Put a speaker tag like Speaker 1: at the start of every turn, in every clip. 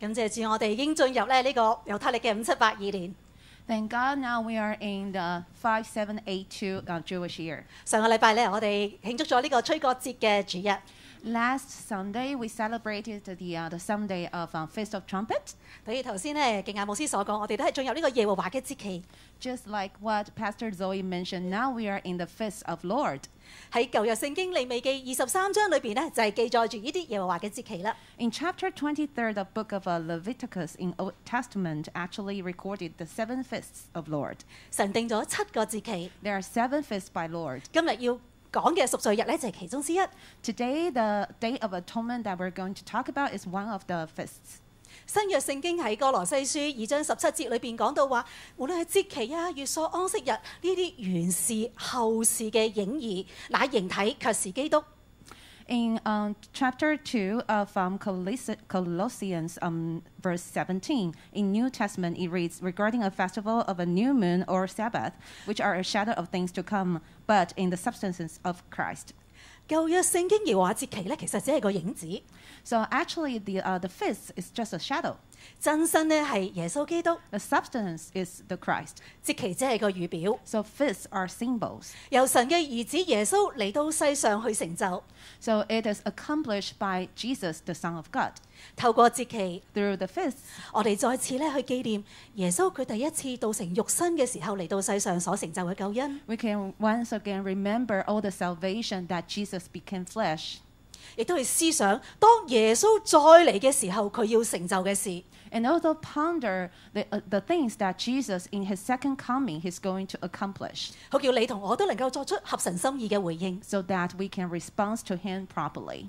Speaker 1: 感謝主，我哋已經進入咧呢個猶太歷嘅五七八二年。
Speaker 2: Thank God now we are in the 5782 uh, Jewish year.
Speaker 1: 上個禮拜咧，我哋慶祝咗呢個吹角節嘅主日。
Speaker 2: Last Sunday we celebrated the, uh, the Sunday of uh, Feast of Trumpet.
Speaker 1: 等於頭先咧，敬雅牧師所講，我哋都係進入呢個耶和華嘅節期。
Speaker 2: Just like what Pastor Zoe mentioned, now we are in the Feast of Lord.
Speaker 1: 喺舊約聖經利未記二十三章裏邊咧，就係、記載住呢啲耶和華嘅節期啦。
Speaker 2: In chapter 23 of book of uh, Leviticus in Old Testament actually recorded the seven feasts of Lord.
Speaker 1: 神定咗七個節期，
Speaker 2: There are seven feasts by Lord.
Speaker 1: 今日要講嘅贖罪日咧就係、其中之一。
Speaker 2: Today the Day of Atonement that we're going to talk about is one of the feasts.
Speaker 1: 新約聖經喺哥羅西書二章十七節裏邊講到話，無論係節期啊、月朔、安息日呢啲原是後事嘅影兒，乃形體卻是基督。
Speaker 2: In um, chapter 2 of um, Colossi- Colossians, um, verse 17, in New Testament, it reads regarding a festival of a new moon or Sabbath, which are a shadow of things to come, but in the substances of Christ.
Speaker 1: 舊約聖經耶和華節期咧，其實只係個影子。
Speaker 2: So actually, the, uh, the feast is just a shadow.
Speaker 1: 真身咧係耶穌基督，
Speaker 2: The substance is the Christ.
Speaker 1: 節期只係個預表，
Speaker 2: So feasts are symbols.
Speaker 1: 由神嘅兒子耶穌嚟到世上去成就，
Speaker 2: So it is accomplished by Jesus, the Son of God.
Speaker 1: 透過節期，
Speaker 2: Through the feasts,
Speaker 1: 我哋再次咧去紀念耶穌佢第一次道成肉身嘅時候嚟到世上所成就嘅救恩，
Speaker 2: we can once again remember all the salvation that Jesus became flesh
Speaker 1: 亦都去思想當耶穌再嚟嘅時候佢要成就嘅事。
Speaker 2: and also ponder the, uh, the things that Jesus in his second coming is going to accomplish
Speaker 1: 好叫你同我都能夠作出合神心意嘅回應。
Speaker 2: so that we can respond to him properly.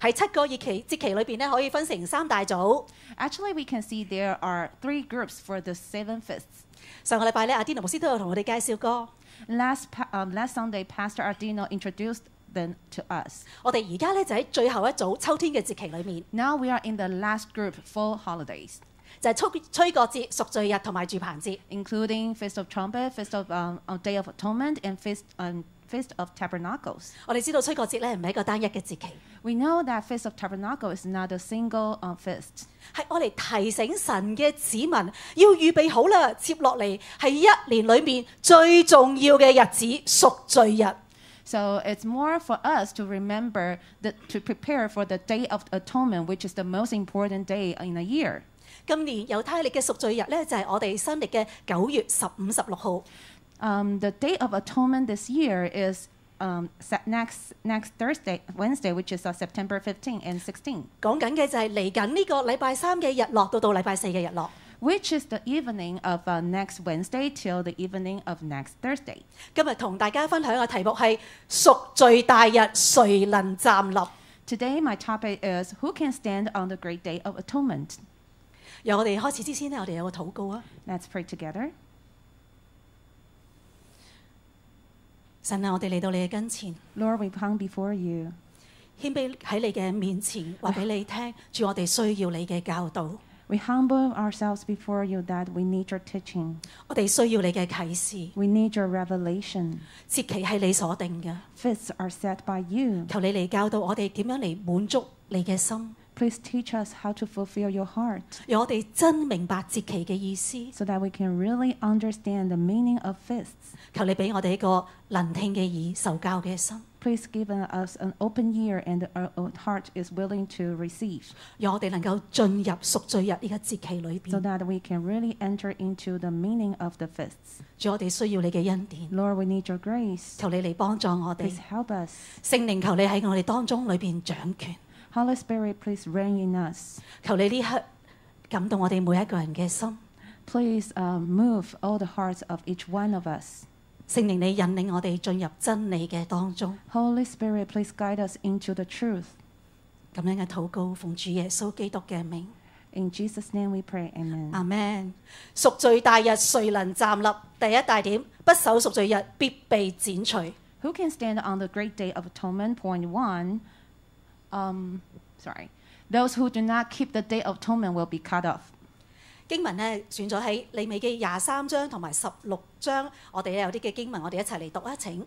Speaker 1: 喺七個熱期節期裏邊咧，可以分成三大組。
Speaker 2: Actually, we can see there are three groups for the seven feasts.
Speaker 1: 上個禮拜咧，阿 Dino 牧師都有同我哋介紹過。
Speaker 2: Last, pa- um, last Sunday, Pastor Ardino introduced them to us.
Speaker 1: 我哋而家咧就喺最後一組秋天嘅節期裏面，
Speaker 2: Now we are in the last group, full holidays,
Speaker 1: 就係、吹吹角節、贖罪日同埋住棚節。
Speaker 2: including Feast of Trumpet, Feast of um, uh, Day of Atonement, and Feast, um, Feast of Tabernacles.
Speaker 1: 我哋知道吹角節咧唔係一個單一嘅節期，
Speaker 2: We know that Feast of Tabernacle is not a single uh, feast.
Speaker 1: 係我哋提醒神嘅子民要預備好啦，接落嚟係一年裏面最重要嘅日子——贖罪日。
Speaker 2: So it's more for us to remember the, to prepare for the Day of Atonement, which is the most important day in a year.
Speaker 1: 今年猶太歷嘅贖罪日咧，就係、我哋新歷嘅九月十五、十六號。
Speaker 2: Um, the Day of Atonement this year is um, se- next next Thursday, Wednesday, which is uh, September 15 and 16,
Speaker 1: 講緊嘅就係嚟緊呢個禮拜三嘅日落到到禮拜四嘅日落。
Speaker 2: which is the evening of uh, next Wednesday till the evening of next Thursday.
Speaker 1: 今日同大家分享嘅題目係贖罪大日，誰能站立？
Speaker 2: Today, my topic is who can stand on the great Day of Atonement.
Speaker 1: 由我哋開始之先呢，我哋有個禱告啊！
Speaker 2: Let's pray together.
Speaker 1: 神啊，我哋嚟到你嘅跟前，
Speaker 2: Lord, we come before you.
Speaker 1: 謙卑喺你嘅面前，話俾你聽，主我哋需要你嘅教導，
Speaker 2: We humble ourselves before you that we need your teaching.
Speaker 1: 我哋需要你嘅啟示。
Speaker 2: We need your revelation.
Speaker 1: 節期係你所定嘅，
Speaker 2: Feasts are set by you.
Speaker 1: 求你嚟教導我哋點樣嚟滿足你嘅心，
Speaker 2: Please teach us how to fulfill your heart
Speaker 1: 讓我哋真明白節期嘅意思。
Speaker 2: so that we can really understand the meaning of feasts.
Speaker 1: 求你俾我哋一個能聽嘅耳、受教嘅心。
Speaker 2: Please give us an open ear and our own heart is willing to receive
Speaker 1: 讓我哋能夠進入贖罪日呢個節期裏
Speaker 2: so
Speaker 1: 邊。
Speaker 2: that we can really enter into the meaning of the feasts.
Speaker 1: 主，我哋需要你嘅恩典，
Speaker 2: Lord, we need your grace.
Speaker 1: 求你嚟幫助我
Speaker 2: Please
Speaker 1: 哋。
Speaker 2: help us.
Speaker 1: 聖靈，求你喺我哋當中裏邊掌權，
Speaker 2: Holy Spirit, please reign in us.
Speaker 1: 求你呢刻感動我哋每一個人嘅心。
Speaker 2: Please uh, move all the hearts of each one of us.
Speaker 1: 聖靈，你引領我哋進入真理嘅當中。
Speaker 2: Holy Spirit, please guide us into the truth.
Speaker 1: 咁樣嘅禱告，奉主耶穌基督嘅名，
Speaker 2: In Jesus' name we pray. Amen.
Speaker 1: 阿 man 贖罪大日，誰能站立？第一大點，不守贖罪日，必被剪除。
Speaker 2: Who can stand on the great day of atonement? Point one. Um, sorry. Those who do not keep the day of atonement will be cut off.
Speaker 1: 經文咧選咗喺利未記廿三章同埋十六章，我哋咧有啲嘅經文，我哋一齊嚟讀啊！請。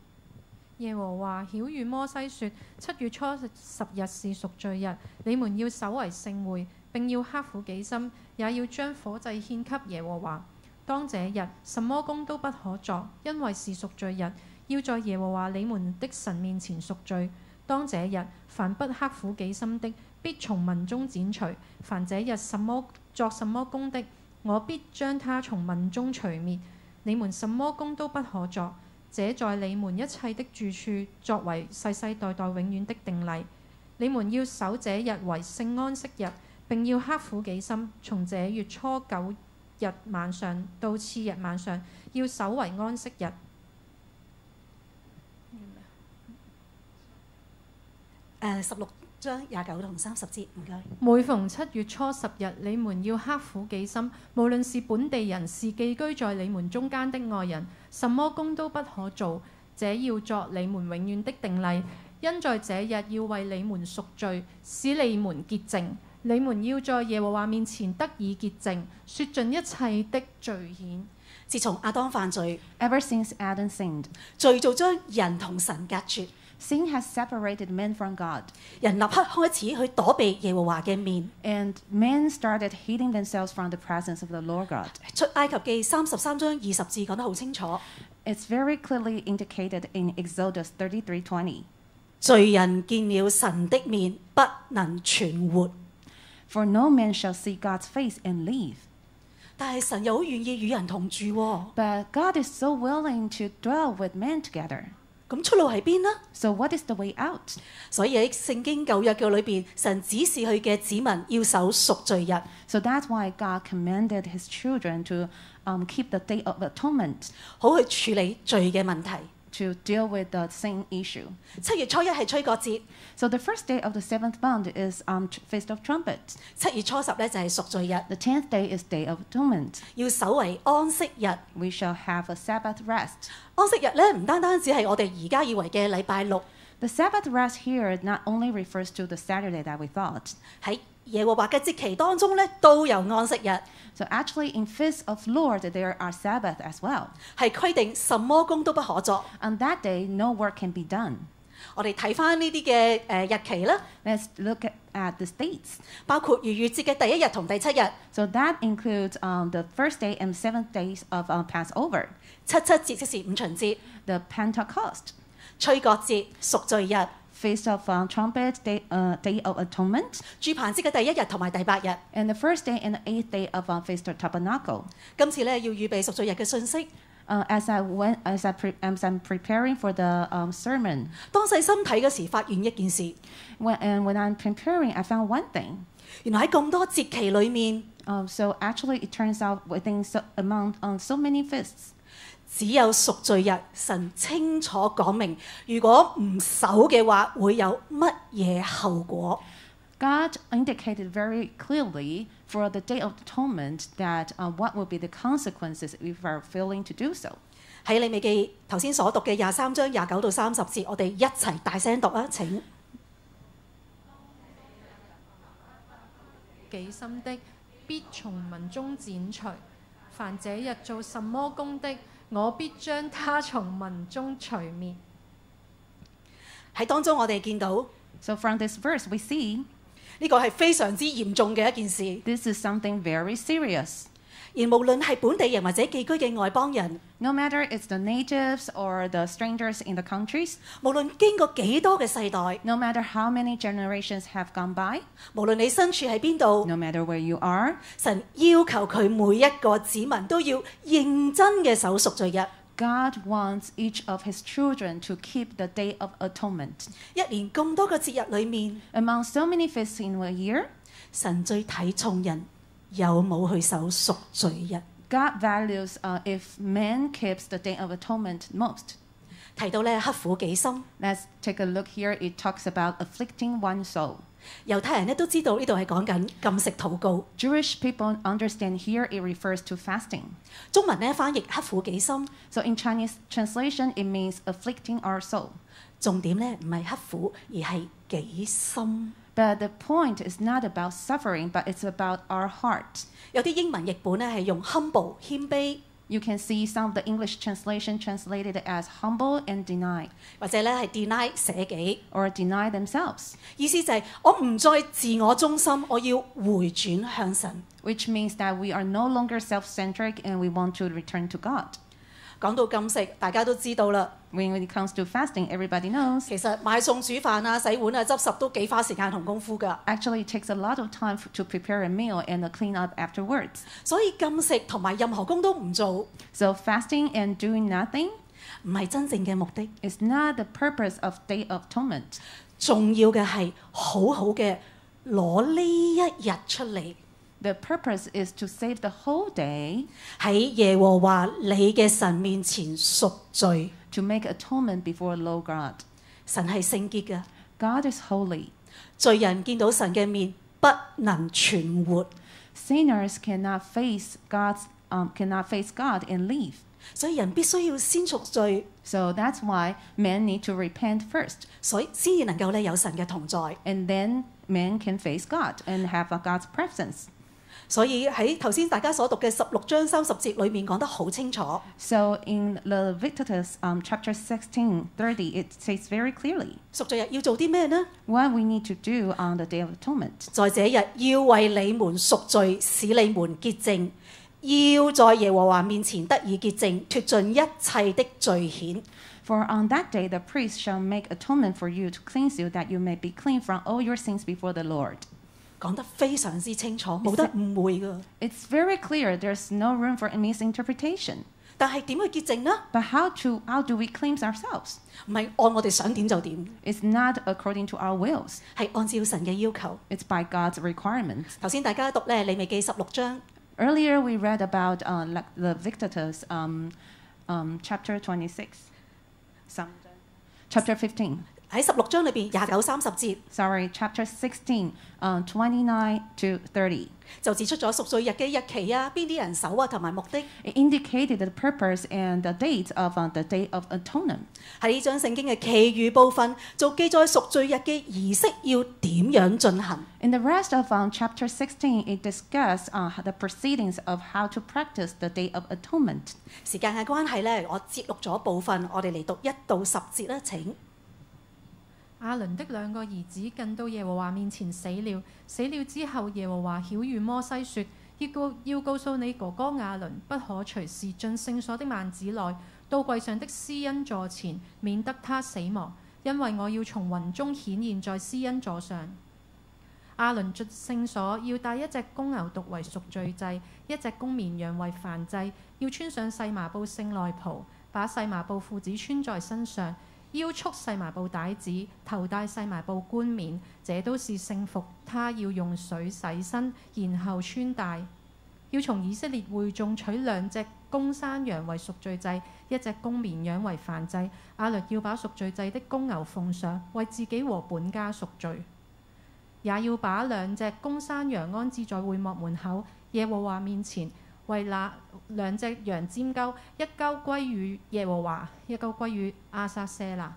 Speaker 3: 耶和華曉喻摩西說：七月初十日是贖罪日，你們要守為聖會，並要刻苦己心，也要將火祭獻給耶和華。當這日，什麼工都不可作，因為是贖罪日，要在耶和華你們的神面前贖罪。當這日，凡不刻苦己心的，必從民中剪除；凡這日什麼作什麼工的，我必將他從民中除滅。你們什麼工都不可作，這在你們一切的住處作為世世代代永遠的定例。你們要守這日為聖安息日，並要刻苦己心，從這月初九日晚上到次日晚上，要守為安息日。
Speaker 1: 誒十六章廿九同三十節，唔該。
Speaker 3: 每逢七月初十日，你們要刻苦己心，無論是本地人，是寄居在你們中間的外人，什麼工都不可做，這要作你們永遠的定例。因在這日要為你們贖罪，使你們潔淨。你們要在耶和華面前得以潔淨，說盡一切的罪愆。
Speaker 1: 自從亞當犯罪，
Speaker 2: Ever since Adam sinned,
Speaker 1: 罪就將人同神隔絕，
Speaker 2: sin has separated men from God,
Speaker 1: 人立刻開始去躲避耶和華嘅面。
Speaker 2: and men started hiding themselves from the presence of the Lord God.
Speaker 1: 出埃及記三十三章二十字講得好清楚，
Speaker 2: It's very clearly indicated in Exodus 33:20.
Speaker 1: 罪人見了神的面，不能存活。
Speaker 2: For no man shall see God's face and live.
Speaker 1: 但係神又好願意與人同住喎，
Speaker 2: But God is so willing to dwell with men together.
Speaker 1: 咁出路喺邊呢？
Speaker 2: So what is the way out?
Speaker 1: 所以喺聖經舊約嘅裏邊，神指示佢嘅子民要守贖罪日，
Speaker 2: So that's why God commanded his children to um, keep the Day of Atonement
Speaker 1: 好去處理罪嘅問題。
Speaker 2: to deal with the sin issue.
Speaker 1: 七月初一係吹角節，
Speaker 2: So the first day of the seventh month is um, tr- Feast of Trumpets.
Speaker 1: 七月初十咧就係贖罪日，
Speaker 2: The tenth day is Day of Atonement.
Speaker 1: 要守為安息日。
Speaker 2: We shall have a Sabbath rest.
Speaker 1: 安息日咧唔單單只係我哋而家以為嘅禮拜六，
Speaker 2: The Sabbath rest here not only refers to the Saturday that we thought.
Speaker 1: 喺耶和華嘅節期當中咧都有安息日，
Speaker 2: So actually, in Feast of Lord, there are Sabbath as well.
Speaker 1: 係規定什麼工都不可作。
Speaker 2: On that day, no work can be done.
Speaker 1: 我哋睇翻呢啲嘅誒日期啦，
Speaker 2: Let's look at, at the states.
Speaker 1: 包括逾越節嘅第一日同第七日、
Speaker 2: So that includes um, the first day and seventh days of uh, Passover,
Speaker 1: 七七節即是五旬節、
Speaker 2: the Pentecost,
Speaker 1: 吹角節、贖罪日、
Speaker 2: Feast of uh, Trumpets, day, uh, day of Atonement,
Speaker 1: 住棚節嘅第一日同埋第八日。
Speaker 2: and the first day and the eighth day of uh, Feast of Tabernacle.
Speaker 1: 今次咧要預備贖罪日嘅信息，
Speaker 2: Uh, as I went, as I pre- as I'm preparing for the um, sermon,
Speaker 1: 當細心睇嘅時發現一件事，
Speaker 2: when, and when I'm preparing, I found one thing.
Speaker 1: 原來喺咁多節期裏面，
Speaker 2: Um, so actually, it turns out within so, among um, so many feasts,
Speaker 1: 只有贖罪日，神清楚講明，如果唔守嘅話，會有乜嘢後果？
Speaker 2: God indicated very clearly for the Day of Atonement that uh, what will be the consequences if we are failing to do so.
Speaker 1: 喺你未記頭先所讀嘅廿三章廿九到三十節，我哋一齊大聲讀啊！請。
Speaker 3: 己心的，必從民中剪除；凡這日做什麼工的，我必將他從民中除滅。
Speaker 1: 喺當中我哋見到
Speaker 2: So from this verse, we see
Speaker 1: 呢個係非常之嚴重嘅一件事，
Speaker 2: this is something very serious.
Speaker 1: 而無論係本地人或者寄居嘅外邦人，
Speaker 2: No matter it's the natives or the strangers in the countries,
Speaker 1: 無論經過幾多嘅世代，
Speaker 2: no matter how many generations have gone by,
Speaker 1: 無論你身處喺邊度，
Speaker 2: no matter where you are,
Speaker 1: 神要求佢每一個子民都要認真嘅守贖罪日。
Speaker 2: God wants each of his children to keep the Day of Atonement.
Speaker 1: 一年咁多個節日裏面，
Speaker 2: Among so many feasts in a year,
Speaker 1: 神最睇重人有冇去守贖罪日。
Speaker 2: God values uh, if man keeps the Day of Atonement most.
Speaker 1: 提到咧刻苦己心，
Speaker 2: Let's take a look here. It talks about afflicting one soul.
Speaker 1: 猶太人咧都知道呢度係講緊禁食禱告。
Speaker 2: Jewish people understand here it refers to fasting.
Speaker 1: 中文咧翻譯刻苦己心，
Speaker 2: So in Chinese translation, it means afflicting our soul.
Speaker 1: 重點咧唔係刻苦，而係己心。
Speaker 2: But the point is not about suffering, but it's about our heart.
Speaker 1: 有啲英文譯本咧係用 humble 謙卑
Speaker 2: You can see some of the English translation translated as humble and deny,
Speaker 1: 或者咧係 deny 捨己，
Speaker 2: or deny themselves,
Speaker 1: 意思就係我唔再自我中心，我要回轉向神。
Speaker 2: which means that we are no longer self centric and we want to return to God.
Speaker 1: 講到禁食，大家都知道啦。
Speaker 2: When it comes to fasting, everybody knows.
Speaker 1: 其實買餸、煮飯啊、洗碗啊、執拾都幾花時間同功夫㗎。
Speaker 2: Actually, it takes a lot of time f- to prepare a meal and a clean up afterwards.
Speaker 1: 所以禁食同埋任何工都唔做，
Speaker 2: So, fasting and doing nothing
Speaker 1: 唔係真正嘅目的。
Speaker 2: is not the purpose of Day of Atonement.
Speaker 1: 重要嘅係好好嘅攞呢一日出嚟，
Speaker 2: The purpose is to save the whole day
Speaker 1: 喺耶和華你嘅神面前贖罪。
Speaker 2: to make atonement before low God.
Speaker 1: 神係聖潔嘅，
Speaker 2: God is holy.
Speaker 1: 罪人見到神嘅面不能存活，
Speaker 2: Sinners cannot face God's um, cannot face God and leave.
Speaker 1: 所以人必須要先贖罪，
Speaker 2: So that's why men need to repent first,
Speaker 1: 所以先至能夠咧有神嘅同在。
Speaker 2: and then men can face God and have a God's presence.
Speaker 1: 所以喺頭先大家所讀嘅十六章三十節裏面講得好清楚，
Speaker 2: So in Leviticus um, chapter 16, 30, it says very clearly
Speaker 1: 贖罪日要做啲咩呢？
Speaker 2: what we need to do on the Day of Atonement.
Speaker 1: 在這日要為你們贖罪，使你們潔淨，要在耶和華面前得以潔淨，脱盡一切的罪愆。
Speaker 2: For on that day the priest shall make atonement for you to cleanse you, that you may be clean from all your sins before the Lord.
Speaker 1: 講得非常之清楚，冇得誤會噶。
Speaker 2: It's very clear there's no room for misinterpretation.
Speaker 1: 但係點去潔淨呢？
Speaker 2: But how to how do we cleanse ourselves?
Speaker 1: 唔係按我哋想點就點，
Speaker 2: It's not according to our wills.
Speaker 1: 係按照神嘅要求。
Speaker 2: It's by God's requirements.
Speaker 1: 頭先大家讀咧，你未記十六章，
Speaker 2: Earlier we read about uh, Le- Leviticus um, um, chapter 26, some, chapter 15.
Speaker 1: 喺十六章裏邊廿九三十節
Speaker 2: Sorry, chapter 16, uh, 29 to 30.
Speaker 1: 就指出咗贖罪日嘅日期啊，邊啲人守啊，同埋目的。
Speaker 2: It indicated the purpose and the date of uh, the Day of Atonement.
Speaker 1: 喺呢章聖經嘅其餘部分，就記載贖罪日嘅儀式要點樣進行。
Speaker 2: In the rest of um, chapter 16, it discussed uh, the proceedings of how to practice the Day of Atonement.
Speaker 1: 時間嘅關係咧，我節錄咗部分，我哋嚟讀一到十節啦。請
Speaker 3: 亞倫的兩個兒子近到耶和華面前死了，死了之後，耶和華曉諭摩西說：要告要告訴你哥哥亞倫，不可隨時進聖所的幔子內，到櫃上的施恩座前，免得他死亡，因為我要從雲中顯現在施恩座上。亞倫進聖所，要帶一隻公牛犢為贖罪祭，一隻公綿羊為燔祭，要穿上細麻布聖內袍，把細麻布褲子穿在身上。腰束細麻布帶子，頭戴細麻布冠冕，這都是聖服。他要用水洗身，然後穿戴。要從以色列會眾取兩隻公山羊為贖罪祭，一隻公綿羊為燔祭。亞律要把贖罪祭的公牛奉上，為自己和本家贖罪。也要把兩隻公山羊安置在會幕門口耶和華面前，為那兩隻羊尖鳩，一鳩歸於耶和華，一鳩歸於阿撒謝拿。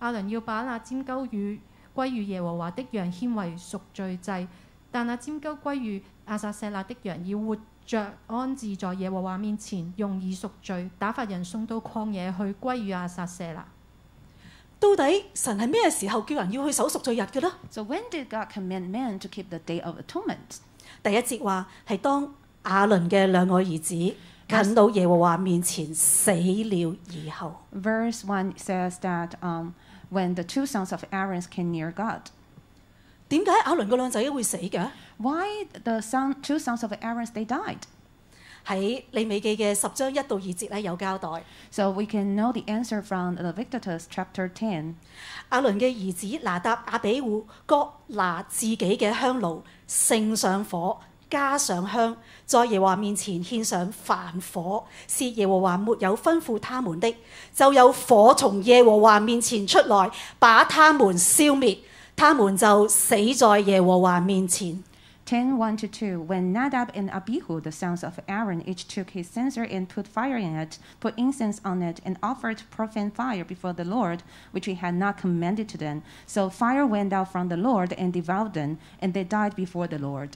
Speaker 3: 亞倫要把那尖鳩與歸於耶和華的羊獻為贖罪祭，但那尖鳩歸於阿撒謝拿的羊要活着安置在耶和華面前，用以贖罪，打發人送到曠野去歸於阿撒謝拿。
Speaker 1: 到底神係咩時候叫人要去守贖罪日嘅呢？
Speaker 2: So when did God command men to keep the Day of Atonement?
Speaker 1: 第一節話係當亞倫嘅兩個兒子近到耶和華面前死了以後，
Speaker 2: Verse 1 says that um, when the two sons of Aaron came near God.
Speaker 1: 點解亞倫個兩仔會死嘅？
Speaker 2: Why the son, two sons of Aaron, they died?
Speaker 1: 喺利未記嘅十章一到二節咧有交代，
Speaker 2: So we can know the answer from Leviticus chapter 10.
Speaker 1: 亞倫嘅兒子拿答、亞比戶各拿自己嘅香爐，盛上火，加上香，在耶和華面前獻上凡火，是耶和華沒有吩咐他們的，就有火從耶和華面前出來，把他們消滅，他們就死在耶和華面前。
Speaker 2: 10 1 to 2 when nadab and abihu the sons of aaron each took his censer and put fire in it put incense on it and offered profane fire before the lord which he had not commanded to them so fire went out from the lord and devoured them and they died before the lord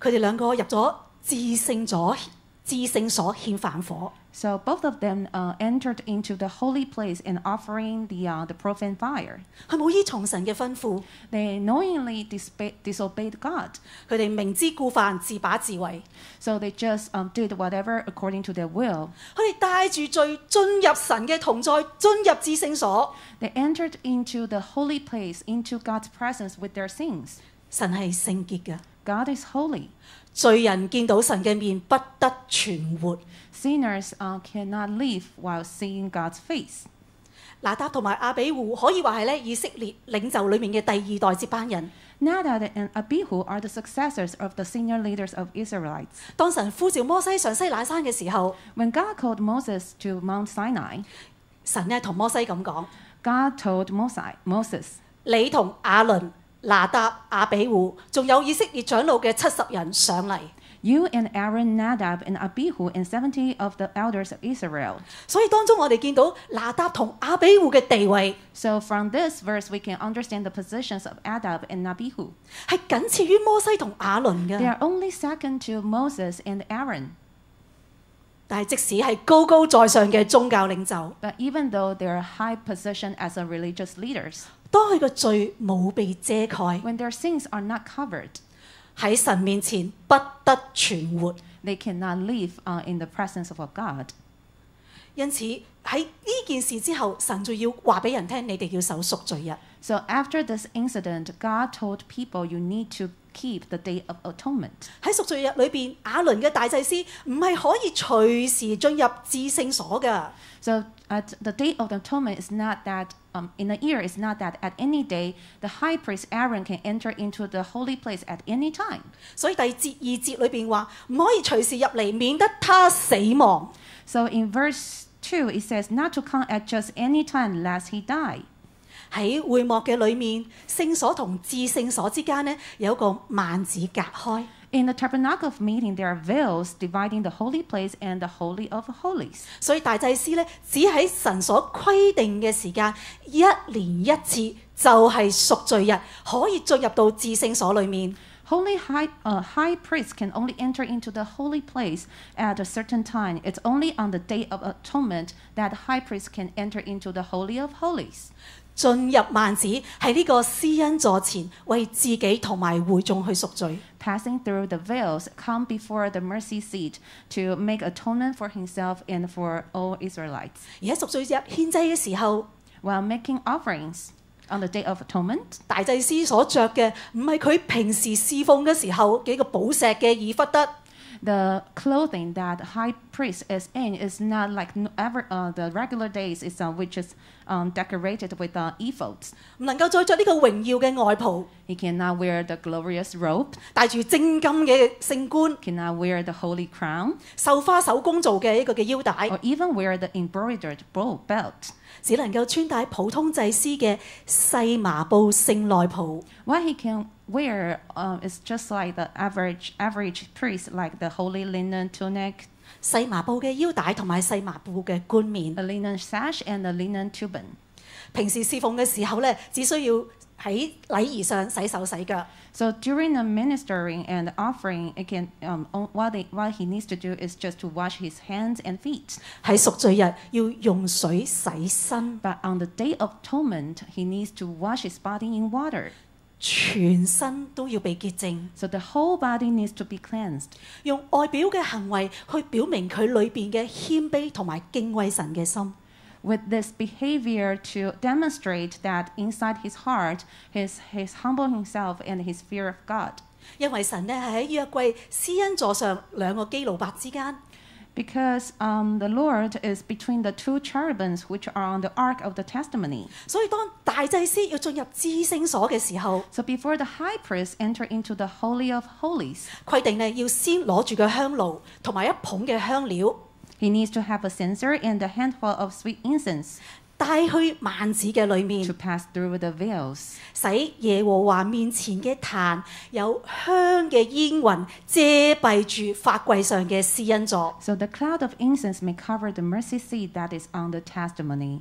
Speaker 1: 佢哋兩個入咗至聖所至聖所獻凡火。
Speaker 2: So both of them uh, entered into the holy place and offering the, uh, the profane fire.
Speaker 1: 佢冇依從神嘅吩咐，
Speaker 2: They knowingly dispa- disobeyed God.
Speaker 1: 佢哋明知故犯，自把自為。
Speaker 2: So they just um, did whatever according to their will.
Speaker 1: 佢哋帶住罪進入神嘅同在，進入至聖所。
Speaker 2: They entered into the holy place, into God's presence with their sins.
Speaker 1: 神係聖潔嘅，
Speaker 2: God is holy.
Speaker 1: 罪人見到神嘅面不得存活。
Speaker 2: Sinners uh, cannot live while seeing God's face.
Speaker 1: 拿達同埋阿比户可以話係咧以色列領袖裏面嘅第二代接班人。
Speaker 2: Nadab and Abihu are the successors of the senior leaders of Israelites.
Speaker 1: 當神呼召摩西上西乃山嘅時候，
Speaker 2: When God called Moses to Mount Sinai,
Speaker 1: 神咧同摩西咁講：
Speaker 2: God told Mosai- Moses,
Speaker 1: 你同亞倫、拿達、阿比户，仲有以色列長老嘅七十人上嚟。
Speaker 2: You and Aaron, Nadab, and Abihu, and 70 of the elders of Israel.
Speaker 1: 所以當中我哋見到拿達同阿比户嘅地位
Speaker 2: So from this verse, we can understand the positions of Nadab and Abihu.
Speaker 1: 係僅次於摩西同亞倫
Speaker 2: They
Speaker 1: 嘅，
Speaker 2: are only second to Moses and Aaron.
Speaker 1: 但係即使係高高在上嘅宗教領袖，
Speaker 2: But even though they are high position as a religious leaders,
Speaker 1: 當佢嘅罪冇被遮蓋，
Speaker 2: when their sins are not covered,
Speaker 1: 喺神面前不得存活。
Speaker 2: they cannot live uh, in the presence of God.
Speaker 1: 因此喺呢件事之後，神就要話俾人聽：你哋要守贖罪日。
Speaker 2: So after this incident, God told people you need to keep the Day of Atonement.
Speaker 1: 喺贖罪日裏邊，亞倫嘅大祭司唔係可以隨時進入至聖所㗎。
Speaker 2: So at the Day of Atonement is not that um, in a year it's not that at any day the high priest Aaron can enter into the holy place at any time.
Speaker 1: 所以第節二節裏邊話唔可以隨時入嚟，免得他死亡。
Speaker 2: So in verse two it says not to come at just any time lest he die.
Speaker 1: 喺會幕嘅裏面，聖所同至聖所之間呢，有個幔子隔開。
Speaker 2: In the tabernacle of meeting there are veils dividing the holy place and the holy of holies.
Speaker 1: 所以大祭司呢，只喺神所規定嘅時間，一年一次就係贖罪日，可以進入到至聖所裏面。
Speaker 2: Holy high, uh, high priest can only enter into the holy place at a certain time. It's only on the day of atonement that high priest can enter into the holy of holies.
Speaker 1: 進入幔子喺呢個施恩座前，為自己同埋會眾去贖罪。
Speaker 2: passing through the veils, come before the mercy seat to make atonement for himself and for all Israelites.
Speaker 1: 而喺贖罪日獻祭嘅時候，
Speaker 2: While making offerings on the Day of Atonement,
Speaker 1: 大祭司所着嘅唔係佢平時侍奉嘅時候嘅一個寶石嘅以弗得，
Speaker 2: the clothing that high priest is in is not like n- ever uh, the regular days, it's, uh, which is um, decorated with uh, ephods.
Speaker 1: 唔能夠再着呢個榮耀嘅外袍，
Speaker 2: He cannot wear the glorious robe,
Speaker 1: 戴住精金嘅聖冠，
Speaker 2: cannot wear the holy crown,
Speaker 1: 繡花手工做嘅一個嘅腰帶，
Speaker 2: or even wear the embroidered bo- belt.
Speaker 1: 只能夠穿戴普通祭司嘅細麻布聖內袍。
Speaker 2: What he can wear um, is just like the average average priest, like the holy linen tunic,
Speaker 1: 細麻布嘅腰帶同埋細麻布嘅冠冕，
Speaker 2: a linen sash, and a linen turban.
Speaker 1: 平時侍奉嘅時候咧，只需要喺禮儀上洗手洗腳。
Speaker 2: So during the ministering and offering, it can um, o- what, they, what he needs to do is just to wash his hands and feet.
Speaker 1: 喺贖罪日要用水洗身，
Speaker 2: But on the day of atonement, he needs to wash his body in water.
Speaker 1: 全身都要被潔淨，
Speaker 2: So the whole body needs to be cleansed.
Speaker 1: 用外表嘅行為去表明佢裏邊嘅謙卑同埋敬畏神嘅心。
Speaker 2: With this behavior to demonstrate that inside his heart, his, his humble himself and his fear of God.
Speaker 1: 因為神呢係喺約櫃施恩座上兩個基路伯之間，
Speaker 2: Because um, the Lord is between the two cherubims which are on the ark of the testimony.
Speaker 1: 所以當大祭司要進入至聖所嘅時候，
Speaker 2: So before the high priest enter into the holy of holies,
Speaker 1: 規定呢要先攞住個香爐同埋一捧嘅香料，
Speaker 2: he needs to have a censer and a handful of sweet incense
Speaker 1: 帶去幔子嘅裏
Speaker 2: to
Speaker 1: 面，
Speaker 2: pass through the veils,
Speaker 1: 使耶和華面前嘅壇有香嘅煙雲遮蔽住法櫃上嘅施恩座。
Speaker 2: so the cloud of incense may cover the mercy seat that is on the testimony,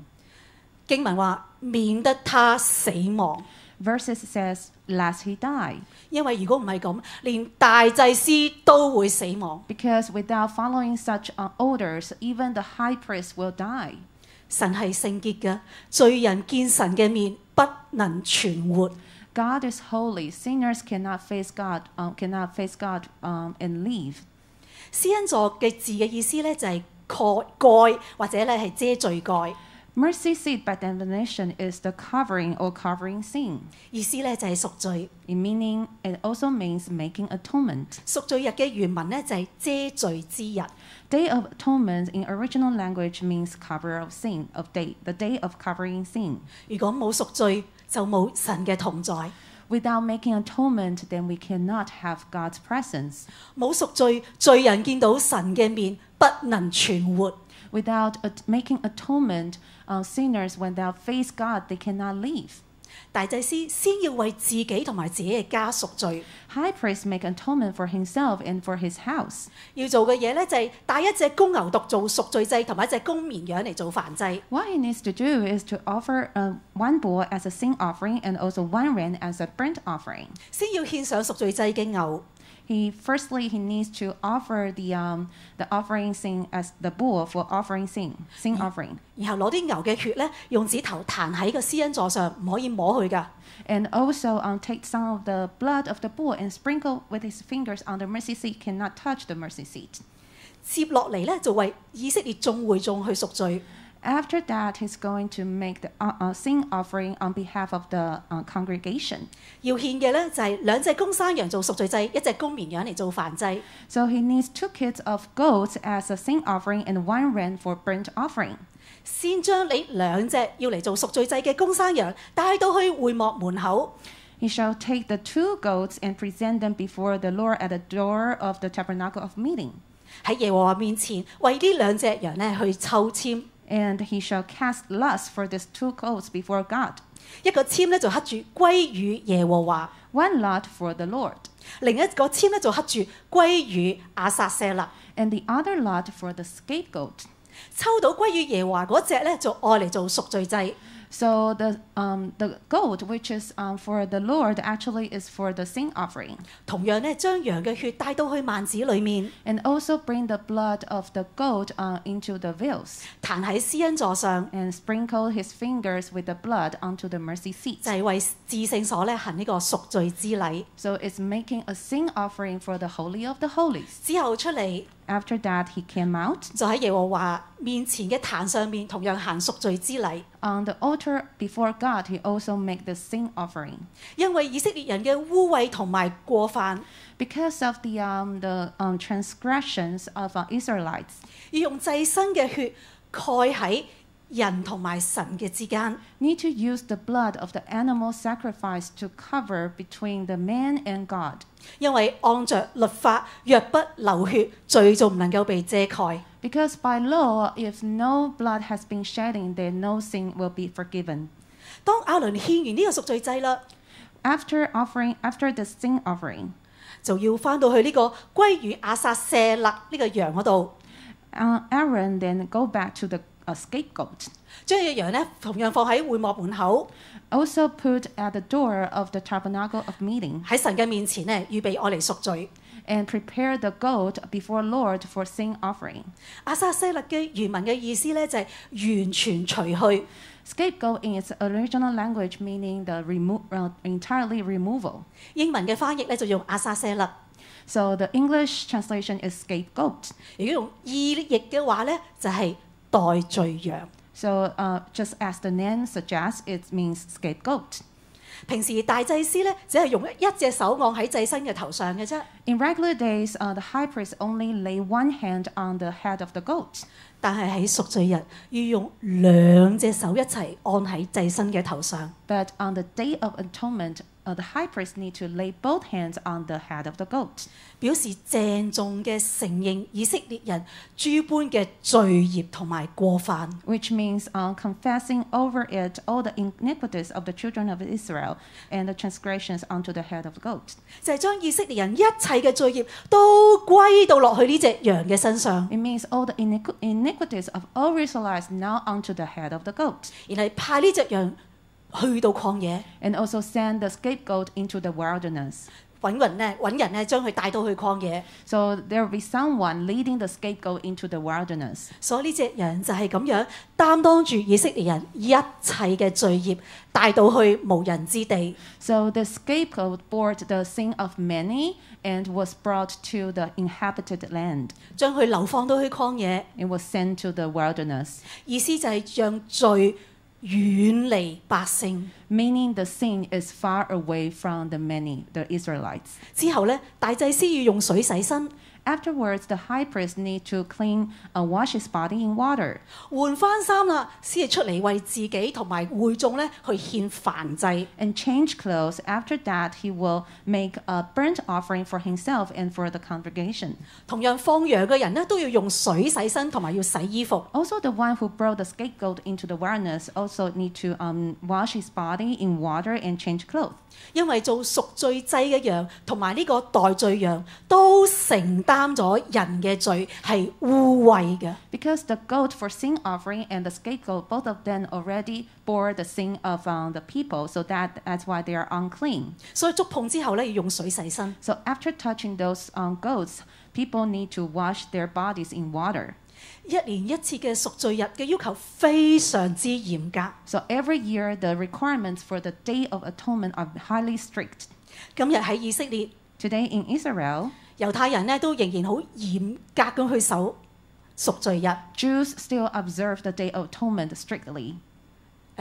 Speaker 1: 經文話：免得他死亡。
Speaker 2: verses says, lest he die.
Speaker 1: 因為如果唔係咁，連大祭司都會死亡。
Speaker 2: Because without following such uh, orders, even the high priest will die.
Speaker 1: 神係聖潔嘅，罪人見神嘅面不能存活。
Speaker 2: God is holy. Sinners cannot face God, um, cannot face God um, and leave.
Speaker 1: 施恩座嘅字嘅意思咧就係蓋蓋或者咧係遮罪蓋，
Speaker 2: Mercy seat by definition is the covering or covering sin.
Speaker 1: 意思咧就係贖罪。
Speaker 2: In meaning, it also means making atonement.
Speaker 1: 贖罪日嘅原文咧就係遮罪之日。
Speaker 2: Day of Atonement in original language means cover of sin, of day, the day of covering sin.
Speaker 1: 如果冇贖罪，就冇神嘅同在；
Speaker 2: Without making atonement, then we cannot have God's presence.
Speaker 1: 冇贖罪，罪人見到神嘅面不能存活。
Speaker 2: Without at- making atonement, uh, sinners, when they face God, they cannot live.
Speaker 1: 大祭司先要為自己同埋自己嘅家贖罪，
Speaker 2: High priest make atonement for himself and for his house.
Speaker 1: 要做嘅嘢咧就係帶一隻公牛犢做贖罪祭，同埋一隻公綿羊嚟做燔祭。
Speaker 2: What he needs to do is to offer uh, one bull as a sin offering and also one ram as a burnt offering.
Speaker 1: 先要獻上贖罪祭嘅牛，
Speaker 2: He firstly he needs to offer the um the offering sin as the bull for offering sin sin offering,
Speaker 1: 然後攞啲牛嘅血咧，用指頭彈喺個施恩座上，唔可以摸佢噶。
Speaker 2: and also um take some of the blood of the bull and sprinkle with his fingers on the mercy seat cannot touch the mercy seat.
Speaker 1: 接落嚟咧就為以色列眾會眾去贖罪，
Speaker 2: After that, he's going to make the uh, uh, sin offering on behalf of the uh, congregation.
Speaker 1: 要獻嘅咧就係兩隻公山羊做贖罪祭，一隻公綿羊嚟做燔祭。
Speaker 2: So he needs two kids of goats as a sin offering and one ram for burnt offering.
Speaker 1: 先將你兩隻要嚟做贖罪祭嘅公山羊帶到去會幕門口，
Speaker 2: He shall take the two goats and present them before the Lord at the door of the tabernacle of meeting.
Speaker 1: 喺耶和華面前為呢兩隻羊咧去抽籤，
Speaker 2: And he shall cast lots for these two goats before God,
Speaker 1: 一個籤咧就刻住歸與耶和華，
Speaker 2: one lot for the Lord,
Speaker 1: 另一個籤咧就刻住歸與亞撒舍勒。
Speaker 2: and the other lot for the scapegoat.
Speaker 1: 抽到歸於耶和華嗰只咧就愛嚟做贖罪祭，
Speaker 2: So the um, the goat which is um, for the Lord actually is for the sin offering,
Speaker 1: 同樣咧將羊嘅血帶到去幔子裡面，
Speaker 2: and also bring the blood of the goat uh, into the veils,
Speaker 1: 彈喺施恩座上，
Speaker 2: and sprinkle his fingers with the blood onto the mercy seat.
Speaker 1: 就係、為至聖所咧行呢個贖罪之禮。
Speaker 2: So it's making a sin offering for the holy of the holies.
Speaker 1: 之後出嚟
Speaker 2: After that, he came out
Speaker 1: 就喺耶和華面前嘅壇上面，同樣行贖罪之禮。
Speaker 2: on the altar before God. He also made the sin offering.
Speaker 1: 因為以色列人嘅污穢同埋過犯，
Speaker 2: Because of the, um, the um, transgressions of uh, Israelites,
Speaker 1: 要用祭牲嘅血蓋喺人同埋神嘅之間。
Speaker 2: need to use the blood of the animal sacrifice to cover between the man and God.
Speaker 1: 因為按着律法，若不流血，罪就唔能夠被遮蓋。
Speaker 2: Because by law, if no blood has been shedding, then no sin will be forgiven.
Speaker 1: 當亞倫獻完呢個贖罪祭啦，
Speaker 2: After offering, after the sin offering,
Speaker 1: 就要翻到去呢個歸於亞撒舍勒呢個羊嗰度，
Speaker 2: uh, Aaron then go back to the uh, scapegoat.
Speaker 1: 將只羊咧同樣放喺會幕門口，
Speaker 2: Also put at the door of the tabernacle of meeting,
Speaker 1: 喺神嘅面前咧預備我嚟贖罪。
Speaker 2: and prepare the goat before Lord for sin offering.
Speaker 1: 亞撒舍勒嘅原文嘅意思咧就係、完全除去。
Speaker 2: Scapegoat in its original language meaning the remo- uh, entirely removal.
Speaker 1: 英文嘅翻譯咧就用亞撒舍勒，
Speaker 2: So the English translation is scapegoat.
Speaker 1: 如果用意譯嘅話咧就係、代罪羊。
Speaker 2: So uh, just as the name suggests, it means scapegoat.
Speaker 1: 平時大祭司咧只係用一隻手按喺祭牲嘅頭上嘅啫，
Speaker 2: In regular days, uh, the high priest only lay one hand on the head of the goat,
Speaker 1: 但係喺贖罪日要用兩隻手一齊按喺祭牲嘅頭上。
Speaker 2: but on the day of atonement, uh, the high priest need to lay both hands on the head of the goat,
Speaker 1: 表示鄭重嘅承認以色列人諸般嘅罪孽同埋過犯，
Speaker 2: which means uh, confessing over it all the iniquities of the children of Israel and the transgressions onto the head of the goat.
Speaker 1: 就係、將以色列人一切嘅罪孽都歸到落去呢只羊嘅身上，
Speaker 2: It means all the iniqu- iniquities of all Israelites now onto the head of the goat,
Speaker 1: 然後派呢只羊去到曠野
Speaker 2: and also send the scapegoat into the wilderness.
Speaker 1: 揾人咧，揾人咧將佢帶到去曠野。
Speaker 2: So there will be someone leading the scapegoat into the wilderness.
Speaker 1: 所以呢只人就係咁樣擔當住以色列人一切嘅罪孽，帶到去無人之地。
Speaker 2: So the scapegoat bore the sin of many and was brought to the inhabited land.
Speaker 1: 將佢流放到去曠野，
Speaker 2: It was sent to the wilderness,
Speaker 1: 意思就係讓罪遠離百姓。
Speaker 2: meaning the sin is far away from the many, the Israelites.
Speaker 1: 之後咧，大祭司要用水洗身，
Speaker 2: Afterwards, the high priest need to clean and wash his body in water.
Speaker 1: 換翻衫啦，先至出嚟為自己同埋會眾咧去獻燔祭。
Speaker 2: and change clothes. After that, he will make a burnt offering for himself and for the congregation.
Speaker 1: 同樣放羊嘅人咧都要用水洗身同埋要洗衣服。
Speaker 2: Also, the one who brought the scapegoat into the wilderness also need to um, wash his body in water and change clothes,
Speaker 1: 因為做贖罪祭嘅羊同埋呢個代罪羊都承擔咗人嘅罪係污穢嘅，
Speaker 2: because the goat for sin offering and the scapegoat, both of them already bore the sin of um, the people, so that that's why they are unclean.
Speaker 1: 所以觸碰之後咧要用水洗身。
Speaker 2: So after touching those um, goats, people need to wash their bodies in water.
Speaker 1: 一年一次嘅贖罪日嘅要求非常之嚴格。
Speaker 2: So every year, the requirements for the Day of Atonement are highly strict.
Speaker 1: 今日喺以色列，
Speaker 2: Today in Israel,
Speaker 1: 猶太人咧都仍然好嚴格咁去守贖罪日。誒、
Speaker 2: Jews still observe the Day of Atonement strictly.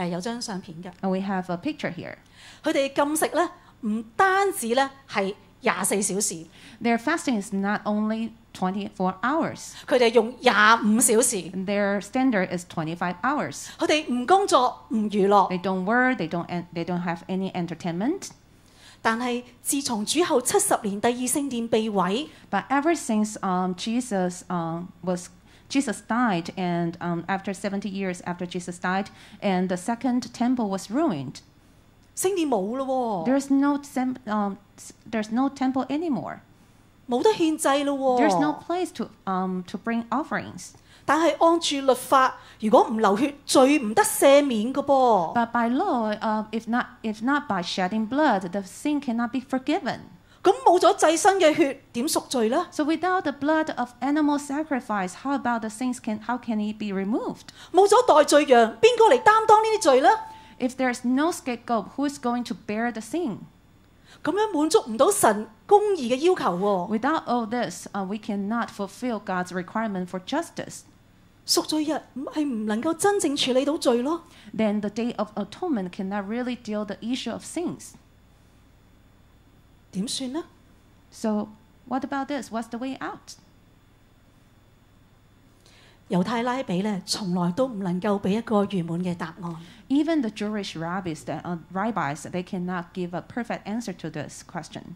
Speaker 1: 有張相片嘅，
Speaker 2: And we have a picture here.
Speaker 1: 佢哋禁食咧唔單止咧係廿四小時，
Speaker 2: Their fasting is not only 24 hours,
Speaker 1: 佢哋用廿五小時，
Speaker 2: their standard is 25 hours.
Speaker 1: 佢哋唔工作唔娛樂。
Speaker 2: They don't work, they don't, en- they don't have any entertainment.
Speaker 1: 但係自從主後七十年第二聖殿被毀，
Speaker 2: But ever since um, Jesus um, was Jesus died, and um, after 70 years after Jesus died, and the second temple was ruined,
Speaker 1: 聖殿冇咯喎，
Speaker 2: There's no tem- um, s- there's no temple anymore.
Speaker 1: 冇得獻祭咯
Speaker 2: There's no
Speaker 1: 喎。
Speaker 2: place to um to bring offerings.
Speaker 1: 但係按住律法，如果唔流血，罪唔得赦免嘅噃。
Speaker 2: But by law, uh, if not if not by shedding blood, the sin cannot be forgiven.
Speaker 1: 咁冇咗祭身嘅血，點贖罪呢？
Speaker 2: So without the blood of animal sacrifice, how about the sins can how can it be removed?
Speaker 1: 冇咗代罪羊，邊個嚟擔當呢啲罪呢？
Speaker 2: If there's no scapegoat, who is going to bear the sin?
Speaker 1: 咁樣滿足唔到神公義嘅要求喎。
Speaker 2: Without all this, uh, we cannot fulfill God's requirement for justice.
Speaker 1: 贖罪日唔係唔能夠真正處理到罪咯。
Speaker 2: Then the day of atonement cannot really deal the issue of sins.
Speaker 1: 點算呢？
Speaker 2: So what about this? What's the way out?
Speaker 1: 猶太拉比咧，從來都唔能夠俾一個圓滿嘅答案。
Speaker 2: Even the Jewish rabbis, the, uh, rabbis, they cannot give a perfect answer to this question.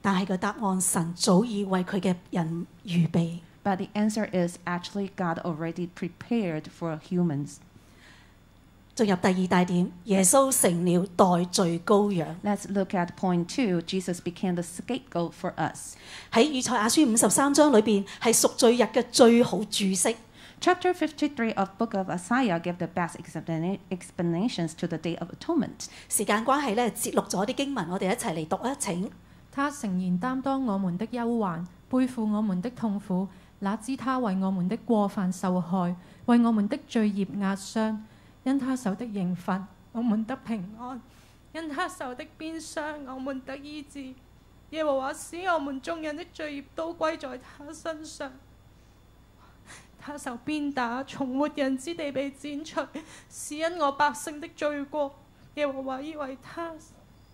Speaker 1: 但係個答案，神早已為佢嘅人預備。
Speaker 2: But the answer is actually God already prepared for humans.
Speaker 1: 進入第二大點，耶穌成了代罪羔羊。
Speaker 2: Let's look at point two. Jesus became the scapegoat for us.
Speaker 1: 喺以賽亞書五十三章裏邊，係贖罪日嘅最好注釋。
Speaker 2: Chapter 53 of Book of Isaiah give the best explana- explanations to the Day of Atonement.
Speaker 1: 時間關係咧，節錄咗啲經文，我哋一齊嚟讀啊！請
Speaker 3: 他誠然擔當我們的憂患，背負我們的痛苦，哪知他為我們的過犯受害，為我們的罪孽壓傷。因他受的刑罰，我們得平安；因他受的鞭傷，我們得醫治。耶和華使我們眾人的罪孽都歸在他身上。他受鞭打，從活人之地被剪除，是因我百姓的罪過。耶和華以為他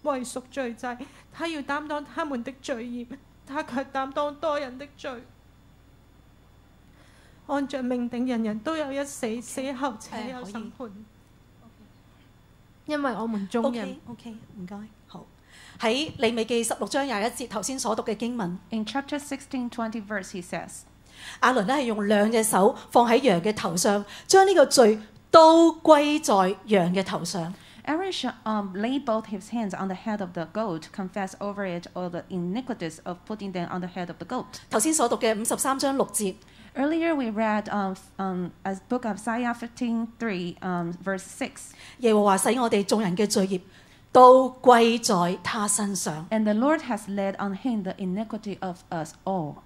Speaker 3: 為贖罪祭。他要擔當他們的罪孽，他卻擔當多人的罪。按着命定，人人都有一死，死後且有審判。因為我們眾人
Speaker 1: OK OK，唔該，好。喺利未記十六章廿一節頭先所讀嘅經文，
Speaker 2: In chapter 16, 20 verse, he says,
Speaker 1: 阿倫咧係用兩隻手放喺羊嘅頭上，將呢個罪都歸在羊嘅頭上。
Speaker 2: Aaron sh- um, laid both his hands on the head of the goat, confessed over it all the iniquities of putting them on the head of the goat.
Speaker 1: 頭先所讀嘅五十三章六節，
Speaker 2: Earlier we read um, f- um, as book of Isaiah 15:3, um, verse 6.
Speaker 1: 耶和華使我哋眾人嘅罪孽都歸在他身上，
Speaker 2: And the Lord has laid on him the iniquity of us all,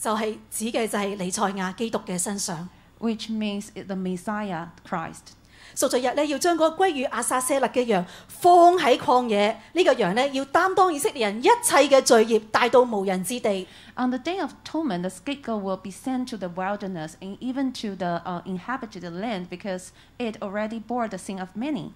Speaker 1: 就係、指嘅就係尼賽亞基督嘅身上。
Speaker 2: which means it- the Messiah, Christ.
Speaker 1: 贖罪日咧，要將嗰個歸於阿撒舍勒嘅羊放喺曠野，呢、個羊咧要擔當以色列人一切嘅罪孽，帶到無人之地。
Speaker 2: On the day of atonement, the scapegoat will be sent to the wilderness and even to the uh, inhabited land because it already bore the sin of many.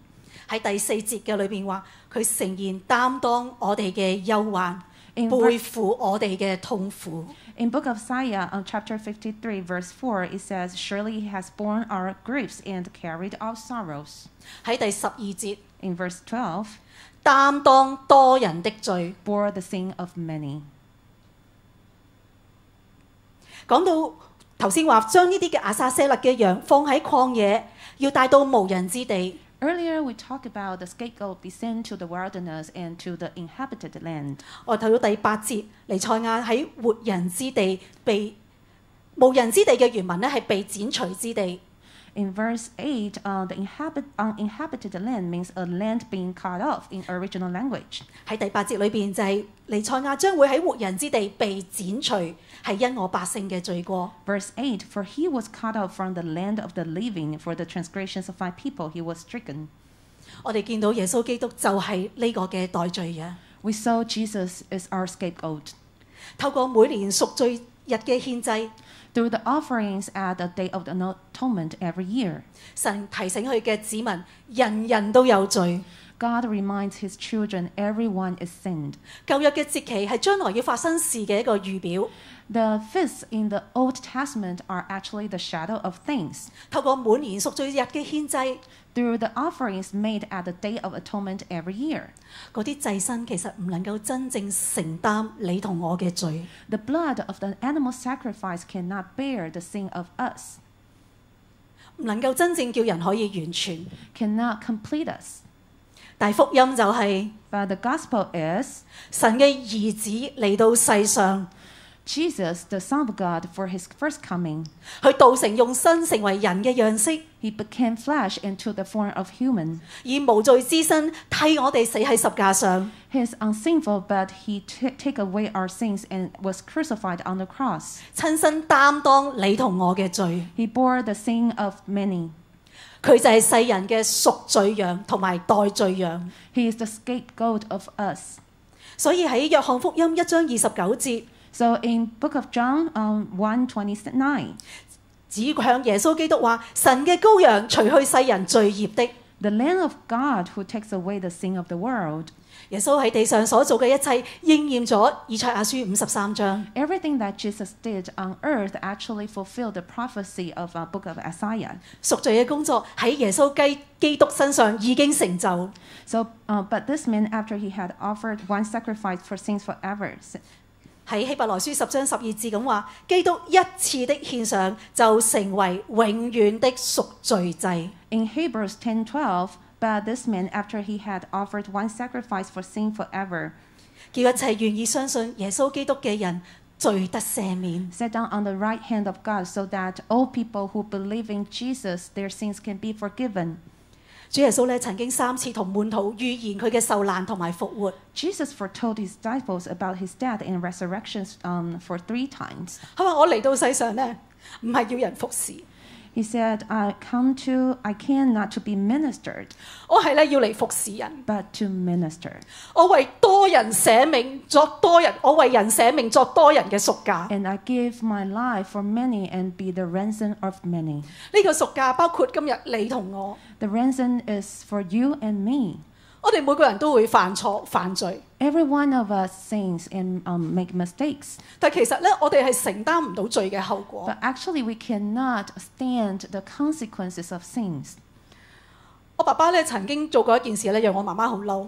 Speaker 1: 喺第四節嘅裏邊話，佢誠然擔當我哋嘅憂患，背
Speaker 2: In
Speaker 1: 負我哋嘅痛苦。
Speaker 2: In book of Isaiah, um, chapter 53, verse 4, it says, Surely he has borne our griefs and carried our sorrows.
Speaker 1: 喺第十二節，
Speaker 2: In verse 12,
Speaker 1: 擔當多人的罪。
Speaker 2: bore the sin of many.
Speaker 1: 講到頭先話，將呢啲嘅阿撒舍勒嘅羊放喺曠野，要帶到無人之地。
Speaker 2: Earlier, we talked about the scapegoat be sent to the wilderness and to the inhabited land.
Speaker 1: 我睇到第八節，尼賽亞喺活人之地被無人之地嘅原文咧係被剪除之地。
Speaker 2: In verse 8, uh, the inhabit- uninhabited land means a land being cut off in original language.
Speaker 1: 喺第八節裏邊就係、尼賽亞將會喺活人之地被剪除，係因我百姓嘅罪過。
Speaker 2: Verse 8, For he was cut off from the land of the living, for the transgressions of my people he was stricken.
Speaker 1: 我哋見到耶穌基督就係呢個嘅代罪嘅。
Speaker 2: We saw Jesus is our scapegoat.
Speaker 1: 透過每年贖罪日嘅獻祭，
Speaker 2: Through the offerings at the Day of the Atonement every year,
Speaker 1: 神提醒佢嘅子民，人人都有罪。
Speaker 2: God reminds his children everyone is sinned.
Speaker 1: 舊約嘅節期係將來要發生事嘅一個預表。
Speaker 2: The feasts in the Old Testament are actually the shadow of things.
Speaker 1: 透過每年贖罪日嘅獻祭，
Speaker 2: Through the offerings made at the Day of Atonement every year,
Speaker 1: 嗰啲祭牲其實唔能夠真正承擔你同我嘅罪。
Speaker 2: the blood of the animal sacrifice cannot bear the sin of us,
Speaker 1: 唔能夠真正叫人可以完全，
Speaker 2: cannot complete us.
Speaker 1: 但係福音就係、
Speaker 2: But the gospel is
Speaker 1: 神嘅兒子嚟到世上，
Speaker 2: Jesus, the Son of God, for his first coming.
Speaker 1: 佢道成用身成為人嘅樣式，
Speaker 2: He became flesh and took the form of human.
Speaker 1: 以無罪之身替我哋死喺十架上。
Speaker 2: He is unsinful, but he t- take away our sins and was crucified on the cross.
Speaker 1: 親身擔當你同我嘅罪，
Speaker 2: He bore the sin of many.
Speaker 1: 佢就係世人嘅贖罪羊同埋代罪羊。
Speaker 2: He is the scapegoat of us.
Speaker 1: 所以喺約翰福音一章二十九節，
Speaker 2: So in Book of John um, 129,
Speaker 1: 指向耶穌基督話：神嘅羔羊，除去世人罪孽的。
Speaker 2: the Lamb of God who takes away the sin of the world.
Speaker 1: 耶穌喺地上所做嘅一切，應驗咗以賽亞書五十三章。
Speaker 2: Everything that Jesus did on earth actually fulfilled the prophecy of uh, Book of Isaiah.
Speaker 1: 贖罪嘅工作喺耶穌基基督身上已經成就。
Speaker 2: So, uh, but this man, after he had offered one sacrifice for sins forever, s-
Speaker 1: 喺希伯來書十章十二節咁話：基督一次的獻上就成為永遠的贖罪祭。
Speaker 2: In Hebrews 10:12, but this man, after he had offered one sacrifice for sin forever,
Speaker 1: 叫一切願意相信耶穌基督嘅人罪得赦免。
Speaker 2: sat down on the right hand of God, so that all people who believe in Jesus, their sins can be forgiven.
Speaker 1: 主耶穌咧曾經三次同門徒預言佢嘅受難同埋復活。
Speaker 2: Jesus foretold his disciples about his death and resurrection um, for three times.
Speaker 1: 佢話：我嚟到世上咧，唔係要人服侍，
Speaker 2: He said, "I come to, I came not to be ministered,
Speaker 1: 我係咧要嚟服侍人。
Speaker 2: but to minister,
Speaker 1: 我為多人捨命作多人，我為人捨命作多人嘅贖價。
Speaker 2: and I give my life for many and be the ransom of many.
Speaker 1: 呢、個贖價包括今日你同我，
Speaker 2: The ransom is for you and me."
Speaker 1: 我哋每個人都會犯錯犯罪，
Speaker 2: Every one of us sins and um, make mistakes,
Speaker 1: 但其實咧，我哋係承擔唔到罪嘅後果。
Speaker 2: but actually we cannot stand the consequences of sins.
Speaker 1: 我爸爸咧曾經做過一件事咧，讓我媽媽好嬲。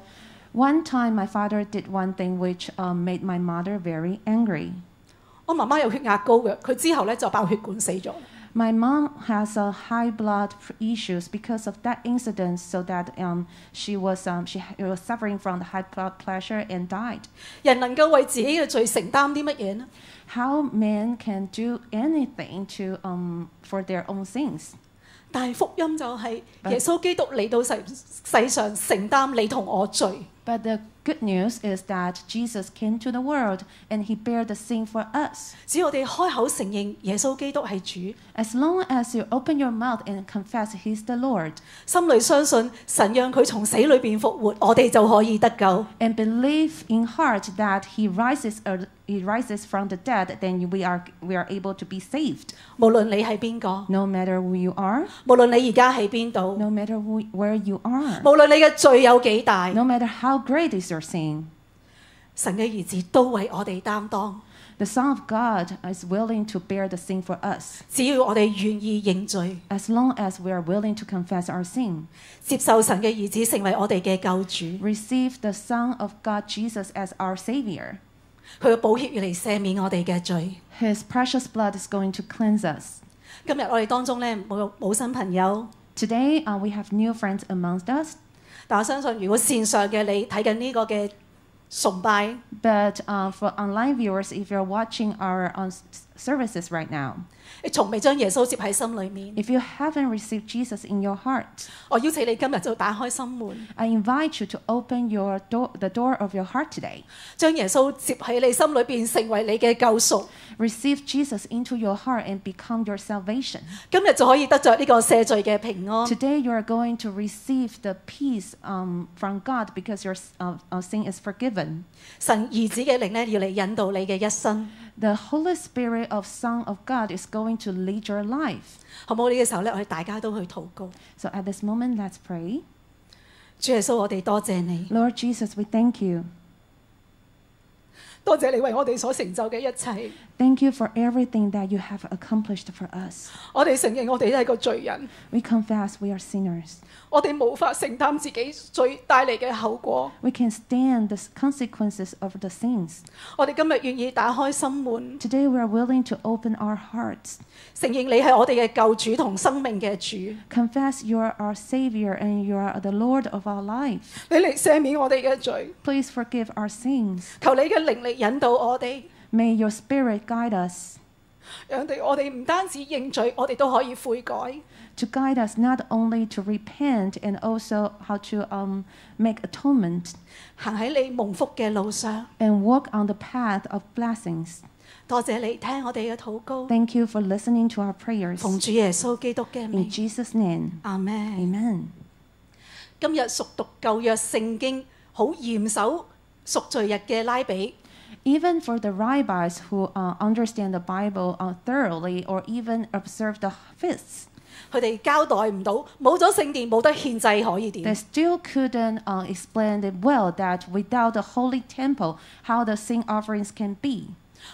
Speaker 2: One time, my father did one thing which um, made my mother very angry.
Speaker 1: 我媽媽有血壓高嘅，佢之後咧就爆血管死咗。
Speaker 2: My mom has a high blood pr- issues because of that incident, so that um, she was um, she ha- was suffering from the high blood pressure and died.
Speaker 1: 人能夠為自己嘅罪承擔啲乜嘢呢？
Speaker 2: How men can do anything to um, for their own sins?
Speaker 1: 但係福音就係耶穌基督嚟到世世上承擔你同我罪，
Speaker 2: But the good news is that Jesus came to the world and he bare the sin for us.
Speaker 1: 只要我哋開口承認耶穌基督係主，
Speaker 2: As long as you open your mouth and confess he's the Lord
Speaker 1: 心裏相信神讓佢從死裏邊復活，我哋就可以得救。
Speaker 2: and believe in heart that he rises uh, he rises from the dead, then we are we are able to be saved.
Speaker 1: 無論你係邊個，
Speaker 2: No matter who you are,
Speaker 1: 無論你而家喺邊度，
Speaker 2: no matter who, where you are,
Speaker 1: 無論你嘅罪有幾大，
Speaker 2: no matter how great is your sin,
Speaker 1: 神嘅兒子都為我哋擔當。
Speaker 2: the Son of God is willing to bear the sin for us.
Speaker 1: 只要我哋願意認罪，
Speaker 2: As long as we are willing to confess our sin,
Speaker 1: 接受神嘅兒子成為我哋嘅救主，
Speaker 2: receive the Son of God Jesus as our Savior.
Speaker 1: 佢嘅寶血要嚟赦免我哋嘅罪。
Speaker 2: His precious blood is going to cleanse us.
Speaker 1: 今日我哋當中咧冇冇新朋友，
Speaker 2: Today, uh, we have new friends amongst us,
Speaker 1: 但我相信如果線上嘅你睇緊呢個嘅崇拜，
Speaker 2: but uh, for online viewers, if you're watching our on s- services right now,
Speaker 1: 你從未將耶穌接喺心裏面，
Speaker 2: if you haven't received Jesus in your heart,
Speaker 1: 我邀請你今日就打開心門，
Speaker 2: I invite you to open your door, the door of your heart today.
Speaker 1: 將耶穌接喺你心裏邊，成為你嘅救贖。
Speaker 2: Receive Jesus into your heart and become your salvation.
Speaker 1: 今日就可以得着呢個赦罪嘅平安。
Speaker 2: Today, you are going to receive the peace um, from God because your s- uh, uh, sin is forgiven.
Speaker 1: 神兒子嘅靈咧要嚟引導你嘅一生，
Speaker 2: The Holy Spirit of Son of God is going to lead your life.
Speaker 1: 好唔好？呢、個時候咧，我哋大家都去禱告。
Speaker 2: So at this moment, let's pray.
Speaker 1: 主耶穌，我哋多謝你，
Speaker 2: Lord Jesus, we thank you.
Speaker 1: 多謝你為我哋所成就嘅一切。
Speaker 2: Thank you for everything that you have accomplished for us.
Speaker 1: 我哋承認我哋都係個罪人，
Speaker 2: We confess we are sinners.
Speaker 1: 我哋無法承擔自己罪帶嚟嘅後果。
Speaker 2: We can stand the consequences of the sins.
Speaker 1: 我哋今日願意打開心門，
Speaker 2: Today, we are willing to open our hearts,
Speaker 1: 承認你係我哋嘅救主同生命嘅主，
Speaker 2: confess you are our Savior and you are the Lord of our life.
Speaker 1: 你嚟赦免我哋嘅罪。
Speaker 2: Please forgive our sins.
Speaker 1: 求你嘅靈力引導我哋，
Speaker 2: May your Spirit guide us,
Speaker 1: 讓哋我哋唔單止認罪，我哋都可以悔改。
Speaker 2: to guide us not only to repent and also how to um, make atonement
Speaker 1: 行喺你蒙福嘅路上。
Speaker 2: and walk on the path of blessings.
Speaker 1: 多謝你聽我哋嘅禱告，
Speaker 2: Thank you for listening to our prayers.
Speaker 1: 奉主耶穌基督嘅
Speaker 2: In
Speaker 1: 名，
Speaker 2: Jesus' name,
Speaker 1: 阿咩？
Speaker 2: amen.
Speaker 1: 今日熟讀舊約聖經，好嚴守贖罪日嘅拉比，
Speaker 2: Even for the rabbis who uh, understand the Bible uh, thoroughly or even observe the feasts,
Speaker 1: 佢哋交代唔到，冇咗聖殿冇得獻祭可以
Speaker 2: they
Speaker 1: 點？
Speaker 2: still couldn't uh, explain it well that without the holy temple, how the sin offerings can be.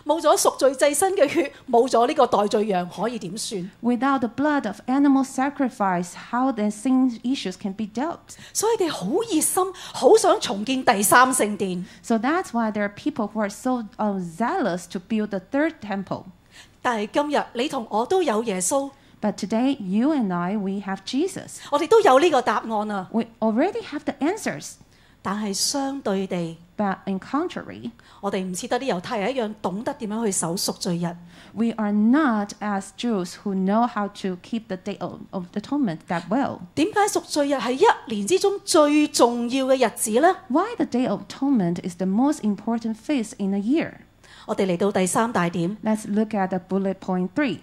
Speaker 1: 冇咗贖罪祭身嘅血，冇咗呢個代罪羊可以點算？
Speaker 2: Without the blood of animal sacrifice, how the sin issues can be dealt.
Speaker 1: 所以佢哋好熱心，好想重建第三聖殿，
Speaker 2: So that's why there are people who are so uh, zealous to build the third temple.
Speaker 1: 但係今日你同我都有耶穌，
Speaker 2: But today, you and I, we have Jesus.
Speaker 1: 我哋都有呢個答案啊！
Speaker 2: We already have the answers.
Speaker 1: 但係相對地，
Speaker 2: But in contrary,
Speaker 1: 我哋唔似得啲猶太人一樣懂得點樣去守贖罪日。
Speaker 2: we are not as Jews who know how to keep the day of, of atonement that well.
Speaker 1: 點解贖罪日係一年之中最重要嘅日子呢？
Speaker 2: Why the day of atonement is the most important feast in a year?
Speaker 1: 我哋嚟到第三大點，
Speaker 2: Let's look at the bullet point three.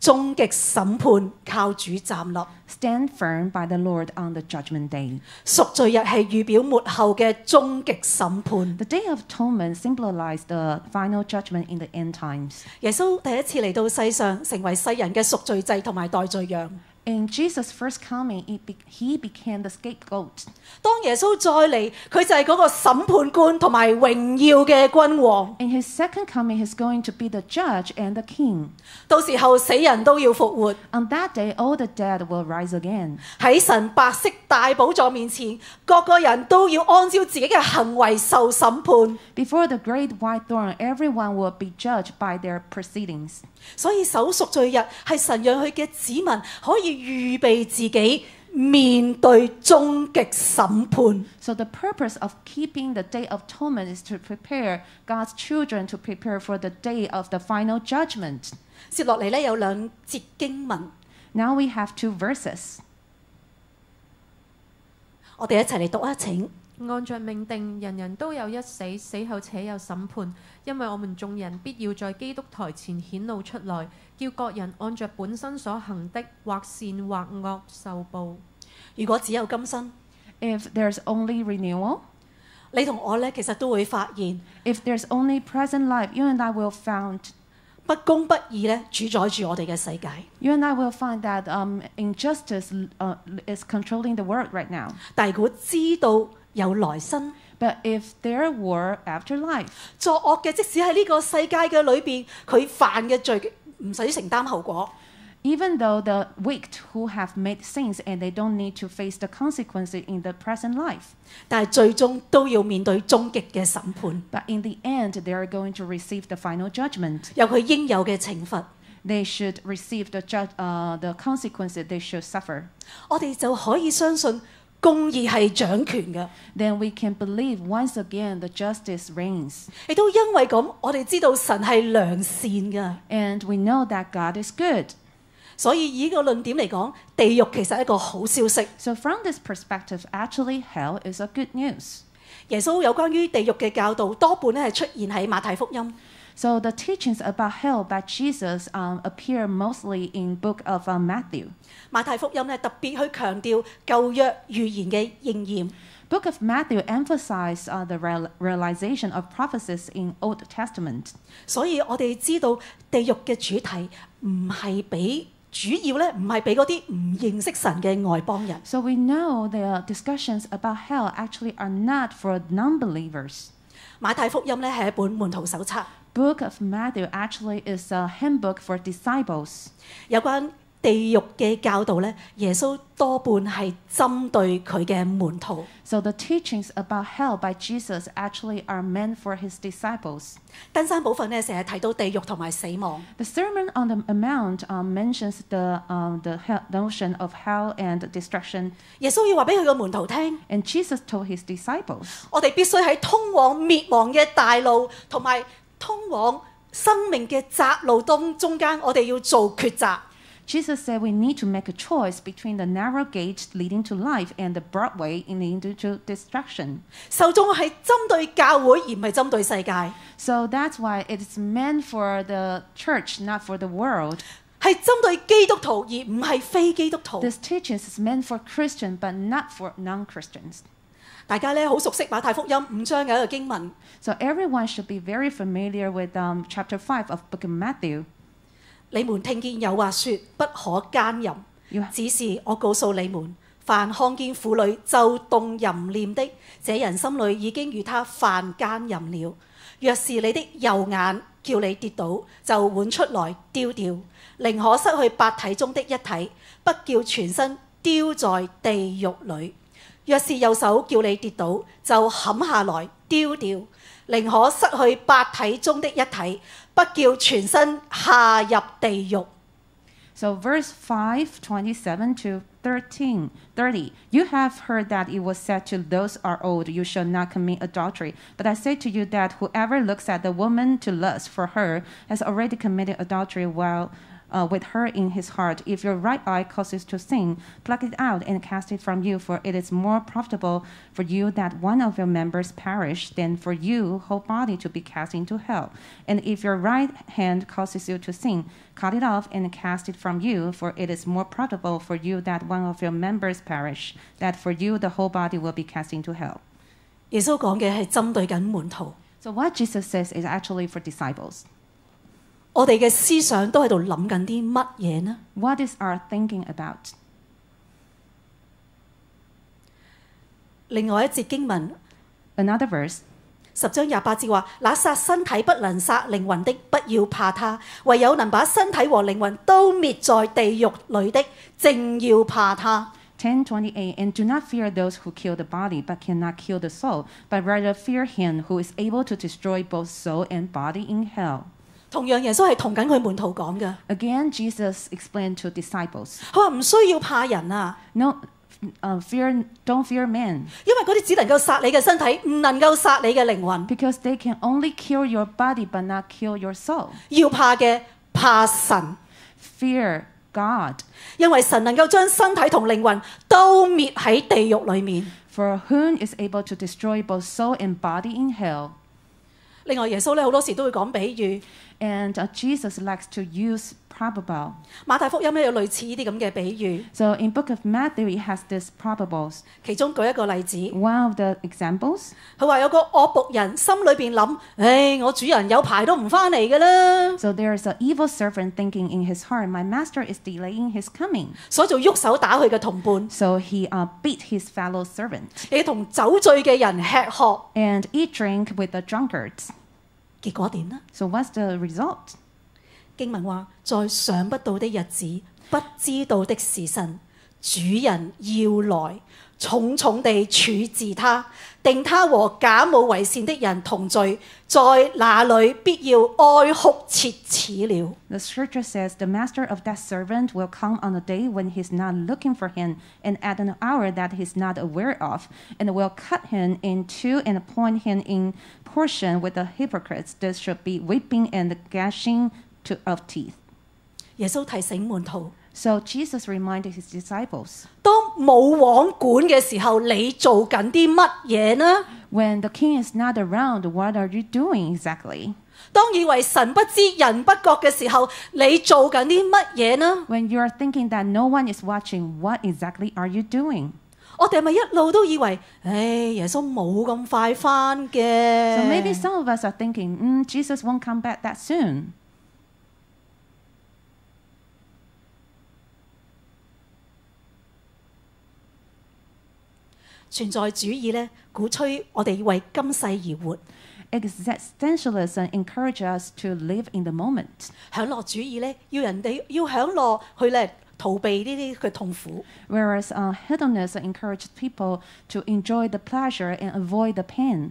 Speaker 1: 終極審判靠主站立。
Speaker 2: Stand firm by the Lord on the judgment day.
Speaker 1: 贖罪日係預表末後嘅終極審判。
Speaker 2: The day of atonement symbolizes the final judgment in the end times.
Speaker 1: 耶穌第一次嚟到世上，成為世人嘅贖罪祭同埋代罪羊。
Speaker 2: In Jesus' first coming, it be- he became the scapegoat.
Speaker 1: 當耶穌再嚟，佢就係嗰個審判官同埋榮耀嘅君王。
Speaker 2: In his second coming, he's going to be the judge and the king.
Speaker 1: 到時候死人都要復活，
Speaker 2: On that day, all the dead will rise again.
Speaker 1: 喺神白色大寶座面前，各個人都要按照自己嘅行為受審判。
Speaker 2: Before the great white throne, everyone will be judged by their proceedings.
Speaker 1: 所以守贖罪日係神讓佢嘅子民可以預備自己面對終極審判。
Speaker 2: So the purpose of keeping the day of atonement is to prepare God's children to prepare for the day of the final judgment.
Speaker 1: 接落嚟呢，有兩節經文，
Speaker 2: Now we have two verses.
Speaker 1: 我哋一齊嚟讀啊！請
Speaker 3: 按着命定，人人都有一死，死後且有審判，因為我們眾人必要在基督台前顯露出來，叫各人按着本身所行的，或善或惡受報。
Speaker 1: 如果只有今生，
Speaker 2: If there's only renewal,
Speaker 1: 你同我呢，其實都會發現
Speaker 2: if there's only present life, you and I will found
Speaker 1: 不公不義呢，主宰住我哋嘅世界。
Speaker 2: you and I will find that um, injustice uh, is controlling the world right now.
Speaker 1: 但如果知道有來生，
Speaker 2: But if there were afterlife,
Speaker 1: 作惡嘅即使喺呢個世界嘅裏邊，佢犯嘅罪唔使承擔後果。
Speaker 2: even though the wicked who have made sins and they don't need to face the consequences in the present life,
Speaker 1: 但係最終都要面對終極嘅審判，
Speaker 2: but in the end they are going to receive the final judgment.
Speaker 1: 有佢應有嘅懲罰，
Speaker 2: They should receive the judge, uh, the consequences they should suffer.
Speaker 1: 我哋就可以相信公義係掌權嘅。
Speaker 2: Then we can believe once again the justice reigns,
Speaker 1: 亦都因為咁，我哋知道神係良善嘅，
Speaker 2: and we know that God is good.
Speaker 1: 所以以呢個論點嚟講，地獄其實係一個好消息。
Speaker 2: So from this perspective, actually hell is a good news.
Speaker 1: 耶穌有關於地獄嘅教導，多半咧係出現喺馬太福音。
Speaker 2: So the teachings about hell by Jesus um, appear mostly in book of uh, Matthew.
Speaker 1: 馬太福音咧特別去強調舊約預言嘅應驗。
Speaker 2: Book of Matthew emphasizes uh, the real- realization of prophecies in Old Testament.
Speaker 1: 所以我哋知道地獄嘅主題唔係俾主要咧，唔係俾嗰啲唔認識神嘅外邦人。
Speaker 2: So we know the discussions about hell actually are not for non-believers.
Speaker 1: 馬太福音咧係一本門徒手冊，
Speaker 2: Book of Matthew actually is a handbook for disciples.
Speaker 1: 有關地獄嘅教導咧，耶穌多半係針對佢嘅門徒。
Speaker 2: So the teachings about hell by Jesus actually are meant for his disciples.
Speaker 1: 登山寶訓咧成日提到地獄同埋死亡，
Speaker 2: The Sermon on the Mount um, mentions the, um, the hell, notion of hell and destruction,
Speaker 1: 耶穌要話俾佢嘅門徒聽，
Speaker 2: and Jesus told his disciples
Speaker 1: 我哋必須喺通往滅亡嘅大路同埋通往生命嘅窄路當中間，我哋要做抉擇。
Speaker 2: Jesus said we need to make a choice between the narrow gate leading to life and the broad way leading to destruction.
Speaker 1: 受眾係針對教會而唔係針對世界，係
Speaker 2: So that's why it's meant for the church, not for the world.
Speaker 1: 針對基督徒而唔係非基督徒。
Speaker 2: This teaching is meant for Christians, but not for non Christians.
Speaker 1: 大家咧好熟悉馬太福音五章嘅一個經文，
Speaker 2: So everyone should be very familiar with um, chapter 5 of Book of Matthew.
Speaker 1: 你們聽見有話說不可奸淫，
Speaker 2: You,
Speaker 1: 只是我告訴你們，凡看見婦女就動淫念的，這人心裏已經與他犯奸淫了。若是你的右眼叫你跌倒，就換出來丟掉，寧可失去百體中的一體，不叫全身丟在地獄裏。若是右手叫你跌倒，就冚下來丟掉，寧可失去百體中的一體，不叫全身下入地獄。
Speaker 2: so verse 5, 27 to 13, 30. You have heard that it was said to those who are old, you shall not commit adultery. But I say to you that whoever looks at the woman to lust for her has already committed adultery while uh, with her in his heart. If your right eye causes to sin, pluck it out and cast it from you, for it is more profitable for you that one of your members perish than for you whole body to be cast into hell. And if your right hand causes you to sin, cut it off and cast it from you, for it is more profitable for you that one of your members perish, that for you the whole body will be cast into hell.
Speaker 1: 耶穌講嘅係針對緊門徒，
Speaker 2: So what Jesus says is actually for disciples.
Speaker 1: 我哋嘅思想都喺度諗緊啲乜嘢呢？
Speaker 2: What is our thinking about?
Speaker 1: 另外一節經文
Speaker 2: Another verse.
Speaker 1: 十章廿八節話：那殺身體不能殺靈魂的，不要怕他；唯有能把身體和靈魂都滅在地獄裏的，正要怕他。
Speaker 2: 10:28 and do not fear those who kill the body but cannot kill the soul but rather fear him who is able to destroy both soul and body in hell
Speaker 1: 同樣耶穌係同緊佢門徒講嘅，
Speaker 2: again jesus explained to disciples
Speaker 1: 佢話唔需要怕人啊，
Speaker 2: no uh, fear don't fear men
Speaker 1: 因為嗰啲只能夠殺你嘅身體，唔能夠殺你嘅靈魂。
Speaker 2: because they can only kill your body but not kill your soul
Speaker 1: 要怕嘅怕神，
Speaker 2: fear god
Speaker 1: 因為神能夠將身體同靈魂都滅喺地獄裡面。
Speaker 2: for whom is able to destroy both soul and body in hell
Speaker 1: 另外，耶穌咧好多時都會講比喻，
Speaker 2: and uh, jesus likes to use probable
Speaker 1: 馬太福音咧有類似呢啲咁嘅比喻，
Speaker 2: so in book of matthew it has this probables
Speaker 1: 其中舉一個例子。
Speaker 2: one of the examples
Speaker 1: 佢話有個惡仆人心裏邊諗：，唉，我主人有排都唔翻嚟嘅啦，
Speaker 2: so there is an evil servant thinking in his heart my master is delaying his coming
Speaker 1: 所以就喐手打佢嘅同伴，
Speaker 2: so he uh, beat his fellow servant
Speaker 1: 你同酒醉嘅人吃喝，
Speaker 2: and he drank with the drunkards
Speaker 1: 結果點呢？
Speaker 2: so what's the result
Speaker 1: 經文話：在想不到的日子，不知道的時辰，主人要來，重重地處置他，定他和假冒為善的人同罪，在那裏必要哀哭切齒了。
Speaker 2: The scripture says the master of that servant will come on a day when he's not looking for him and at an hour that he's not aware of, and will cut him in two and appoint him in portion with the hypocrites. There should be weeping and gashing to, of teeth.
Speaker 1: 耶穌提醒門徒：，
Speaker 2: So Jesus reminded his disciples
Speaker 1: 當冇王管嘅時候，你做緊啲乜嘢呢？
Speaker 2: when the king is not around, what are you doing exactly?
Speaker 1: 當以為神不知人不覺嘅時候，你做緊啲乜嘢呢？
Speaker 2: When you are thinking that no one is watching, what exactly are you doing?
Speaker 1: 我哋係咪一路都以為，唉、耶穌冇咁快翻嘅？Eh.
Speaker 2: So maybe some of us are thinking, mm, Jesus won't come back that soon.
Speaker 1: 存在主義咧，鼓吹我哋為今世而活；
Speaker 2: Existentialism encourages us to live in the moment,
Speaker 1: 享樂主義咧，要人哋要享樂去咧逃避呢啲嘅痛苦。
Speaker 2: whereas uh, hedonism encourages people to enjoy the pleasure and avoid the pain.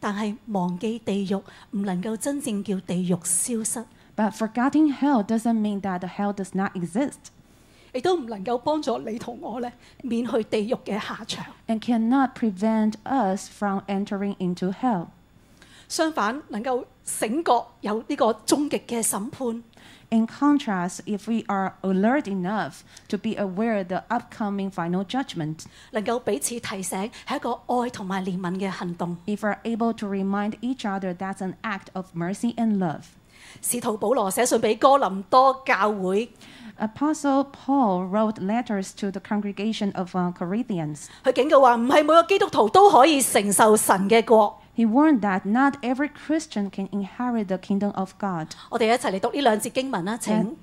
Speaker 1: 但係忘記地獄唔能夠真正叫地獄消失，
Speaker 2: But forgetting hell doesn't mean that hell does not exist
Speaker 1: 亦都唔能夠幫助你同我咧免去地獄嘅下場。
Speaker 2: and cannot prevent us from entering into hell.
Speaker 1: 相反，能夠醒覺有呢個終極嘅審判，
Speaker 2: In contrast, if we are alert enough to be aware of the upcoming final judgment,
Speaker 1: 能夠彼此提醒係一個愛同埋憐憫嘅行動。
Speaker 2: if we are able to remind each other that's an act of mercy and love.
Speaker 1: 使徒保羅寫信俾哥林多教會，
Speaker 2: Apostle Paul wrote letters to the congregation of uh, Corinthians.
Speaker 1: 佢警告話：唔係每個基督徒都可以承受神嘅國。
Speaker 2: He warned that not every Christian can inherit the kingdom of God.
Speaker 1: 我哋一齊嚟讀呢兩節經文啦。請
Speaker 2: 嗯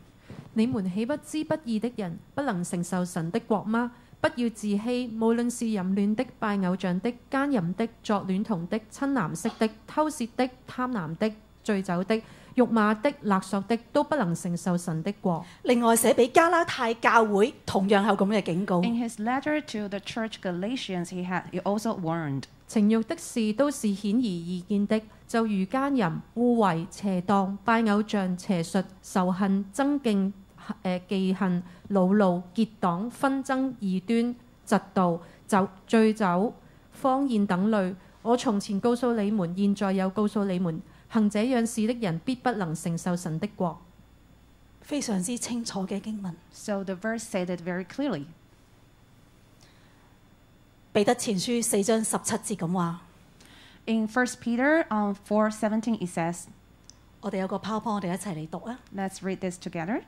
Speaker 3: 你們豈不知不義的人不能承受神的國嗎？不要自欺，無論是淫亂的、拜偶像的、奸淫的、作戀童的、親男色的、偷竊的、貪婪的、醉酒的、辱罵的、勒索的，都不能承受神的國。
Speaker 1: 另外寫俾加拉太教會，同樣有咁嘅警告。
Speaker 2: In his letter to the church Galatians, he had he also warned
Speaker 3: 情欲的事都是顯而易見的，就如奸淫、污穢、邪蕩、拜偶像、邪術、仇恨、爭競、誒忌恨、惱怒、結黨、紛爭、異端、嫉妒、酒醉酒、荒宴等類。我從前告訴你們，現在又告訴你們，行這樣事的人必不能承受神的國。
Speaker 1: 非常之清楚嘅經文。
Speaker 2: So the verse said it very clearly.
Speaker 1: 彼得前書四章十七節咁話：
Speaker 2: In 1 Peter um, 4:17, it says,
Speaker 1: 我哋有個 PowerPoint，我哋一齊嚟讀啊！
Speaker 2: let's read this together.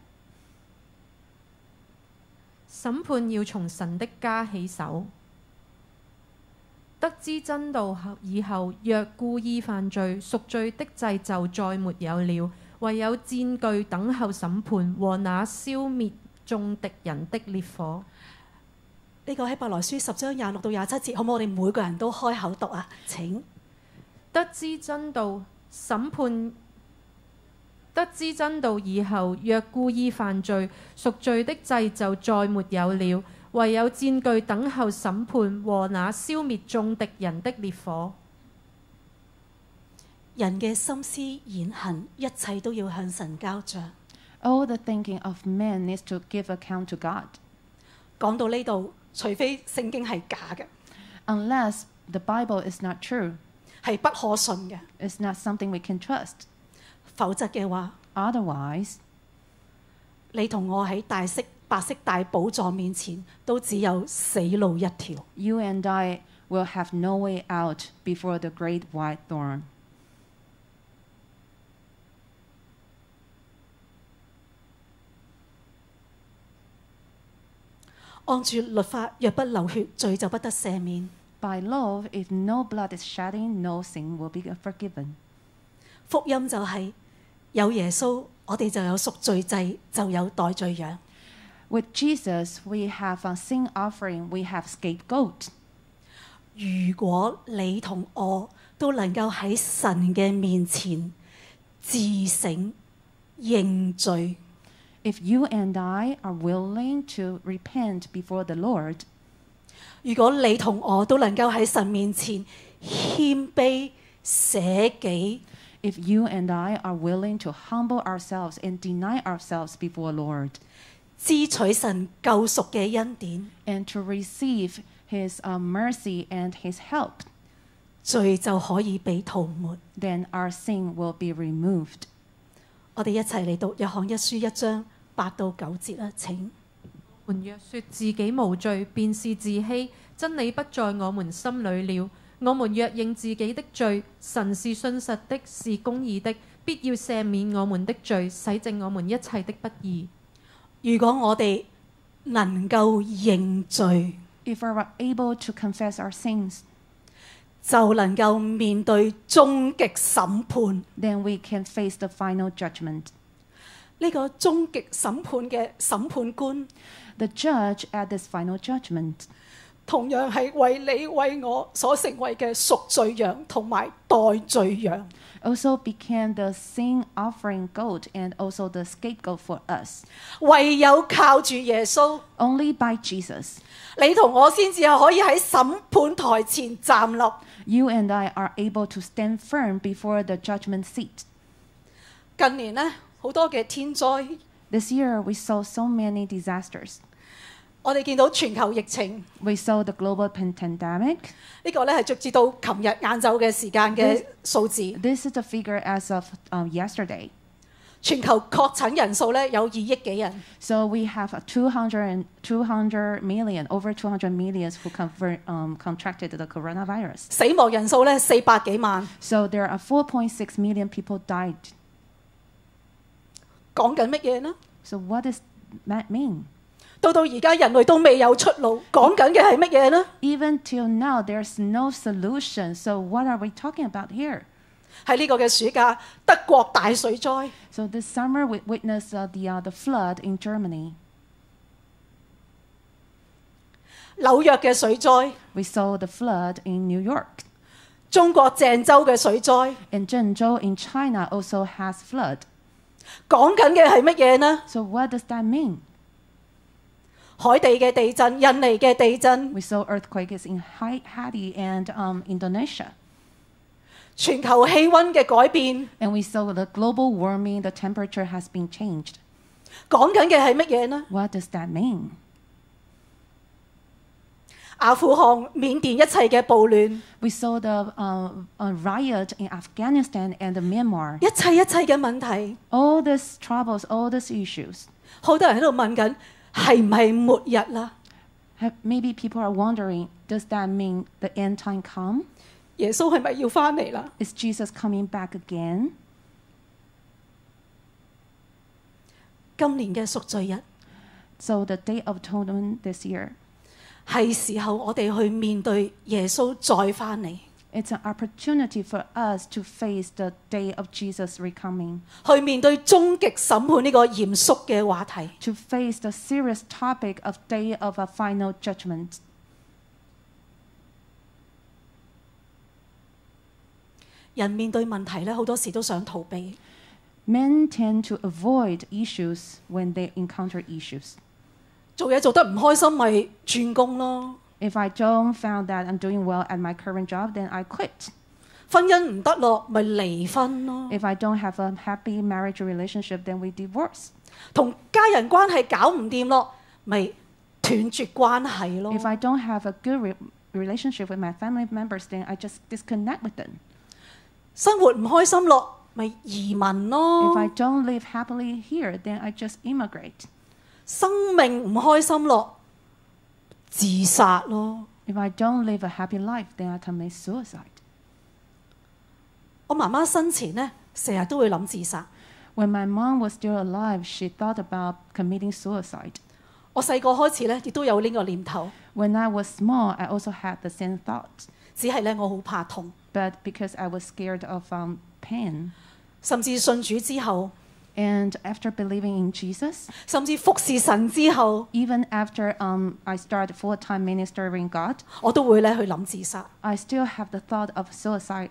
Speaker 3: 審判要從神的家起手。得知真道後以後，若故意犯罪，贖罪的祭就再沒有了，唯有戰懼等候審判和那消滅眾敵人的烈火。
Speaker 1: 呢個喺伯來書十章廿六到廿七節，可唔可以我哋每個人都開口讀啊？請
Speaker 3: 得知真道，審判得知真道以後，若故意犯罪，贖罪的祭就再沒有了，唯有戰懼等候審判和那消滅眾敵人的烈火。
Speaker 1: 人嘅心思言行，一切都要向神交賬。
Speaker 2: All the thinking of man needs to give account to God,
Speaker 1: 講到呢度，除非聖經係假嘅，
Speaker 2: unless the Bible is not true.
Speaker 1: 係不可信嘅，
Speaker 2: It's not something we can trust.
Speaker 1: 否則嘅話，
Speaker 2: Otherwise,
Speaker 1: 你同我喺大色白色大寶座面前，都只有死路一條。
Speaker 2: you and I will have no way out before the great white throne.
Speaker 1: 按住律法，若不流血，罪就不得赦免。
Speaker 2: By law, if no blood is shedding, no sin will be forgiven.
Speaker 1: 福音就係、有耶穌，我哋就有贖罪祭，就有代罪羊。
Speaker 2: With Jesus, we have a sin offering, we have scapegoat.
Speaker 1: 如果你同我都能夠喺神嘅面前自省認罪，
Speaker 2: If you and I are willing to repent before the Lord,
Speaker 1: 如果你同我都能夠喺神面前謙卑捨己，
Speaker 2: if you and I are willing to humble ourselves and deny ourselves before Lord,
Speaker 1: 支取神救贖嘅恩典，
Speaker 2: and to receive His uh, mercy and His help,
Speaker 1: 罪就可以被塗抹。
Speaker 2: then our sin will be removed.
Speaker 1: 我哋一齊嚟讀約翰一書一章八到九節啦，請。
Speaker 3: 們若說自己無罪，便是自欺；真理不在我們心裏了。我們若認自己的罪，神是信實的，是公義的，必要赦免我們的罪，洗淨我們一切的不義。
Speaker 1: 如果我哋能夠認罪，
Speaker 2: If we are able to confess our sins,
Speaker 1: 就能夠面對終極審判。
Speaker 2: then we can face the final judgment.
Speaker 1: 呢個終極審判嘅審判官，
Speaker 2: The judge at this final judgment
Speaker 1: 同樣係為你為我所成為嘅贖罪羊同埋代罪羊。
Speaker 2: also became the sin offering goat and also the scapegoat for us.
Speaker 1: 唯有靠住耶穌，
Speaker 2: Only by Jesus,
Speaker 1: 你同我先至係可以喺審判台前站立。
Speaker 2: you and I are able to stand firm before the judgment seat.
Speaker 1: 近年呢，好多嘅天災，
Speaker 2: This year, we saw so many disasters.
Speaker 1: 我哋見到全球疫情。
Speaker 2: We saw the global pan- pandemic.
Speaker 1: 呢個咧係直至到琴日晏晝嘅時間嘅數字，
Speaker 2: This is the figure as of um, yesterday.
Speaker 1: 全球確診人數咧有二億幾人，
Speaker 2: So we have a 200, and 200 million, over 200 million who confer, um, contracted the coronavirus.
Speaker 1: 死亡人數咧四百幾萬，
Speaker 2: So there are 4.6 million people died.
Speaker 1: 講緊乜嘢呢？
Speaker 2: So what does that mean?
Speaker 1: 到到而家人類都未有出路，講緊嘅係乜嘢呢？
Speaker 2: Even till now, there's no solution. So what are we talking about here?
Speaker 1: 喺呢個嘅暑假，德國大水災，
Speaker 2: So this summer, we witnessed uh, the, uh, the flood in Germany.
Speaker 1: 紐約嘅水災，
Speaker 2: We saw the flood in New York.
Speaker 1: 中國鄭州嘅水災，
Speaker 2: And Zhengzhou in China also has flood.
Speaker 1: 講緊嘅係乜嘢呢？
Speaker 2: So what does that mean?
Speaker 1: 海地嘅地震、印尼嘅地震，
Speaker 2: We saw earthquakes in Hai- Haiti and um, Indonesia.
Speaker 1: 全球氣温嘅改變，
Speaker 2: And we saw the global warming, the temperature has been changed.
Speaker 1: 講緊嘅係乜嘢呢？
Speaker 2: What does that mean?
Speaker 1: 阿富汗、緬甸一切嘅暴亂。
Speaker 2: We saw the uh, uh, riot in Afghanistan and Myanmar.
Speaker 1: 一切一切嘅問題，
Speaker 2: All these troubles, all these issues.
Speaker 1: 好多人喺度問緊係唔係末日啦？
Speaker 2: Have, maybe people are wondering, does that mean the end time come?
Speaker 1: 耶穌係咪要翻嚟啦？
Speaker 2: Is Jesus coming back again?
Speaker 1: 今年嘅贖罪日
Speaker 2: So the Day of Atonement this year,
Speaker 1: 係時候我哋去面對耶穌再翻嚟，
Speaker 2: it's an opportunity for us to face the day of Jesus recoming,
Speaker 1: 去面對終極審判呢個嚴肅嘅話題。
Speaker 2: to face the serious topic of day of a final judgment.
Speaker 1: 人面對問題咧，好多時都想逃避，
Speaker 2: Men tend to avoid issues when they encounter issues.
Speaker 1: 做嘢做得唔開心，咪轉工咯。
Speaker 2: If I don't found that I'm doing well at my current job, then I quit.
Speaker 1: 婚姻唔得咯，咪離婚咯。
Speaker 2: If I don't have a happy marriage relationship, then we divorce.
Speaker 1: 同家人關係搞唔掂咯，咪斷絕關係咯。
Speaker 2: If I don't have a good re- relationship with my family members, then I just disconnect with them.
Speaker 1: 生活唔開心咯，咪移民咯
Speaker 2: If。I don't live happily here, then I just immigrate.
Speaker 1: 生命唔開心咯，自殺咯。
Speaker 2: If I don't live a happy life, then I commit suicide.
Speaker 1: 我媽媽生前呢，成日都會諗自殺。
Speaker 2: When my mom was still alive, she thought about committing suicide.
Speaker 1: 我細個開始呢，亦都有呢個念頭，
Speaker 2: When I was small, I also had the same thought,
Speaker 1: 只係呢，我好怕痛，
Speaker 2: but because I was scared of um, pain.
Speaker 1: 甚至信主之後，
Speaker 2: And after believing in Jesus,
Speaker 1: 甚至服侍神之後，
Speaker 2: even after um, I started full time ministering God,
Speaker 1: 我都會呢去諗自殺。
Speaker 2: I still have the thought of suicide.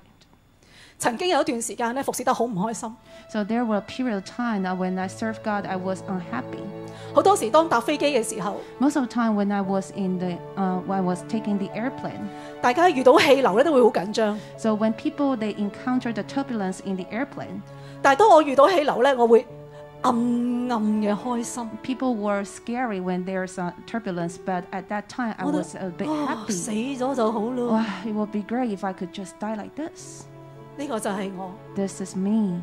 Speaker 1: 曾經有一段時間呢，服侍得好唔開心，
Speaker 2: So there were a period of time that when I served God, I was unhappy.
Speaker 1: 好多時當搭飛機嘅時候，
Speaker 2: Most of the time, when I was in the, uh, when I was taking the airplane,
Speaker 1: 大家遇到氣流呢都會好緊張。
Speaker 2: so when people they encounter the turbulence in the airplane,
Speaker 1: 但係當我遇到氣流呢，我會暗暗嘅開心，
Speaker 2: people were scary when there's uh, turbulence. But at that time, I
Speaker 1: 我都
Speaker 2: was a bit
Speaker 1: 哦
Speaker 2: happy.
Speaker 1: 死咗就好咯。
Speaker 2: Wow, it would be great if I could just die like this.
Speaker 1: 呢個就係我。
Speaker 2: This is me.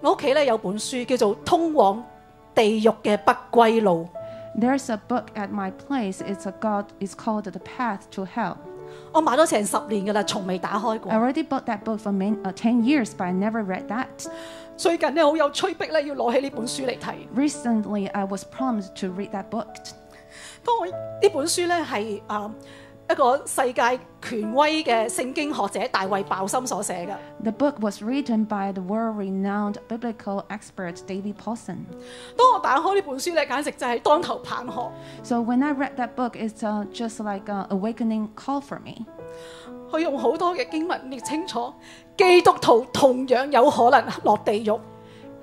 Speaker 1: 我屋企咧有本書叫做《通往地獄嘅不歸路》，
Speaker 2: There's a book at my place. It's a God. It's called The Path to Hell.
Speaker 1: 我買咗成十年㗎啦，從未打開
Speaker 2: I
Speaker 1: 過。
Speaker 2: already bought that book for many, uh, ten years, but I never read that.
Speaker 1: 最近咧好有催逼咧，要攞起呢本書嚟睇。
Speaker 2: Recently, I was prompted to read that book.
Speaker 1: 當我呢本書咧係啊一個世界權威嘅聖經學者大衛鮑森所寫嘅。
Speaker 2: The book was written by the world-renowned biblical expert David Paulson.
Speaker 1: 當我打開呢本書咧，簡直就係當頭棒喝。
Speaker 2: So when I read that book, it's uh, just like an awakening call for me.
Speaker 1: 佢用好多嘅經文列清楚，基督徒同樣有可能落地獄。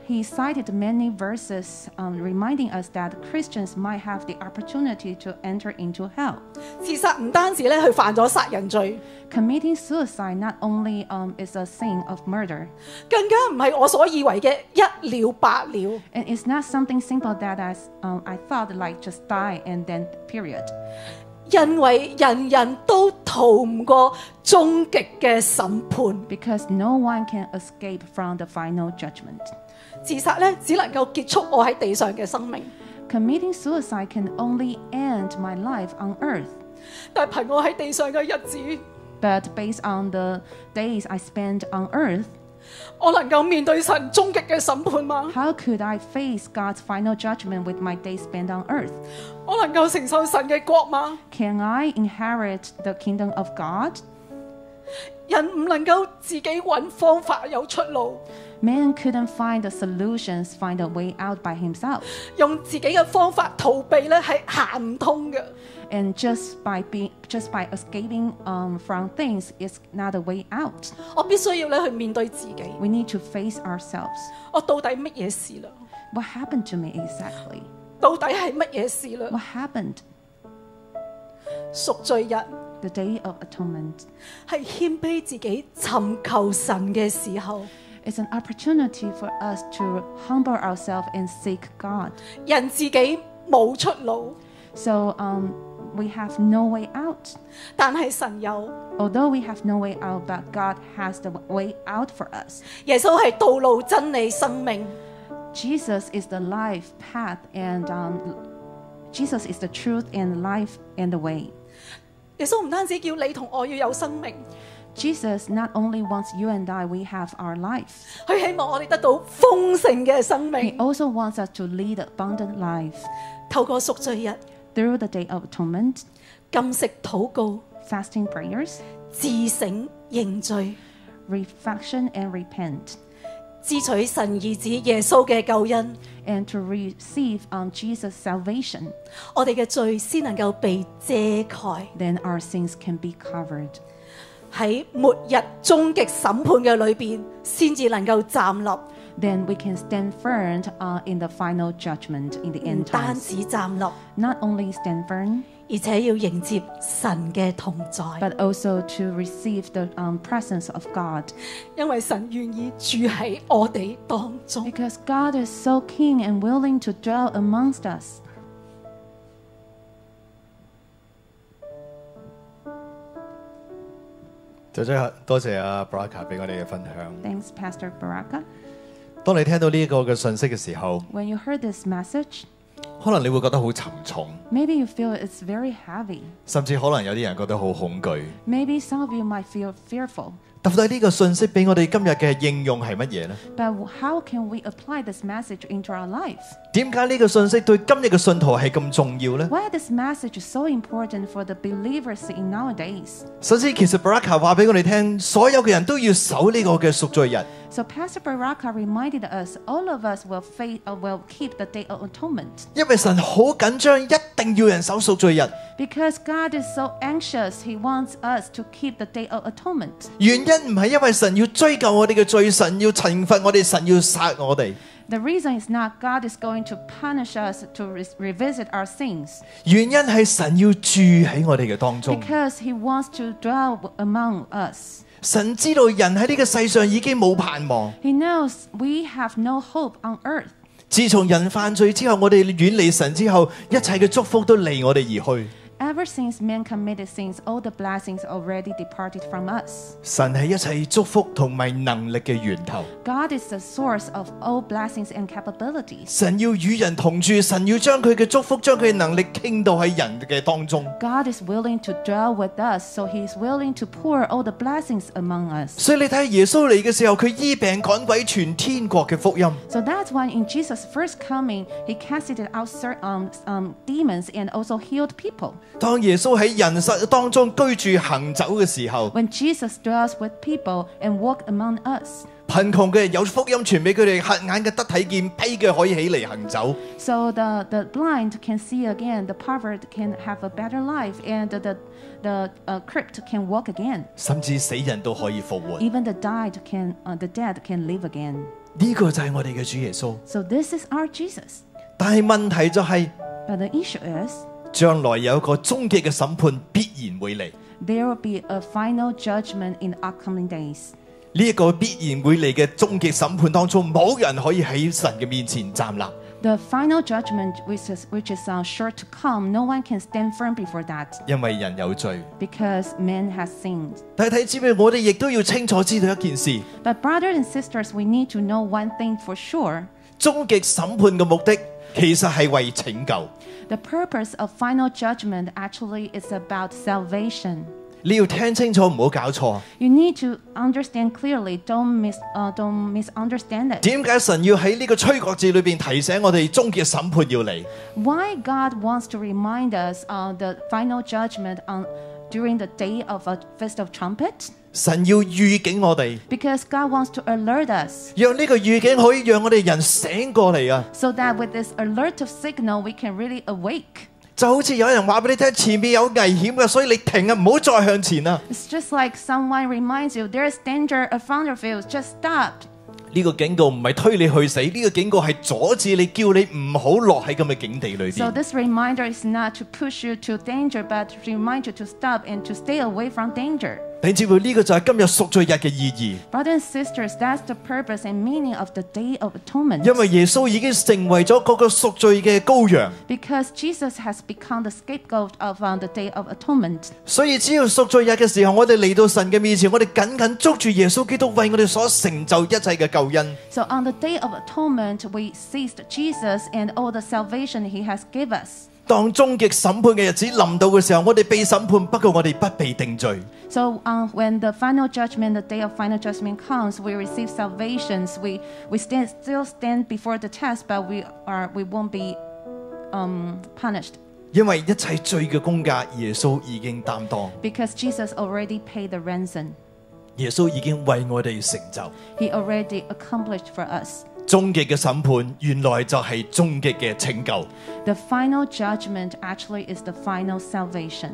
Speaker 2: He cited many verses um, reminding us that Christians might have the opportunity to enter into hell.
Speaker 1: 自殺唔單止咧，佢犯咗殺人罪，
Speaker 2: Committing suicide not only um, is a sin of murder,
Speaker 1: 更加唔係我所以為嘅一了百了。
Speaker 2: and it's not something simple that I, s- um, I thought like just die and then period.
Speaker 1: 因為人人都逃唔過終極嘅審判，
Speaker 2: Because no one can escape from the final judgment.
Speaker 1: 自殺咧只能夠結束我喺地上嘅生命，
Speaker 2: Committing suicide can only end my life on earth.
Speaker 1: 但係憑我喺地上嘅日子，
Speaker 2: But based on the days I spend on earth,
Speaker 1: 我能夠面對神終極嘅審判嗎？
Speaker 2: how could I face God's final judgment with my days spent on earth?
Speaker 1: 我能夠承受神嘅國嗎？
Speaker 2: Can I inherit the kingdom of God?
Speaker 1: 人唔能夠自己揾方法有出路，
Speaker 2: Man couldn't find the solutions, find a way out by himself.
Speaker 1: 用自己嘅方法逃避咧係行唔通嘅。
Speaker 2: And just by being, just by escaping um, from things is not a way out.
Speaker 1: 我必須要咧去面對自己，
Speaker 2: We need to face ourselves.
Speaker 1: 我到底乜嘢事啦？
Speaker 2: What happened to me exactly?
Speaker 1: 到底係乜嘢事啦？
Speaker 2: What happened?
Speaker 1: 贖罪日。
Speaker 2: The Day of Atonement
Speaker 1: 係謙卑自己尋求神嘅時候，
Speaker 2: is an opportunity for us to humble ourselves and seek God.
Speaker 1: 人自己冇出路，
Speaker 2: So um, we have no way out.
Speaker 1: 但係神有。
Speaker 2: Although we have no way out, but God has the way out for us.
Speaker 1: 耶穌係道路、真理、生命，
Speaker 2: Jesus is the life path, and um, Jesus is the truth and life and the way.
Speaker 1: 耶穌唔單止叫你同我要有生命，
Speaker 2: Jesus not only wants you and I, we have our life.
Speaker 1: 佢希望我哋得到豐盛嘅生
Speaker 2: He
Speaker 1: 命。
Speaker 2: also wants us to lead abundant life
Speaker 1: 透過贖罪日、
Speaker 2: through the Day of Atonement,
Speaker 1: 禁食、禱告、
Speaker 2: fasting prayers,
Speaker 1: 自省、認罪，
Speaker 2: reflection, and repent,
Speaker 1: 支取神兒子耶穌嘅救恩，
Speaker 2: and to receive um, Jesus' salvation.
Speaker 1: 我哋嘅罪先能夠被遮蓋。
Speaker 2: Then our sins can be covered.
Speaker 1: 喺末日終極審判嘅裏邊，先至能夠站立。
Speaker 2: then we can stand firm uh, in the final judgment in the
Speaker 4: 唔
Speaker 2: end
Speaker 4: 單
Speaker 2: times.
Speaker 4: 止站立，
Speaker 2: Not only stand firm,
Speaker 4: 而且要迎接神嘅同在，
Speaker 2: but also to receive the um, presence of God.
Speaker 4: 因為神願意住喺我哋當中。
Speaker 2: Because God is so keen and willing to dwell amongst us.
Speaker 5: 就真係多謝阿 Braca 俾我哋嘅分享。
Speaker 2: Thanks, Pastor Baraka.
Speaker 5: 當你聽到呢一個嘅信息嘅時候，
Speaker 2: When you heard this message,
Speaker 5: 可能你會覺得好沉重，
Speaker 2: maybe you feel it's very heavy.
Speaker 5: 甚至可能有啲人覺得好恐懼。
Speaker 2: Maybe some of you might feel fearful.
Speaker 5: 到底呢個信息俾我哋今日嘅應用係乜嘢呢？
Speaker 2: But how can we apply this message into our life?
Speaker 5: 點解呢個信息對今日嘅信徒係咁重要呢？
Speaker 2: Why this message is so important for the believers in nowadays?
Speaker 5: 首先，其實 Braca 話俾我哋聽，所有嘅人都要守呢個嘅贖罪日。
Speaker 2: So Pastor Baraka reminded us, all of us will, fa- uh, will keep the Day of Atonement
Speaker 5: 因為神好緊張，一定要人守贖罪日。
Speaker 2: because God is so anxious. He wants us to keep the Day of Atonement.
Speaker 5: 原因唔係因為神要追究我哋嘅罪，神要懲罰我哋，神要殺我哋。
Speaker 2: The reason is not God is going to punish us to re- revisit our sins
Speaker 5: 原因係神要住喺我哋嘅當中。
Speaker 2: because He wants to dwell among us.
Speaker 5: 神知道人喺呢個世上已經冇盼望。
Speaker 2: He knows we have no hope on earth.
Speaker 5: 自從人犯罪之後，我哋遠離神之後，一切嘅祝福都離我哋而去。
Speaker 2: Ever since man committed sins, all the blessings already departed from us.
Speaker 5: 神係一切祝福同埋能力嘅源頭。
Speaker 2: God is the source of all blessings and capabilities.
Speaker 5: 神要與人同住，神要將佢嘅祝福、將佢嘅能力傾到喺人嘅當中。
Speaker 2: God is willing to dwell with us, so He is willing to pour all the blessings among us.
Speaker 5: 所以你睇下耶穌嚟嘅時候，佢醫病趕鬼，傳天國嘅福音。
Speaker 2: So that's why in Jesus' first coming, He casted out cer- um, um, demons and also healed people.
Speaker 5: 當耶穌喺人世當中居住行走嘅時候，
Speaker 2: When Jesus dwells with people and walks among us,
Speaker 5: 貧窮嘅有福音傳俾佢哋，瞎眼嘅得睇見，跛嘅可以起嚟行走。
Speaker 2: so the, the blind can see again, the poverty can have a better life, and the, the, the uh, crypt can walk again.
Speaker 5: 甚至死人都可以復活。
Speaker 2: Even the died can, uh, the dead can live again.
Speaker 5: 呢個就係我哋嘅主耶穌。
Speaker 2: So this is our Jesus.
Speaker 5: 但係問題就係、
Speaker 2: But the issue is,
Speaker 5: 將來有一個終極嘅審判必然會嚟，
Speaker 2: there will be a final judgment in upcoming days.
Speaker 5: 呢、一個必然會嚟嘅終極審判當中，冇人可以喺神嘅面前站立。
Speaker 2: The final judgment, which is which is uh, sure to come, no one can stand firm before that
Speaker 5: 因為人有罪，
Speaker 2: because man has sinned.
Speaker 5: 但係睇姊妹，我哋亦都要清楚知道一件事：
Speaker 2: But brothers and sisters, we need to know one thing for sure:
Speaker 5: 終極審判嘅目的其實係為拯救。
Speaker 2: the purpose of final judgment actually is about salvation.
Speaker 5: 你要聽清楚，唔好搞錯。
Speaker 2: You need to understand clearly. Don't mis uh, don't misunderstand it.
Speaker 5: 點解神要喺呢個吹角節裏邊提醒我哋終極審判要嚟？
Speaker 2: why God wants to remind us of the final judgment on during the day of a fist of trumpet
Speaker 5: 神要預警我哋，
Speaker 2: because God wants to alert us
Speaker 5: 讓呢個預警可以讓我哋人醒過嚟啊！
Speaker 2: so that with this alert of signal we can really awake
Speaker 5: 就好似有人話俾你聽，前面有危險嘅，所以你停啊，唔好再向前啊！
Speaker 2: it's just like someone reminds you there's danger in front of you just stop
Speaker 5: 呢個警告唔係推你去死，呢、個警告係阻止你，叫你唔好落喺咁嘅境地裏
Speaker 2: so
Speaker 5: 邊。
Speaker 2: this reminder is not to push you to danger but to remind you to stop and to stay away from danger
Speaker 5: 你知唔知呢個就係今日贖罪日嘅意義？
Speaker 2: brothers and sisters that's the purpose and meaning of the day of atonement
Speaker 5: 因為耶穌已經成為咗嗰個贖罪嘅羔羊，
Speaker 2: Because Jesus has become the scapegoat of on the Day of Atonement.
Speaker 5: 所以只要贖罪日嘅時候，我哋嚟到神嘅面前，我哋緊緊捉住耶穌基督為我哋所成就一切嘅救恩。
Speaker 2: So on the Day of Atonement, we seized Jesus and all the salvation he has given us.
Speaker 5: 當終極審判嘅日子臨到嘅時候，我哋被審判，不過我哋不被定罪。
Speaker 2: So um, when the final judgment, the day of final judgment comes, we receive salvations. We, we stand, still stand before the test, but we, are, we won't be um, punished
Speaker 5: 因為一切罪嘅公價，耶穌已經擔當，
Speaker 2: because Jesus already paid the ransom.
Speaker 5: 耶穌已經為我哋成就
Speaker 2: He already accomplished for us.
Speaker 5: 終極嘅審判，原來就係終極嘅拯救。
Speaker 2: The final judgment actually is the final salvation.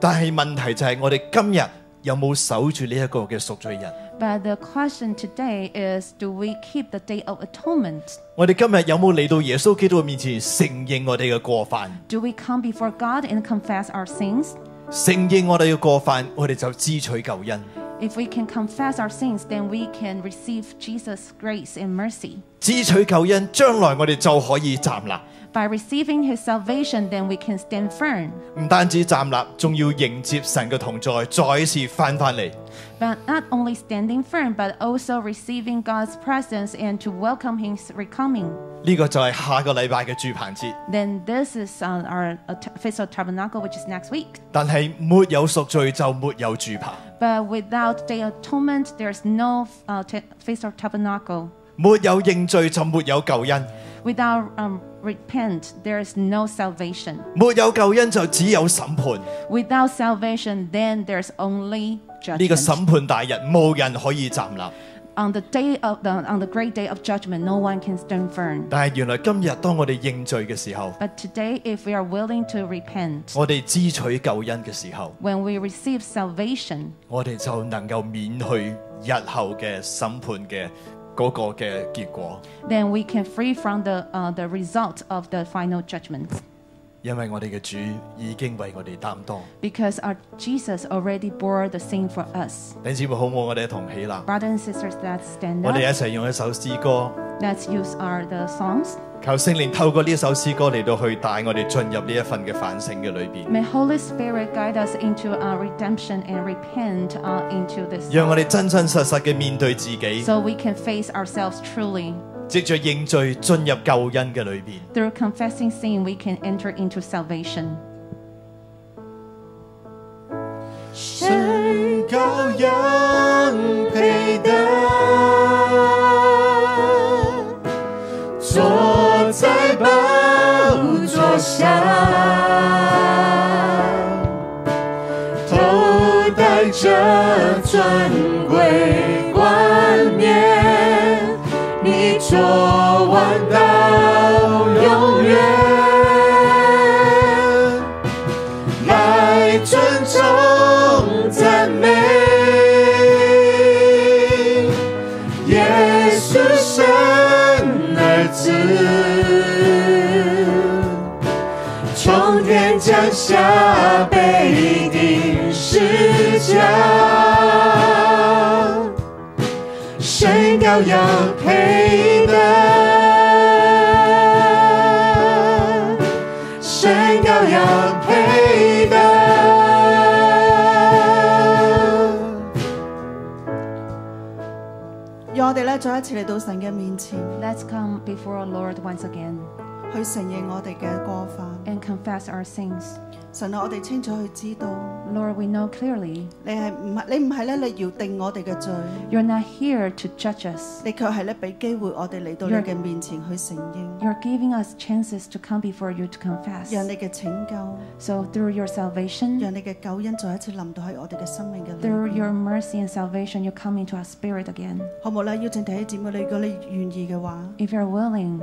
Speaker 5: 但係問題就係我哋今日有冇守住呢一個嘅贖罪日？
Speaker 2: But the question today is do we keep the Day of Atonement?
Speaker 6: 我哋今日有冇嚟到耶穌基督嘅面前承認我哋嘅過犯？
Speaker 2: Do we come before God and confess our sins?
Speaker 6: 承認我哋嘅過犯，我哋就支取救恩。
Speaker 2: If we can confess our sins, then we can receive Jesus' grace and mercy.
Speaker 6: 支取救恩，將來我哋就可以站立。
Speaker 2: By receiving his salvation, then we can stand firm.
Speaker 6: 唔單止站立，仲要迎接神嘅同在，再次翻返嚟。
Speaker 2: But not only standing firm, but also receiving God's presence and to welcome his recoming.
Speaker 6: 呢、個就係下個禮拜嘅住棚節。
Speaker 2: Then this is uh, our uh, t- Feast of Tabernacle, which is next week.
Speaker 6: 但係沒有贖罪就沒有住棚，
Speaker 2: But without Day of Atonement, there's no uh, t- Feast of Tabernacle.
Speaker 6: 沒有認罪就沒有救恩，
Speaker 2: Without um, repent, there is no salvation.
Speaker 6: 沒有救恩就只有審判。
Speaker 2: Without salvation, then there's only
Speaker 6: 呢、個
Speaker 2: judgment.
Speaker 6: 審判大日，冇人可以站立。
Speaker 2: on the day of the, on the great day of judgment, no one can stand firm.
Speaker 6: 但係原來今日當我哋認罪嘅時候，
Speaker 2: But today, if we are willing to repent,
Speaker 6: 我哋支取救恩嘅時候，
Speaker 2: when we receive salvation,
Speaker 6: 我哋就能夠免去日後嘅審判嘅嗰個嘅結果，
Speaker 2: then we can free from the uh, the result of the final judgment,
Speaker 6: 因為我哋嘅主已經為我哋擔當。
Speaker 2: because our Jesus already bore the sin for us.
Speaker 6: 弟兄姊妹好唔好？我哋一同起立，
Speaker 2: Brothers and sisters, let's stand
Speaker 6: 我哋一
Speaker 2: up.
Speaker 6: 齊用一首詩歌，
Speaker 2: Let's use our the songs.
Speaker 6: 求聖靈透過呢首詩歌嚟到去帶我哋進入呢一份嘅反省嘅裏邊。
Speaker 2: May Holy Spirit guide us into our redemption and repent uh, into this,
Speaker 6: 让我哋真真实实嘅面对自己，
Speaker 2: so we can face ourselves truly.
Speaker 6: 藉着认罪进入救恩嘅里边。
Speaker 2: Through confessing sin, we can enter into salvation.
Speaker 6: 神羔羊配得坐在宝座上，头戴着尊贵冠冕，你作王到永远。来尊重赞美。耶稣神儿子，从天降下被钉十字架，身高要配得。身高要配得。
Speaker 7: 让我哋咧再一次嚟到神嘅面前，
Speaker 2: Let's come before our Lord once again
Speaker 7: 去承认我哋嘅过犯。
Speaker 2: and confess our sins.
Speaker 7: 神啊，我哋清楚去知道，
Speaker 2: Lord, we know clearly
Speaker 7: 你系唔系你唔系咧嚟要定我哋嘅罪，
Speaker 2: you're not here to judge us.
Speaker 7: 你却系咧俾机会我哋嚟到你嘅面前去承认，
Speaker 2: You're giving us chances to come before you to confess.
Speaker 7: 让你嘅拯救，
Speaker 2: So through your salvation,
Speaker 7: 让你嘅救恩再一次临到喺我哋嘅生命嘅
Speaker 2: through
Speaker 7: 里边
Speaker 2: your mercy and salvation, you come into our spirit again.
Speaker 7: 好冇咧？邀请弟兄姊妹，你如果你愿意嘅话，
Speaker 2: If you're willing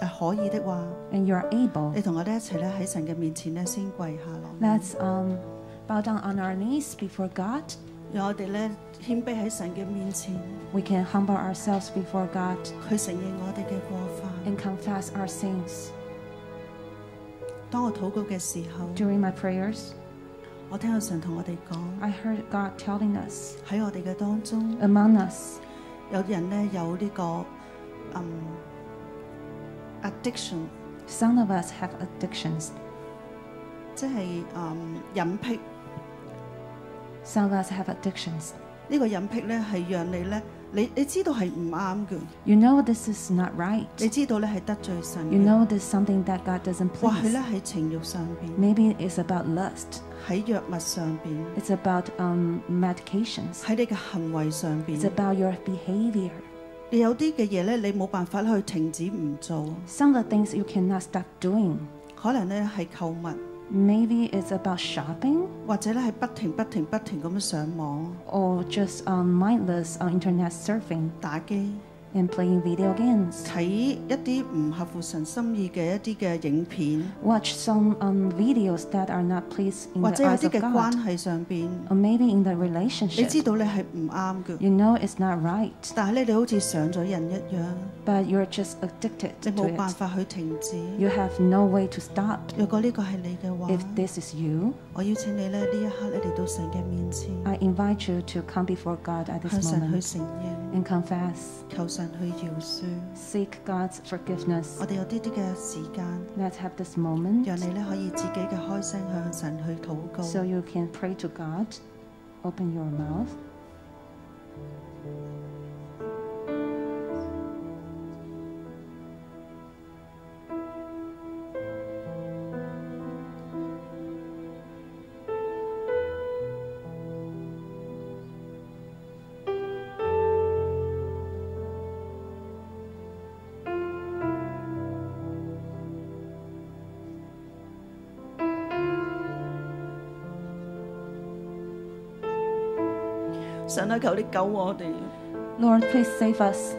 Speaker 7: 诶可以的话，
Speaker 2: and you're able,
Speaker 7: 你同我哋一齐咧喺神嘅面前咧先跪下落，
Speaker 2: let's um, bow down on our knees before God.
Speaker 7: 让我哋咧谦卑喺神嘅面前，
Speaker 2: We can humble ourselves before God
Speaker 7: 去承认我哋嘅过犯。
Speaker 2: and confess our sins.
Speaker 7: 当我祷告嘅时候。
Speaker 2: During my prayers,
Speaker 7: 我聽到神同我哋講，
Speaker 2: I heard God telling us
Speaker 7: 喺我哋嘅當中，
Speaker 2: among us
Speaker 7: 有啲人咧有呢、個嗯 addiction，
Speaker 2: Some of us have addictions.
Speaker 7: 即係嗯隱癖。
Speaker 2: Some of us have addictions.
Speaker 7: 呢、個隱癖咧係讓你咧，你你知道係唔啱嘅，
Speaker 2: You know this is not right.
Speaker 7: 你知道咧係得罪神
Speaker 2: You
Speaker 7: 嘅，
Speaker 2: know this is something that God doesn't
Speaker 7: 或許
Speaker 2: please.
Speaker 7: 咧喺情慾上邊，
Speaker 2: Maybe it's about lust.
Speaker 7: 喺藥物上邊，
Speaker 2: It's about um, medications.
Speaker 7: 喺你嘅行為上
Speaker 2: It's
Speaker 7: 邊，
Speaker 2: about your behavior.
Speaker 7: 你有啲嘅嘢咧，你冇辦法去停止唔做，
Speaker 2: Some of the things you cannot stop doing.
Speaker 7: 可能咧係購物，
Speaker 2: Maybe it's about shopping
Speaker 7: 或者咧係不停不停不停咁樣上網
Speaker 2: or just um, mindless on internet surfing,
Speaker 7: 打機。
Speaker 4: uh, and playing video games,
Speaker 2: 睇一啲唔合乎神心意嘅一啲嘅影片，
Speaker 4: watch some um, videos that are not pleasing the
Speaker 2: 或者有
Speaker 4: eyes
Speaker 2: 啲
Speaker 4: of
Speaker 2: 嘅關
Speaker 4: God,
Speaker 2: 係上邊，
Speaker 4: or maybe in the
Speaker 2: 你
Speaker 4: relationship.
Speaker 2: 知道你係唔啱嘅，
Speaker 4: You know it's not right,
Speaker 2: 但係咧你好似上咗癮一樣，
Speaker 4: but you're just addicted
Speaker 2: 你
Speaker 4: to
Speaker 2: 冇辦
Speaker 4: it.
Speaker 2: 法去停止。
Speaker 4: You have no way to stop.
Speaker 2: 若果呢個係你嘅話，
Speaker 4: If this is you,
Speaker 2: 我邀請你咧呢一刻咧嚟到神嘅面前，
Speaker 4: I invite you to come before God at
Speaker 2: 向
Speaker 4: this
Speaker 2: 神去
Speaker 4: moment
Speaker 2: 承認，
Speaker 4: and confess.
Speaker 2: 求神去饒恕。
Speaker 4: Seek God's forgiveness.
Speaker 2: 我哋有啲啲嘅時間，
Speaker 4: Let's have this moment
Speaker 2: 讓你咧可以自己嘅開聲向神去禱告。
Speaker 4: so you can pray to God. Open your mouth.
Speaker 7: 神啊，求你救我哋。
Speaker 4: Lord, please save us.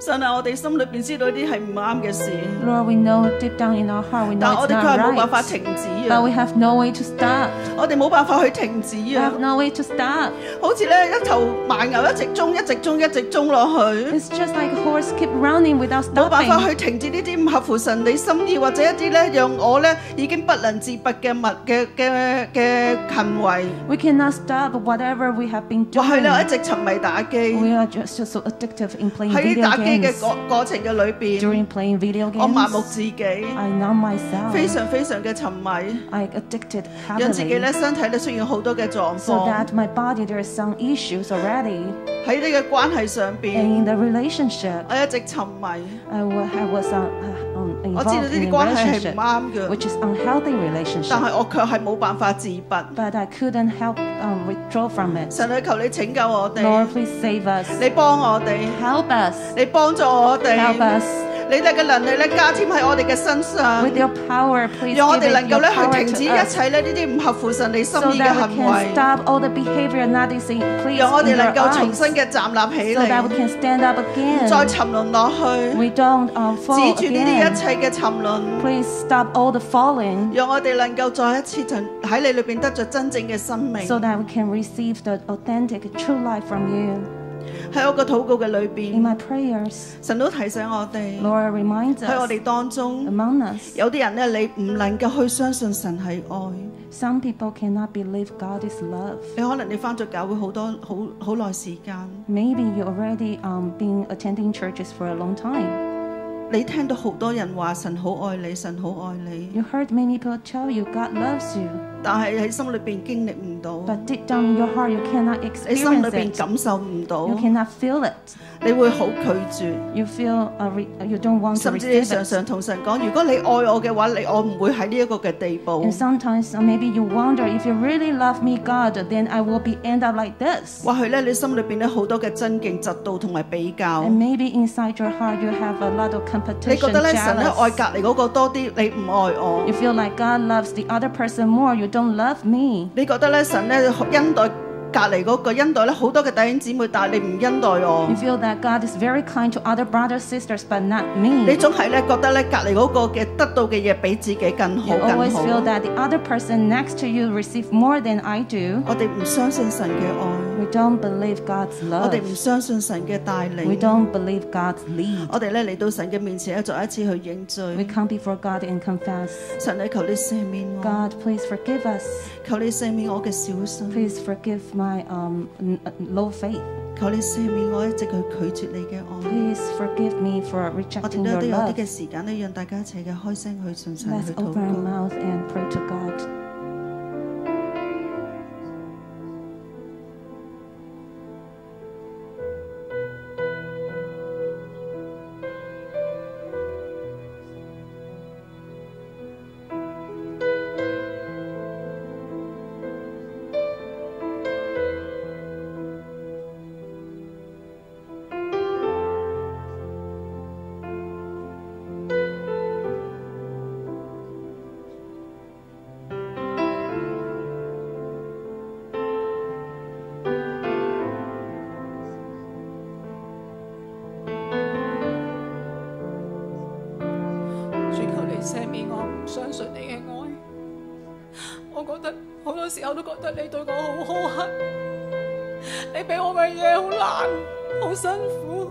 Speaker 7: 神啊，我哋心裏边知道呢啲係唔啱嘅事，
Speaker 4: Lord, we know deep down in our heart we
Speaker 7: 但
Speaker 4: know
Speaker 7: 我
Speaker 4: it's
Speaker 7: 哋卻係冇
Speaker 4: not
Speaker 7: 辦法
Speaker 4: right.
Speaker 7: 停止
Speaker 4: But
Speaker 7: 啊！
Speaker 4: we have no way to stop.
Speaker 7: 我哋冇辦法去停止
Speaker 4: We
Speaker 7: 啊
Speaker 4: have！no way to stop.
Speaker 7: 好似咧一頭蠻牛一直中一直中一直中落去，
Speaker 4: It's just like a horse keep running without
Speaker 7: 冇辦法
Speaker 4: stopping.
Speaker 7: 去停止呢啲唔合乎神你心意或者一啲咧讓我咧已經不能自拔嘅物嘅嘅嘅行為，
Speaker 4: We cannot stop whatever we have been
Speaker 7: 或係
Speaker 4: doing.
Speaker 7: 咧我一直沉迷打機。
Speaker 4: We are just, just so addictive in playing
Speaker 7: 喺
Speaker 4: video
Speaker 7: 打機嘅
Speaker 4: games.
Speaker 7: 過過程嘅裏邊，
Speaker 4: During playing video
Speaker 7: 我麻木
Speaker 4: games,
Speaker 7: 自己，
Speaker 4: I numb myself.
Speaker 7: 非常非常嘅沉迷，
Speaker 4: I addicted
Speaker 7: 讓自己
Speaker 4: heavily.
Speaker 7: 咧身體咧出現好多嘅狀
Speaker 4: So
Speaker 7: 況。
Speaker 4: that my body there is some issues already.
Speaker 7: 喺呢個關係上邊，
Speaker 4: And in the relationship,
Speaker 7: 我一直沉迷。
Speaker 4: I was, I was uh, uh, um,
Speaker 7: 我知
Speaker 4: involved
Speaker 7: 道呢啲
Speaker 4: in
Speaker 7: 關係係
Speaker 4: relationship,
Speaker 7: 唔啱嘅，
Speaker 4: which is unhealthy
Speaker 7: 但
Speaker 4: relationship.
Speaker 7: 係我卻係冇辦法自拔。
Speaker 4: But I couldn't help um, withdraw from it.
Speaker 7: 神啊，求你拯救我
Speaker 4: Lord,
Speaker 7: 哋，
Speaker 4: please save us.
Speaker 7: 你幫我哋，
Speaker 4: Help us.
Speaker 7: 你幫助我
Speaker 4: Help
Speaker 7: 哋，
Speaker 4: us.
Speaker 7: 你哋嘅能力咧加添喺我哋嘅身上
Speaker 4: With，your power, please
Speaker 7: 讓我
Speaker 4: give
Speaker 7: 哋
Speaker 4: it
Speaker 7: 能夠
Speaker 4: your
Speaker 7: 咧
Speaker 4: power
Speaker 7: 去停止
Speaker 4: to
Speaker 7: 一
Speaker 4: us.
Speaker 7: 切咧呢啲唔合乎神你心
Speaker 4: so
Speaker 7: 意嘅
Speaker 4: that we
Speaker 7: 行
Speaker 4: can
Speaker 7: 為，
Speaker 4: stop all the behavior not is in place
Speaker 7: 讓我
Speaker 4: in
Speaker 7: 哋
Speaker 4: your
Speaker 7: 能夠重
Speaker 4: eyes,
Speaker 7: 新嘅站立起
Speaker 4: so that
Speaker 7: 嚟
Speaker 4: we，can stand up
Speaker 7: 唔再
Speaker 4: again.
Speaker 7: 沉淪落去，
Speaker 4: We don't um, fall
Speaker 7: 止住呢啲
Speaker 4: again.
Speaker 7: 一切嘅沉淪，
Speaker 4: Please stop all the falling,
Speaker 7: 讓我哋能夠再一次就喺你裏邊得着真正嘅生命。
Speaker 4: so that we can receive the authentic, true life from you.
Speaker 7: 喺我個禱告嘅裏
Speaker 4: In
Speaker 7: 邊，
Speaker 4: my prayers,
Speaker 7: 神都提醒我哋。
Speaker 4: Lord reminds
Speaker 7: 喺我
Speaker 4: us
Speaker 7: 哋當中，
Speaker 4: among us,
Speaker 7: 有啲人咧，你唔能夠去相信神係愛。
Speaker 4: some people cannot believe God is love.
Speaker 7: 你可能你翻咗教會好多好好耐時間，
Speaker 4: Maybe you already um, been attending churches for a long time.
Speaker 7: 你聽到好多人話神好愛你，神好愛你，
Speaker 4: You heard many people tell you God loves you,
Speaker 7: 但係喺心裏邊經歷唔到，
Speaker 4: but deep down in your heart you cannot
Speaker 7: 你心裏
Speaker 4: experience
Speaker 7: 邊
Speaker 4: it.
Speaker 7: 感受唔到
Speaker 4: You，cannot feel it.
Speaker 7: 你會好拒絕，
Speaker 4: You feel uh, re- you don't want to
Speaker 7: 甚至你
Speaker 4: receive
Speaker 7: 常
Speaker 4: it.
Speaker 7: 常同神講：如果你愛我嘅話，你我唔會喺呢一個嘅地步
Speaker 4: And。sometimes uh, maybe you wonder if you really love me, God, then I will be end up like this.
Speaker 7: 或許咧，你心裏邊咧好多嘅爭競、嫉妒同埋比較，
Speaker 4: And maybe inside your heart you have a lot of
Speaker 7: 你覺
Speaker 4: competition,
Speaker 7: 得咧神咧愛
Speaker 4: jealous.
Speaker 7: 隔離嗰個多啲，你唔愛我
Speaker 4: You。feel like God loves the other person more. You don't love me.
Speaker 7: 你覺得咧神咧恩待隔離嗰個恩待咧好多嘅弟兄姊妹，但係你唔恩待我
Speaker 4: You，feel that God is very kind to other brothers sisters, but not me.
Speaker 7: 你總係咧覺得咧隔離嗰個嘅得到嘅嘢比自己更好
Speaker 4: You
Speaker 7: 更
Speaker 4: always feel
Speaker 7: 好。
Speaker 4: that the other person next to you receive more than I do.
Speaker 7: 我哋唔相信神嘅愛，
Speaker 4: We don't believe God's
Speaker 7: 我
Speaker 4: love.
Speaker 7: 哋唔相信神嘅帶
Speaker 4: We
Speaker 7: 領，
Speaker 4: don't believe God's lead.
Speaker 7: 我哋咧嚟到神嘅面前咧再一次去認
Speaker 4: We
Speaker 7: 罪。
Speaker 4: come before God and confess.
Speaker 7: 神咧求你赦免我，
Speaker 4: God, please forgive us.
Speaker 7: 求你赦免我嘅小信，
Speaker 4: Please forgive my um, n- uh, low faith.
Speaker 7: 求你赦免我一直去拒絕你嘅愛。
Speaker 4: Please forgive me for
Speaker 7: 我哋
Speaker 4: rejecting
Speaker 7: 咧
Speaker 4: your
Speaker 7: 都有啲
Speaker 4: love.
Speaker 7: 嘅時間咧，讓大家一齊嘅開聲去信神
Speaker 4: Let's
Speaker 7: 去禱
Speaker 4: open our
Speaker 7: 告。
Speaker 4: mouth and pray to God.
Speaker 7: 我哋咧，求你赦免我哋嘅罪，
Speaker 8: 嚟赦免我，唔相信你嘅愛。我覺得好多時候都覺得你對我好苛刻，你俾我嘅嘢好難，好辛苦。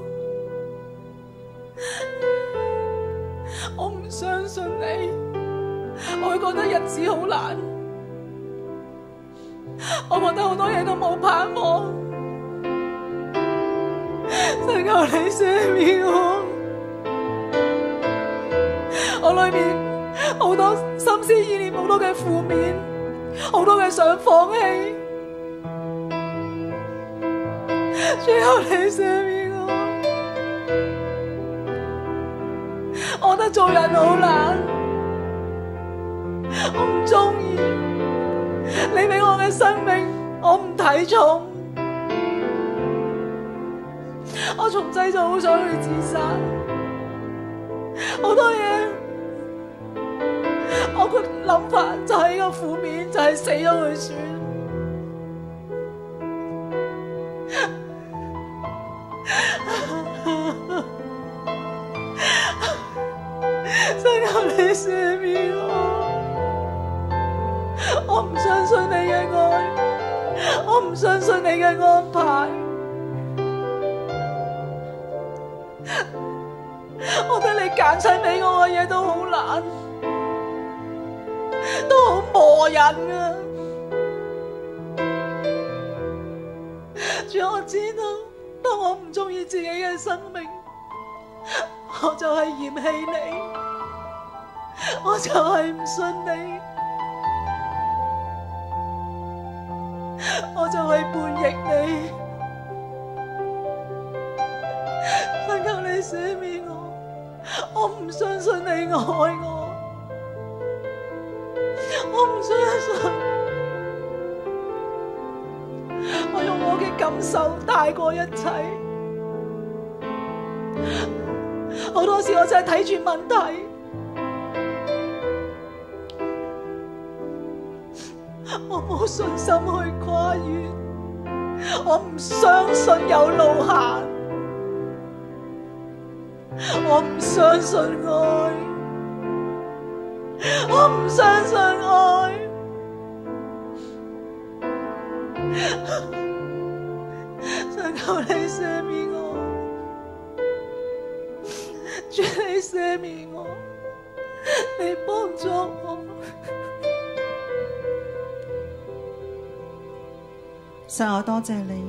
Speaker 8: 我唔相信你，我會覺得日子好難。我覺得好多嘢都冇盼望，就求你赦免我。我裏面好多心思意念，好多嘅負面，好多嘅想放棄。最後你赦免我，我覺得做人好難，我唔中意你俾我嘅生命，我唔睇重，我從細就好想去自殺。好多嘢，我個諗法就係個負面，就係、死咗佢算。真求你赦免我，我唔相信你嘅愛，我唔相信你嘅安排。我覺得你揀親俾我嘅嘢都好難，都好磨人啊！主，我知道，當我唔中意自己嘅生命，我就係嫌棄你，我就係唔信你，我就係叛逆你。恳求你赦免我，我唔相信你愛我，我唔相信，我用我嘅感受大過一切。好多時我真係睇住問題，我冇信心去跨越，我唔相信有路行。我唔相信愛，我唔相信愛。想求你赦免我，主你赦免我，你幫助我。
Speaker 7: 神，我多謝你。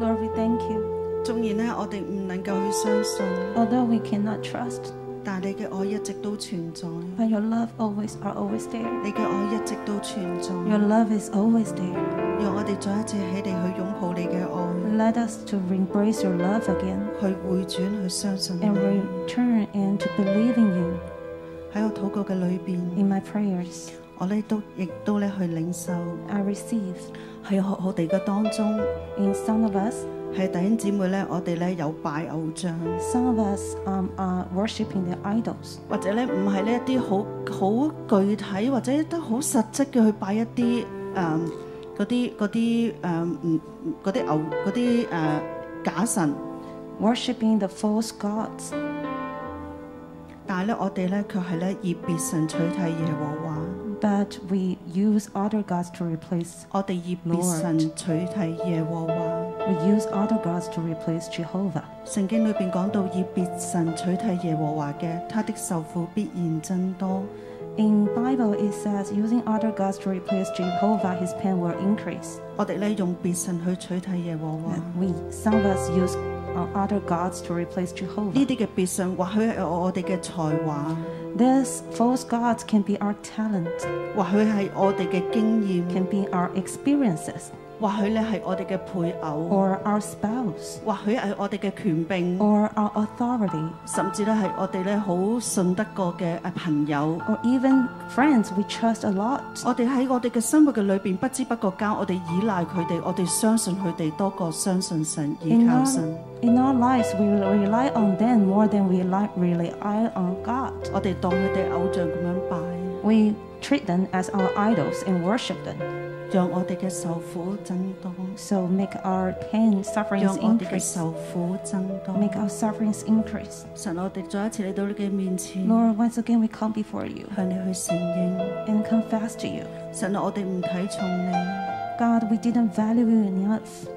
Speaker 2: Lord, we thank you.
Speaker 7: 縱然呢，我哋唔能夠去相信，
Speaker 2: Although we cannot trust,
Speaker 7: 但你嘅愛一直都存在。你
Speaker 2: but your love always are always there.
Speaker 7: 嘅愛一直都存在。
Speaker 2: Your love is always there.
Speaker 7: 讓我哋再一次起嚟去擁抱你嘅愛，
Speaker 2: Let us to embrace your love again
Speaker 7: 去回轉去相信你。
Speaker 2: and return and to believe in you
Speaker 7: 喺我禱告嘅裏邊，
Speaker 2: in my prayers.
Speaker 7: 我呢都亦都咧去領受
Speaker 2: I receive
Speaker 7: 喺我我哋嘅當中，
Speaker 2: in some of us,
Speaker 7: 係弟兄姊妹咧，我哋咧有拜偶像，
Speaker 2: some of us um, are worshiping the idols.
Speaker 7: 或者咧唔係呢一啲好好具體或者都好實質嘅去拜一啲誒嗰啲嗰啲誒唔嗰啲偶嗰啲誒假神，
Speaker 2: worshiping the false gods,
Speaker 7: 但係咧我哋咧卻係咧以別神取替耶和華，
Speaker 2: but we use other gods to replace.
Speaker 7: 我哋以別神取替耶和華。
Speaker 2: We use other gods to replace Jehovah.
Speaker 7: 聖經裏邊講到以別神取替耶和華嘅，他的受苦必然增多。
Speaker 2: In Bible, it says using other gods to replace Jehovah, his pain will increase.
Speaker 7: 我哋咧用別神去取替耶和華，呢
Speaker 2: We some of us use uh, other gods to replace Jehovah.
Speaker 7: 啲嘅別神或許係我哋嘅才華，
Speaker 2: These false gods can be our talent,
Speaker 7: 或許係我哋嘅經驗，
Speaker 2: can be our experiences,
Speaker 7: 或許咧係我哋嘅配偶，
Speaker 2: or our spouse,
Speaker 7: 或許係我哋嘅權柄，
Speaker 2: or our authority,
Speaker 7: 甚至咧係我哋咧好信得過嘅啊朋友。
Speaker 2: or even friends we trust a lot.
Speaker 7: 我哋喺我哋嘅生活嘅裏邊，不知不覺間，我哋依賴佢哋，我哋相信佢哋多過相信神，依
Speaker 2: In
Speaker 7: 靠
Speaker 2: our,
Speaker 7: 神。
Speaker 2: in our lives, we rely on them more than we li- rely on God.
Speaker 7: 我哋當佢哋偶像咁樣拜。
Speaker 2: We treat them as our idols and worship them.
Speaker 7: 讓我哋嘅受苦增多，
Speaker 4: So make our pain, sufferings
Speaker 7: 讓我哋嘅
Speaker 4: increase.
Speaker 7: 受苦增多。
Speaker 2: Oh
Speaker 4: Make our sufferings increase.
Speaker 7: 神，我哋再一次嚟到你嘅面前，
Speaker 4: Lord, once again we come before you
Speaker 7: 向你去承認。
Speaker 4: and confess to you.
Speaker 7: 神，啊我哋唔睇重你，
Speaker 4: God, we didn't value you enough.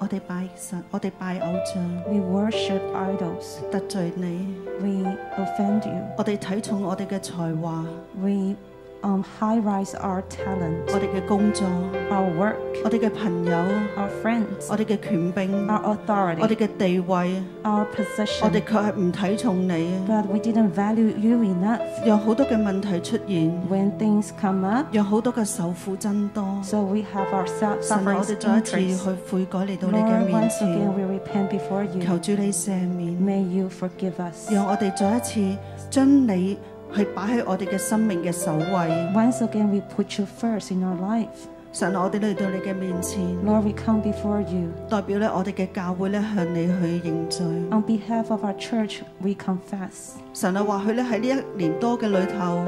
Speaker 7: 我哋拜神，我哋拜偶像，
Speaker 4: We worship idols.
Speaker 7: 得罪你。
Speaker 4: We offend you.
Speaker 7: 我哋睇重我哋嘅才華，
Speaker 4: We um, high rise our
Speaker 7: 我
Speaker 4: talent,
Speaker 7: 哋嘅工作，
Speaker 4: our work,
Speaker 7: 我哋嘅朋友，
Speaker 4: our friends,
Speaker 7: 我哋嘅權柄，
Speaker 4: our
Speaker 7: 我哋
Speaker 4: authority,
Speaker 7: 嘅地位，
Speaker 4: our
Speaker 7: 我哋
Speaker 4: position.
Speaker 7: 卻係唔睇重你，
Speaker 4: But we didn't value you enough.
Speaker 7: 讓好多嘅問題出現，
Speaker 4: When things come up,
Speaker 7: 讓好多嘅受苦增多。
Speaker 4: so we have our self
Speaker 7: 神，啊
Speaker 4: sufferings
Speaker 7: 我哋再一次
Speaker 4: increase.
Speaker 7: 去悔改嚟到你嘅
Speaker 4: Lord,
Speaker 7: 面
Speaker 4: once again
Speaker 7: 前，
Speaker 4: we repent before you.
Speaker 7: 求主你赦免，
Speaker 4: May you forgive us.
Speaker 7: 讓我哋再一次將你去擺喺我哋嘅生命嘅首位。
Speaker 4: Once again, we put you first in our life.
Speaker 7: 神，啊我哋嚟到你嘅面前，
Speaker 4: Lord, we come before you.
Speaker 7: 代表咧我哋嘅教會咧向你去認罪。
Speaker 4: On behalf of our church, we confess.
Speaker 7: 神啊，或許咧喺呢一年多嘅裏頭，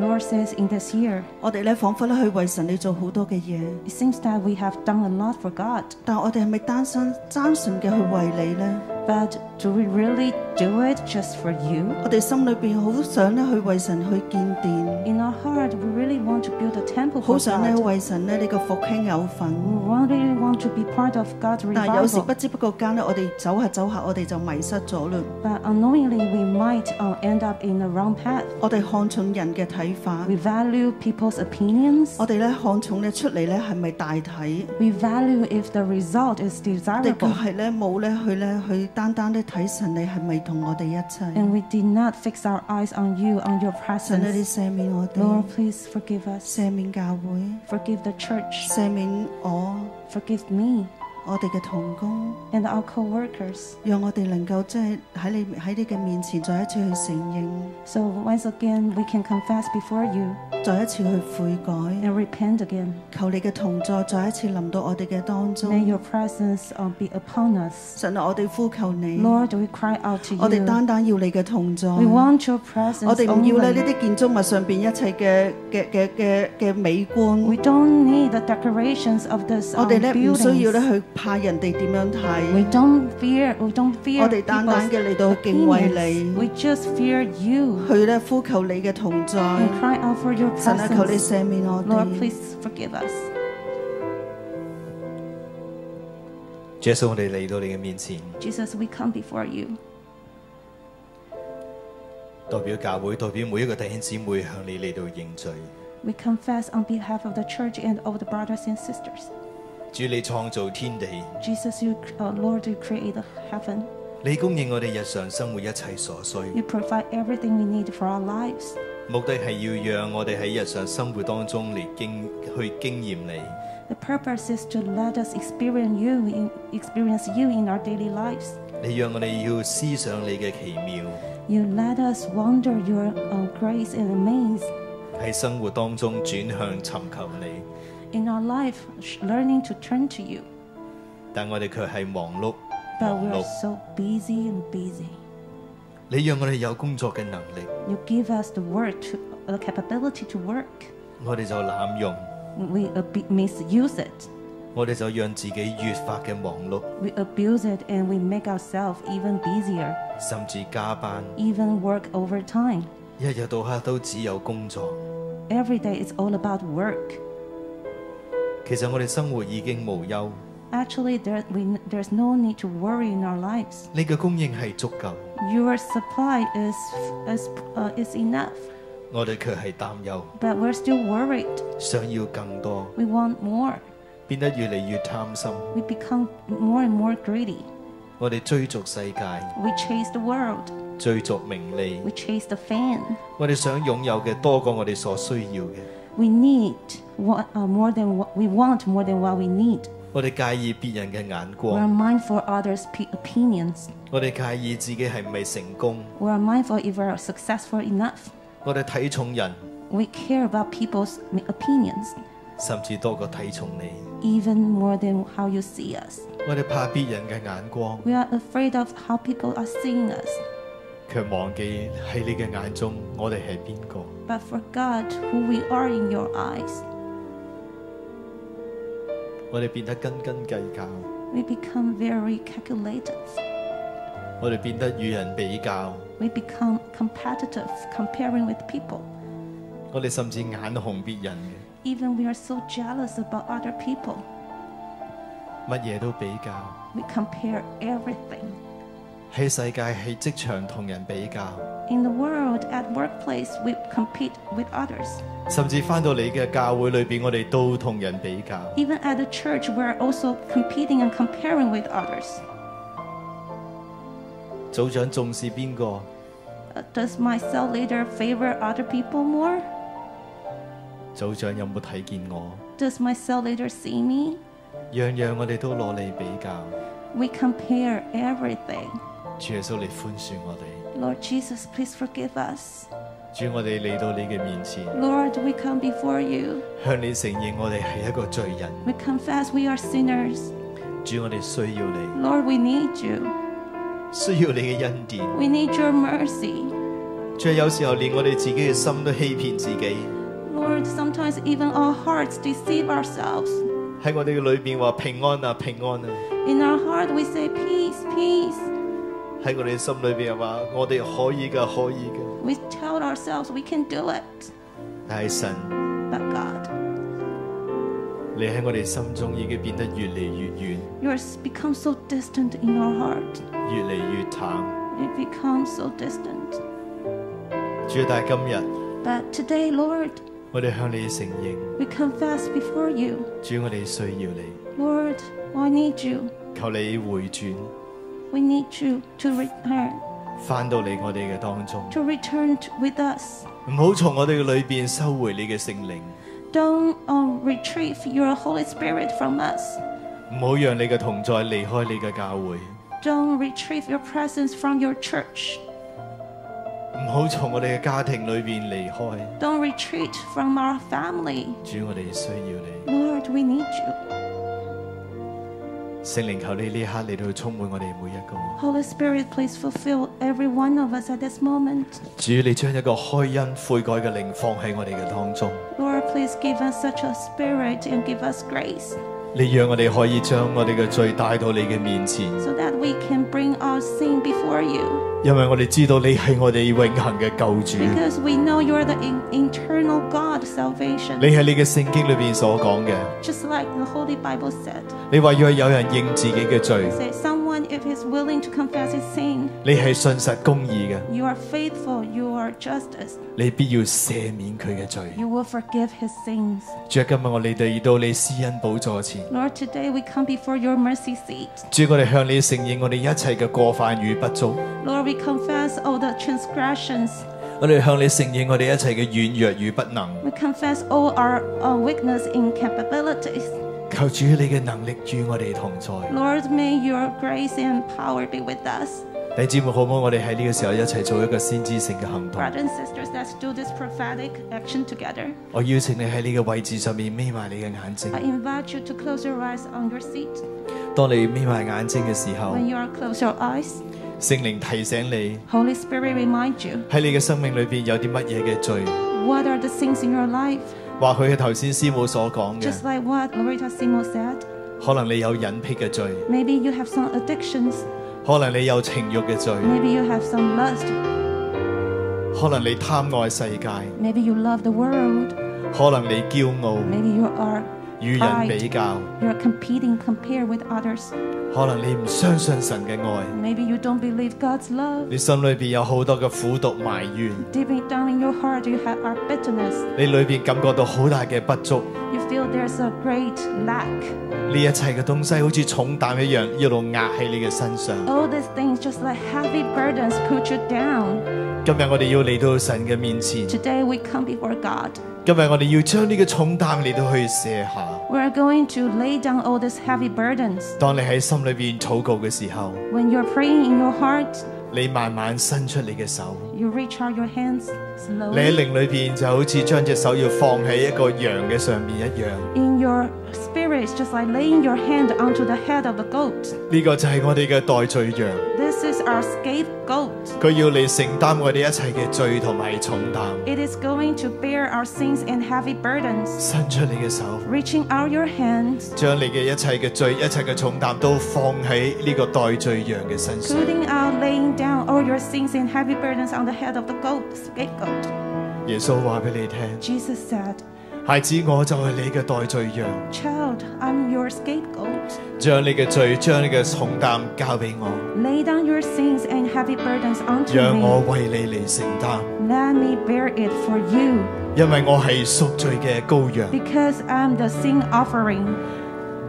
Speaker 4: Lord says in this year,
Speaker 7: 我哋咧彷彿咧去為神你做好多嘅嘢，
Speaker 4: it seems that we have done a lot for God,
Speaker 7: 但我哋係咪單身單純嘅去為你呢？
Speaker 4: but do we really do it just for you?
Speaker 7: 我哋心裏邊好想咧去為神去建殿，
Speaker 4: In our heart, we really want to build a temple
Speaker 7: 好
Speaker 4: for
Speaker 7: 想咧
Speaker 4: God.
Speaker 7: 為神咧呢個復興有
Speaker 4: We
Speaker 7: 份，
Speaker 4: really want to be part of God's
Speaker 7: 但有時
Speaker 4: revival,
Speaker 7: 不知不覺間咧，我哋走下走下，我哋就迷失咗啦。
Speaker 4: but unknowingly we might uh, end up in the wrong path.
Speaker 7: 我哋看重人嘅睇法
Speaker 4: We，value people's opinions.
Speaker 7: 我哋咧看重咧出嚟咧係咪大體，
Speaker 4: We value if the result is
Speaker 7: 我哋卻
Speaker 4: desirable.
Speaker 7: 係咧冇咧去咧去單單咧睇神你係咪同我哋一齊。
Speaker 4: And we did not fix our eyes on you, on your
Speaker 7: 神咧，你
Speaker 4: presence.
Speaker 7: 赦免我哋
Speaker 4: Lord,。please forgive us.
Speaker 7: 赦免教會，
Speaker 4: Forgive the church.
Speaker 7: 赦免我，
Speaker 4: Forgive me
Speaker 7: 我哋嘅同工，
Speaker 4: and our co workers.
Speaker 7: 讓我哋能夠即係喺你喺你嘅面前再一次去承認，
Speaker 4: So once again, we can confess before you
Speaker 7: 再一次去悔改，
Speaker 4: and repent again.
Speaker 7: 求你嘅同在再一次臨到我哋嘅當
Speaker 4: May
Speaker 7: 中。
Speaker 4: your presence uh, be upon us.
Speaker 7: 神啊，我哋呼求你，
Speaker 4: Lord, we cry out to
Speaker 7: 我哋
Speaker 4: you.
Speaker 7: 單單要你嘅同在，
Speaker 4: We
Speaker 7: 我
Speaker 4: want your presence.
Speaker 7: 哋唔要咧
Speaker 4: Only.
Speaker 7: 呢啲建築物上邊一切嘅嘅嘅嘅嘅美觀
Speaker 4: We，don't need the decorations of this
Speaker 7: 我
Speaker 4: um,
Speaker 7: 哋咧唔需要咧
Speaker 4: buildings.
Speaker 7: 去怕人哋點樣
Speaker 4: We
Speaker 7: 睇，
Speaker 4: don't fear. We don't fear.
Speaker 7: 我哋單單
Speaker 4: people's
Speaker 7: 嘅嚟到敬畏
Speaker 4: opinions.
Speaker 7: 你，
Speaker 4: We just fear you.
Speaker 7: 去咧呼求你嘅同在
Speaker 4: and。cry out for your
Speaker 7: 神啊，求你
Speaker 4: presence.
Speaker 7: 赦免我
Speaker 4: Lord,
Speaker 7: 哋。
Speaker 4: please forgive us.
Speaker 5: 主耶穌，我哋嚟到你嘅面前，
Speaker 4: Jesus, we come before you.
Speaker 5: 代表教會，代表每一個弟兄姊妹向你嚟到認罪。
Speaker 4: We confess on behalf of the church and all the brothers and sisters.
Speaker 5: 主，你創造天地，
Speaker 4: Jesus, you, uh, Lord, you create the heaven.
Speaker 5: 你供應我哋日常生活一切所需，
Speaker 4: You provide everything we need for our lives.
Speaker 5: 目的係要讓我哋喺日常生活當中嚟經去經驗你。
Speaker 4: The purpose is to let us experience you, in, experience you in our daily lives.
Speaker 5: 你讓我哋要思想你嘅奇妙，
Speaker 4: You let us wonder your uh, grace and amaze
Speaker 5: 喺生活當中轉向尋求你，
Speaker 4: in our life, sh- learning to turn to you.
Speaker 5: 但我哋卻係忙碌，
Speaker 4: But
Speaker 5: 忙
Speaker 4: we are
Speaker 5: 碌。
Speaker 4: so busy and busy.
Speaker 5: 你讓我哋有工作嘅能力，
Speaker 4: You give us the work, to, the capability to work.
Speaker 5: 我哋就濫用，
Speaker 4: We ab- misuse it.
Speaker 5: 我哋就讓自己越發嘅忙碌，
Speaker 4: We abuse it and we make ourselves even busier,
Speaker 5: 甚至加班，
Speaker 4: even work overtime.
Speaker 5: 一日到黑都只有工作。
Speaker 4: Every day it's all about work.
Speaker 5: 其實我哋生活已經無憂，
Speaker 4: Actually, there, we, there's no need to worry in our lives.
Speaker 5: 你嘅供應係足夠，
Speaker 4: Your supply is, is, uh, is enough,
Speaker 5: 我哋卻係擔憂，
Speaker 4: but we're still worried.
Speaker 5: 想要更多，
Speaker 4: We want more.
Speaker 5: 變得越嚟越貪心。
Speaker 4: We become more and more greedy.
Speaker 5: 我哋追逐世界，
Speaker 4: We chase the world.
Speaker 5: 追逐名利，
Speaker 4: We chase the fame.
Speaker 5: 我哋想擁有嘅多過我哋所需要嘅，
Speaker 4: We need what, uh, more than what we want, more than what we need.
Speaker 5: 我哋介意別人嘅眼
Speaker 4: We're
Speaker 5: 光，
Speaker 4: mindful others' pe- opinions.
Speaker 5: 我哋介意自己係咪成功，
Speaker 4: We're mindful if we're successful enough.
Speaker 5: 我哋睇重人，
Speaker 4: We care about people's opinions
Speaker 5: 甚至多過睇重你。
Speaker 4: even more than how you see us.
Speaker 5: 我哋怕別人嘅眼光，
Speaker 4: We are afraid of how people are seeing us.
Speaker 5: 卻忘記喺你嘅眼中，我哋係邊個？
Speaker 4: But for God, who we are in your eyes,
Speaker 6: 我哋變得斤斤計較，
Speaker 4: We become very calculated.
Speaker 6: 我哋變得與人比較，
Speaker 4: We become competitive, comparing with people.
Speaker 6: 我哋甚至眼紅別人嘅，
Speaker 4: Even we are so jealous about other people.
Speaker 6: 乜嘢都比較。
Speaker 4: We compare everything.
Speaker 6: 喺世界喺職場同人比較，
Speaker 4: In the world, at workplace, we compete with others.
Speaker 6: 甚至翻到你嘅教會裏邊，我哋都同人比較。
Speaker 4: Even at the church, we're also competing and comparing with others.
Speaker 6: 組長重視邊個？
Speaker 4: Uh, Does my cell leader favor other people more?
Speaker 6: 組長有冇睇見我？
Speaker 4: Does my cell leader see me?
Speaker 6: 樣樣我哋都攞嚟比較。
Speaker 4: We compare everything.
Speaker 6: 主耶穌嚟寬恕我哋，
Speaker 4: Lord Jesus, please forgive us.
Speaker 6: 主我哋嚟到你嘅面前，
Speaker 4: Lord, we come before you.
Speaker 6: 向你承認我哋係一個罪人。
Speaker 4: We confess we are sinners.
Speaker 6: 主我哋需要你，
Speaker 4: Lord, we need you.
Speaker 6: 需要你嘅恩典。
Speaker 4: We need your mercy.
Speaker 6: 主有時候連我哋自己嘅心都欺騙自己，
Speaker 4: Lord, sometimes even our hearts deceive ourselves.
Speaker 6: 喺我哋嘅裏邊話平安啊平安啊，
Speaker 4: In our heart, we say peace, peace.
Speaker 6: 喺我哋嘅心裏邊話我哋可以噶可以噶，
Speaker 4: We tell ourselves we can do it.
Speaker 6: 但係神。
Speaker 4: But God,
Speaker 6: 你喺我哋心中已經變得越嚟越遠，
Speaker 4: you have become so distant in our heart.
Speaker 6: 越嚟越淡。
Speaker 4: You become so distant.
Speaker 6: 主啊，但係今日
Speaker 4: But today, Lord,
Speaker 6: 我哋向你承認，
Speaker 4: we confess before you.
Speaker 6: 主我哋需要你，
Speaker 4: Lord, I need you.
Speaker 6: 求你回轉，
Speaker 4: We need you to return,
Speaker 6: 翻到嚟我哋嘅當中，
Speaker 4: to return t- with us.
Speaker 6: 唔好從我哋嘅裏邊收回你嘅聖靈，
Speaker 4: Don't um, retrieve your Holy Spirit from us.
Speaker 6: 唔好讓你嘅同在離開你嘅教會，唔
Speaker 4: Don't retrieve your presence from your church.
Speaker 6: 好從我哋嘅家庭裏邊離開。
Speaker 4: Don't retreat from our family.
Speaker 6: 主我哋需要你，
Speaker 4: Lord, we need you.
Speaker 6: 聖靈求你呢一刻嚟到充滿我哋每一個。
Speaker 4: Holy Spirit, please fulfill every one of us at this moment.
Speaker 6: 主你將一個開恩悔改嘅靈放喺我哋嘅當中，
Speaker 4: Lord, please give us such a spirit and give us grace
Speaker 6: 你讓我哋可以將我哋嘅罪帶到你嘅面前。
Speaker 4: so that we can bring our sin before you.
Speaker 6: 因为我哋知道你系我哋永恒嘅救主，
Speaker 4: Because we know you're the in- internal God salvation.
Speaker 6: 你喺你嘅圣经里边所讲嘅，
Speaker 4: Just like the Holy Bible said,
Speaker 6: 你话若有人认自己嘅罪，
Speaker 4: say someone if he's willing to confess his sin,
Speaker 6: 你系信实公义嘅，
Speaker 4: you are faithful, you are justice,
Speaker 6: 你必要赦免佢嘅罪。
Speaker 4: you will forgive his sins.
Speaker 6: 主啊，今日我哋嚟到你施恩宝座前，
Speaker 4: Lord, today we come before your mercy seat.
Speaker 6: 主我哋向你承认我哋一切嘅过犯与不足，
Speaker 4: Lord, we confess all the transgressions.
Speaker 6: 我哋向你承认我哋一切嘅软弱与不能。
Speaker 4: We confess all our uh, weakness and capabilities.
Speaker 6: 求主你嘅能力与我哋同在。
Speaker 4: Lord, may your grace and power be with us.
Speaker 6: 弟兄姊妹好唔好？我哋喺呢个时候一齐做一个先知性嘅行动。
Speaker 4: Brothers and sisters, let's do this prophetic action together.
Speaker 6: 我邀请你喺你嘅位置上面眯埋你嘅眼睛
Speaker 4: I。invite you to close your eyes on your seat.
Speaker 6: 当你眯埋眼睛嘅时候。
Speaker 4: When you are close your eyes,
Speaker 6: 圣灵提醒你
Speaker 4: Holy Spirit remind you
Speaker 6: 喺你嘅生命裏边有啲乜嘢嘅罪，
Speaker 4: what are the things in your life.
Speaker 6: 或許係頭先師母所講
Speaker 4: Just
Speaker 6: 嘅，
Speaker 4: like what Loretta Simo said,
Speaker 6: 可能你有隱僻嘅罪，
Speaker 4: maybe you have some addictions,
Speaker 6: 可能你有情欲嘅罪，
Speaker 4: maybe you have some lust,
Speaker 6: 可能你貪愛世界，
Speaker 4: maybe you love the world,
Speaker 6: 可能你驕傲
Speaker 4: maybe you are
Speaker 6: 與人比較，
Speaker 4: you're competing, compare with others.
Speaker 6: 可能你唔相信神嘅愛，
Speaker 4: Maybe you don't believe God's love.
Speaker 6: 你心裏边有好多嘅苦毒埋怨，
Speaker 4: Deep down in your heart, you have our bitterness.
Speaker 6: 你裏边感覺到好大嘅不足，
Speaker 4: You feel there's a great lack.
Speaker 6: 呢一切嘅東西好似重擔一樣，一路壓喺你嘅身上。
Speaker 4: All
Speaker 2: 哦
Speaker 4: these things, just like heavy burdens, put you down.
Speaker 6: 今日我哋要嚟到神嘅面前，
Speaker 4: Today we come before God.
Speaker 6: 今日我哋要將呢個重擔嚟到去卸下。
Speaker 4: We're going to lay down all these heavy burdens.
Speaker 6: 当你喺心里边祷告嘅时候，
Speaker 4: When you're praying in your heart,
Speaker 6: 你慢慢伸出你嘅手，
Speaker 4: You reach out your hands slowly.
Speaker 6: 你喺靈裏邊就好似將隻手要放喺一個羊嘅上面一樣。
Speaker 4: In your spirit, it's just like laying your hand onto the head of a goat.
Speaker 6: 呢、個就係我哋嘅代罪羊，
Speaker 4: This is our scapegoat.
Speaker 6: 佢要嚟承擔我哋一切嘅罪同埋重擔。
Speaker 4: It is going to bear our sins and heavy burdens.
Speaker 6: 伸出你嘅手，
Speaker 4: Reaching out your hands,
Speaker 6: 將你嘅一切嘅罪、一切嘅重擔都放喺呢個代罪羊嘅身上。
Speaker 4: putting out, laying down all your sins and heavy burdens on the head of the goat, scapegoat.
Speaker 6: 耶穌話俾你聽：
Speaker 4: Jesus said,
Speaker 6: 孩子，我就係你嘅代罪羊，
Speaker 4: Child, I'm your scapegoat.
Speaker 6: 將你嘅罪、將你嘅重擔交俾我，
Speaker 4: Lay down your sins and heavy burdens onto
Speaker 6: 讓我
Speaker 4: me.
Speaker 6: 為你嚟承擔，
Speaker 4: Let me bear it for you,
Speaker 6: 因為我係贖罪嘅羔羊。
Speaker 4: because I'm the sin offering.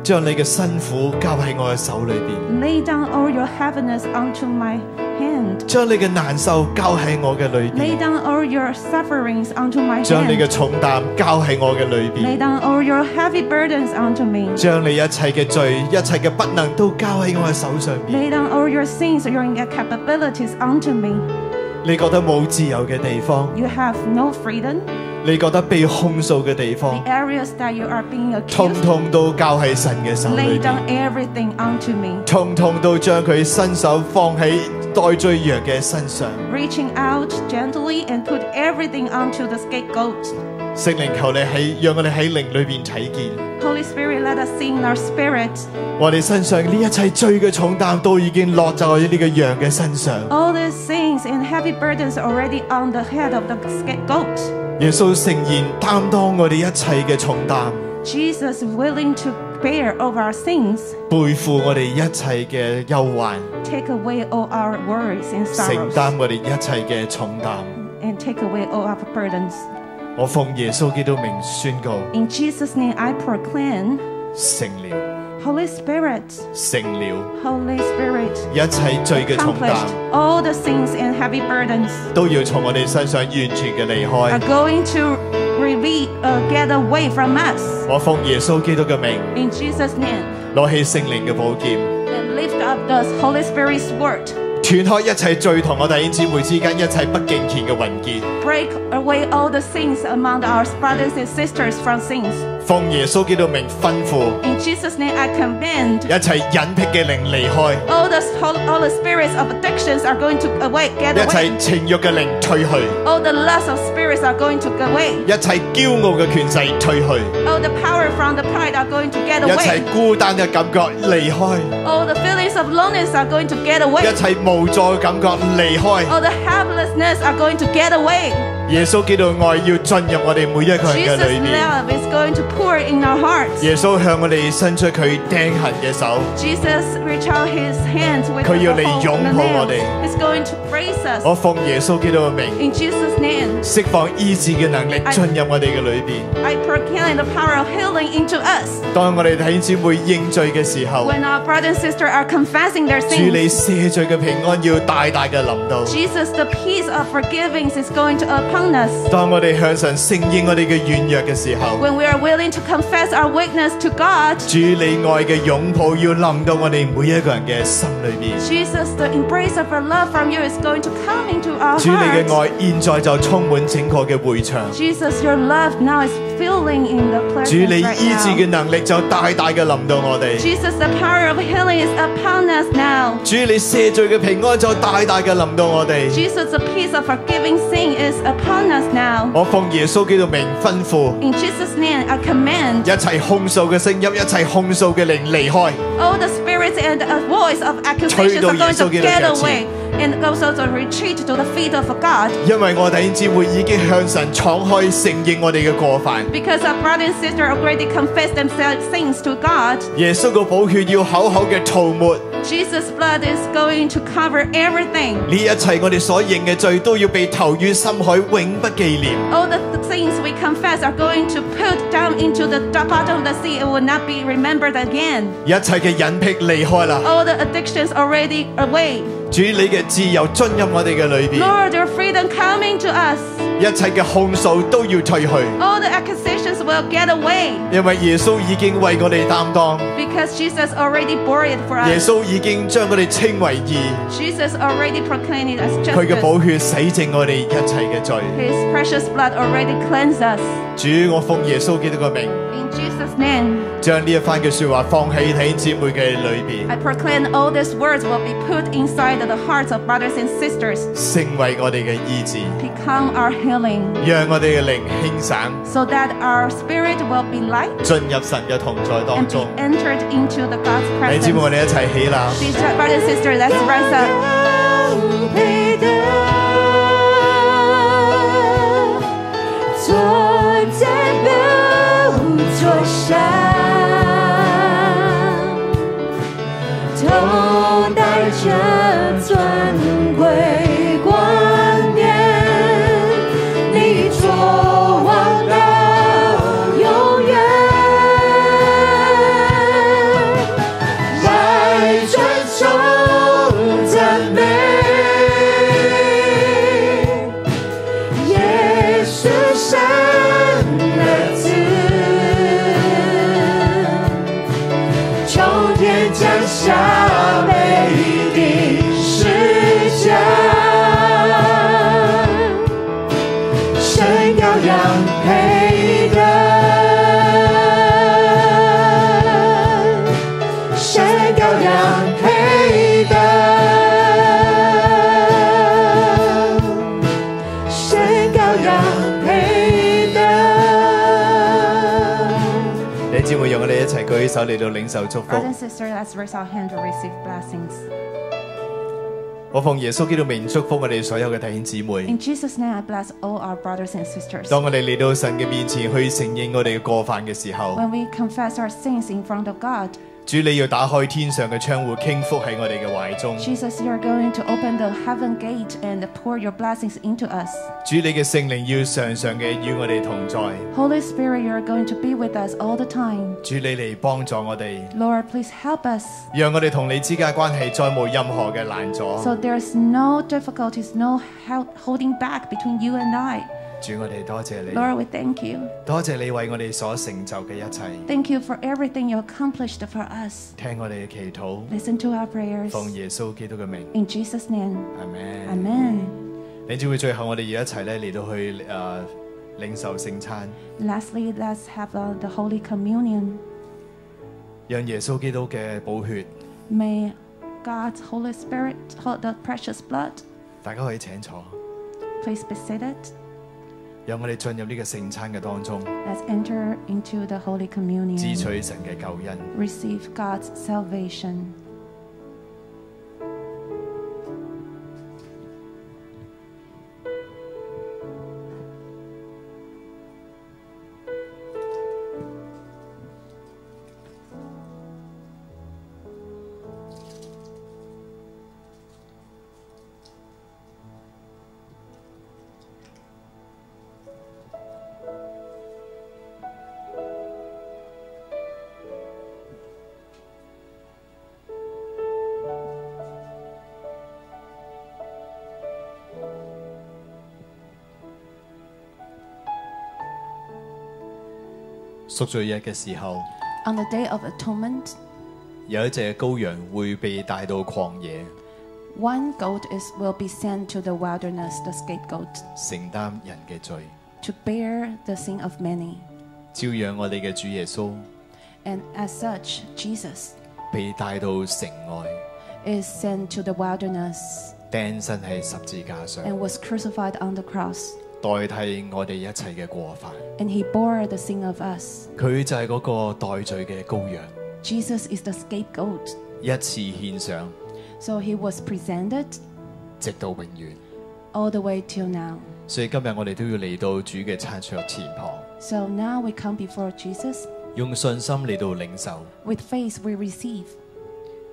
Speaker 6: 將你嘅辛苦交喺我嘅手裏邊。
Speaker 4: Lay down all your heaviness onto my hand.
Speaker 6: 将你嘅难受交喺我嘅里
Speaker 4: Lay
Speaker 6: 边，
Speaker 4: down all your sufferings onto my
Speaker 6: 将你嘅
Speaker 4: hand.
Speaker 6: 重担交喺我嘅里
Speaker 4: Lay
Speaker 6: 边，
Speaker 4: down all your heavy burdens onto me.
Speaker 6: 将你一切嘅罪、一切嘅不能都交喺我嘅手上边。
Speaker 4: Lay down all your sins, your incapabilities onto me.
Speaker 6: 你觉得冇自由嘅地方，
Speaker 4: You have no freedom.
Speaker 6: 你觉得被控诉嘅地
Speaker 4: The
Speaker 6: 方，
Speaker 4: areas that you are being
Speaker 6: 通
Speaker 4: accused,
Speaker 6: 通都交喺神嘅手
Speaker 4: lay
Speaker 6: 里
Speaker 4: down
Speaker 6: 边，
Speaker 4: everything onto me.
Speaker 6: 通通都将佢伸手放喺代罪羊嘅身上。
Speaker 4: Reaching out gently and put everything onto the scapegoat.
Speaker 6: 圣灵求你喺，让我哋喺灵里边睇见，
Speaker 4: Holy Spirit, let us see in our spirit
Speaker 6: 我哋身上呢一切罪嘅重担都已经落咗喺呢个羊嘅身上。
Speaker 4: all these sins and heavy burdens already on the head of the scapegoat.
Speaker 6: 耶稣诚然担当我哋一切嘅重担。
Speaker 4: Jesus willing to bear over our sins,
Speaker 6: 背负我哋一切嘅忧患，
Speaker 4: take away all our worries and
Speaker 6: 承
Speaker 4: sorrows,
Speaker 6: 担我哋一切嘅重担。
Speaker 4: and take away all our burdens.
Speaker 6: 我奉耶稣基督名宣告，
Speaker 4: In Jesus' name, I proclaim,
Speaker 6: 成了，
Speaker 4: Holy Spirit,
Speaker 6: 成了，
Speaker 4: Holy Spirit,
Speaker 6: 一切罪嘅重担
Speaker 4: accomplished all the sins and heavy burdens
Speaker 6: 都要从我哋身上完全嘅离开。
Speaker 4: are going to reveal, uh, get away from us.
Speaker 6: 我奉耶稣基督嘅名，
Speaker 4: In Jesus' name,
Speaker 6: 攞起圣灵嘅宝剑，
Speaker 4: and lift up the Holy Spirit's word.
Speaker 6: 断开一切罪同我弟兄姊妹之间一切不敬虔嘅云结。
Speaker 4: Break away all the sins among our brothers and sisters from sins.
Speaker 6: 奉耶稣基督名吩咐，
Speaker 4: In Jesus' name, I command
Speaker 6: 一切隐僻嘅灵离开，
Speaker 4: all the all the spirits of addictions are going to away, get
Speaker 6: 一
Speaker 4: away.
Speaker 6: 切情欲嘅灵退去，
Speaker 4: All the lust of spirits are going to go away.
Speaker 6: 一切骄傲嘅权势退去。
Speaker 4: All the power from the pride are going to get
Speaker 6: 一切
Speaker 4: away.
Speaker 6: 孤單嘅感覺離開，
Speaker 4: All the feelings of loneliness are going to get away.
Speaker 6: 一切無助嘅感覺離開。
Speaker 4: All the helplessness are going to get away.
Speaker 6: 耶穌基督嘅愛要進入我哋每一個人嘅
Speaker 4: Jesus'
Speaker 6: 裏面。
Speaker 4: love is going to pour in our hearts.
Speaker 6: 耶穌向我哋伸出佢釘痕嘅手，
Speaker 4: Jesus reach out his hands with
Speaker 6: 佢要嚟
Speaker 4: the whole
Speaker 6: 擁抱我哋。
Speaker 4: nails. He's going to praise us.
Speaker 6: 我奉耶穌基督嘅名，
Speaker 4: In Jesus' name,
Speaker 6: 釋放醫治嘅能力
Speaker 4: 係
Speaker 6: 進入我哋嘅裏面。
Speaker 4: I proclaim the power of healing into us.
Speaker 6: 當我哋弟兄姊妹認罪嘅時候，
Speaker 4: When our brother and sister are confessing their
Speaker 6: 主你赦
Speaker 4: sins,
Speaker 6: 罪嘅平安要大大嘅臨到。
Speaker 4: Jesus, the peace of forgiving is going to upon us.
Speaker 6: 當我哋向神承認我哋嘅軟弱嘅時候，
Speaker 4: When we are willing to confess our weakness to God,
Speaker 6: 主你愛嘅擁抱要臨到我哋每一個人嘅心裏面。
Speaker 4: Jesus, the embrace of our love from you is going to come into our
Speaker 6: 主你嘅
Speaker 4: hearts.
Speaker 6: 愛現在就充滿整個嘅會場，
Speaker 4: Jesus, your love now is filling in the
Speaker 6: 主
Speaker 4: presence
Speaker 6: 你
Speaker 4: right
Speaker 6: 醫治
Speaker 4: now.
Speaker 6: 嘅能力就大大嘅臨到我哋，
Speaker 4: Jesus, the power of healing is upon us now.
Speaker 6: 主你赦罪嘅平安就大大嘅臨到我哋。
Speaker 4: Jesus, the peace of forgiving sin is upon us now.
Speaker 6: 我奉耶穌基督名吩咐，
Speaker 4: In Jesus' name, I command
Speaker 6: 一切控訴嘅聲音，一切控訴嘅靈離開，
Speaker 4: all the spirits and the voice of accusations
Speaker 6: 吹
Speaker 4: are going to
Speaker 6: 到耶穌基督嘅
Speaker 4: get
Speaker 6: 腳前。
Speaker 4: away and also to retreat to the feet of God.
Speaker 6: 因為我弟兄姊妹已經向神敞開承認我哋嘅過犯。
Speaker 4: Because our brother and sister already confessed themselves sins to God,
Speaker 6: 耶穌嘅寶血要厚厚嘅塗抹，呢
Speaker 4: Jesus' blood is going to cover everything.
Speaker 6: 一切我哋所認嘅罪都要被投於深海，永不紀念。
Speaker 4: All the th- things we confess are going to put down into the d- bottom of the sea. It will not be remembered again.
Speaker 6: 一切嘅隱僻離開啦。
Speaker 4: all the addictions already away.
Speaker 6: 主你嘅自由進入我哋嘅裏边，
Speaker 4: Lord, your freedom coming to us.
Speaker 6: 一切嘅控訴都要退去。
Speaker 4: All the accusations
Speaker 2: sins will get away
Speaker 6: 因為耶穌已經為我哋擔當，
Speaker 2: because Jesus already bore it for
Speaker 6: 耶
Speaker 2: us.
Speaker 6: 穌已經將我哋稱為義，
Speaker 2: Jesus already proclaimed it as
Speaker 6: 佢嘅
Speaker 2: justice.
Speaker 6: 寶血洗淨我哋一切嘅罪。
Speaker 2: His precious blood already cleansed us.
Speaker 6: 主，我奉耶穌基督嘅名，
Speaker 2: In Jesus' name,
Speaker 6: 將呢一番嘅说話放喺弟兄姊妹嘅裏边，
Speaker 2: I proclaim all these words will be put inside the hearts of brothers and sisters,
Speaker 6: 成為我哋嘅醫治，
Speaker 2: become our healing,
Speaker 6: 讓我哋嘅靈輕省，
Speaker 2: so that our spirit will be light
Speaker 6: 進入神嘅同在
Speaker 2: and
Speaker 6: 當
Speaker 2: be
Speaker 6: 中。
Speaker 2: entered into the God's
Speaker 6: 弟兄姊妹，我
Speaker 2: presence.
Speaker 6: 哋一齊起立。
Speaker 2: Please, brothers and sisters, let's rise up.
Speaker 6: 弟兄姊妹，讓我哋一齊舉起手嚟到領受祝
Speaker 2: Brothers
Speaker 6: 福
Speaker 2: and。sisters, let's raise our hand to receive blessings.
Speaker 6: 我奉耶穌基督名祝福我哋所有嘅弟兄姊妹
Speaker 2: In。Jesus' name, I bless all our brothers and sisters.
Speaker 6: 當我哋嚟到神嘅面前去承認我哋嘅過犯嘅時候，
Speaker 2: When we confess our sins in front of God,
Speaker 6: 主你要打開天上嘅窗戶，傾覆喺我哋嘅懷中。
Speaker 2: Jesus, you are going to open the heaven gate and pour your blessings into us.
Speaker 6: 主你嘅聖靈要常常嘅與我哋同在。
Speaker 2: Holy Spirit, you are going to be with us all the time.
Speaker 6: 主你嚟幫助我哋，
Speaker 2: Lord, please help us
Speaker 6: 讓我哋同你之間嘅關係再冇任何嘅難阻。
Speaker 2: so there's no difficulties, no held- holding back between you and I.
Speaker 6: 主我哋多謝你，
Speaker 2: Lord, we thank you.
Speaker 6: 多謝你為我哋所成就嘅一切。
Speaker 2: Thank you for everything you accomplished for us.
Speaker 6: 聽我哋嘅祈禱，
Speaker 2: Listen to our prayers.
Speaker 6: 奉耶穌基督嘅名，
Speaker 2: In Jesus' name,
Speaker 6: 阿門。
Speaker 2: Amen.
Speaker 6: 你知會最後我哋要一齊咧嚟到去誒、呃、領受聖餐，
Speaker 2: Lastly, let's have uh, the Holy Communion.
Speaker 6: 讓耶穌基督嘅寶血，
Speaker 2: May God's Holy Spirit hold the precious blood.
Speaker 6: 大家可以請坐，
Speaker 2: Please be seated.
Speaker 6: 讓我哋進入呢個聖餐嘅當中，
Speaker 2: Let's enter into the Holy
Speaker 6: 支
Speaker 2: Communion.
Speaker 6: 取神嘅救恩。
Speaker 2: Receive God's salvation.
Speaker 6: 贖罪日嘅時候，
Speaker 2: On the Day of Atonement,
Speaker 6: 有一隻羔羊會被帶到曠野，
Speaker 2: one goat is, will be sent to the wilderness, the scapegoat,
Speaker 6: 承擔人嘅罪。
Speaker 2: to bear the sin of many.
Speaker 6: 照樣我哋嘅主耶穌
Speaker 2: And as such, Jesus
Speaker 6: 被帶到城外，
Speaker 2: is sent to the wilderness
Speaker 6: 釘身喺十字架上，
Speaker 2: and was crucified on the cross.
Speaker 6: 代替我哋一切嘅過犯。
Speaker 2: And he bore the sin of us.
Speaker 6: 佢就係嗰個代罪嘅羔羊，
Speaker 2: Jesus is the scapegoat.
Speaker 6: 一次獻上，
Speaker 2: So he was presented
Speaker 6: 直到永遠。
Speaker 2: all the way till now.
Speaker 6: 所以今日我哋都要嚟到主嘅餐桌前旁，
Speaker 2: So now we come before Jesus.
Speaker 6: 用信心嚟到領受。
Speaker 2: With faith, we receive.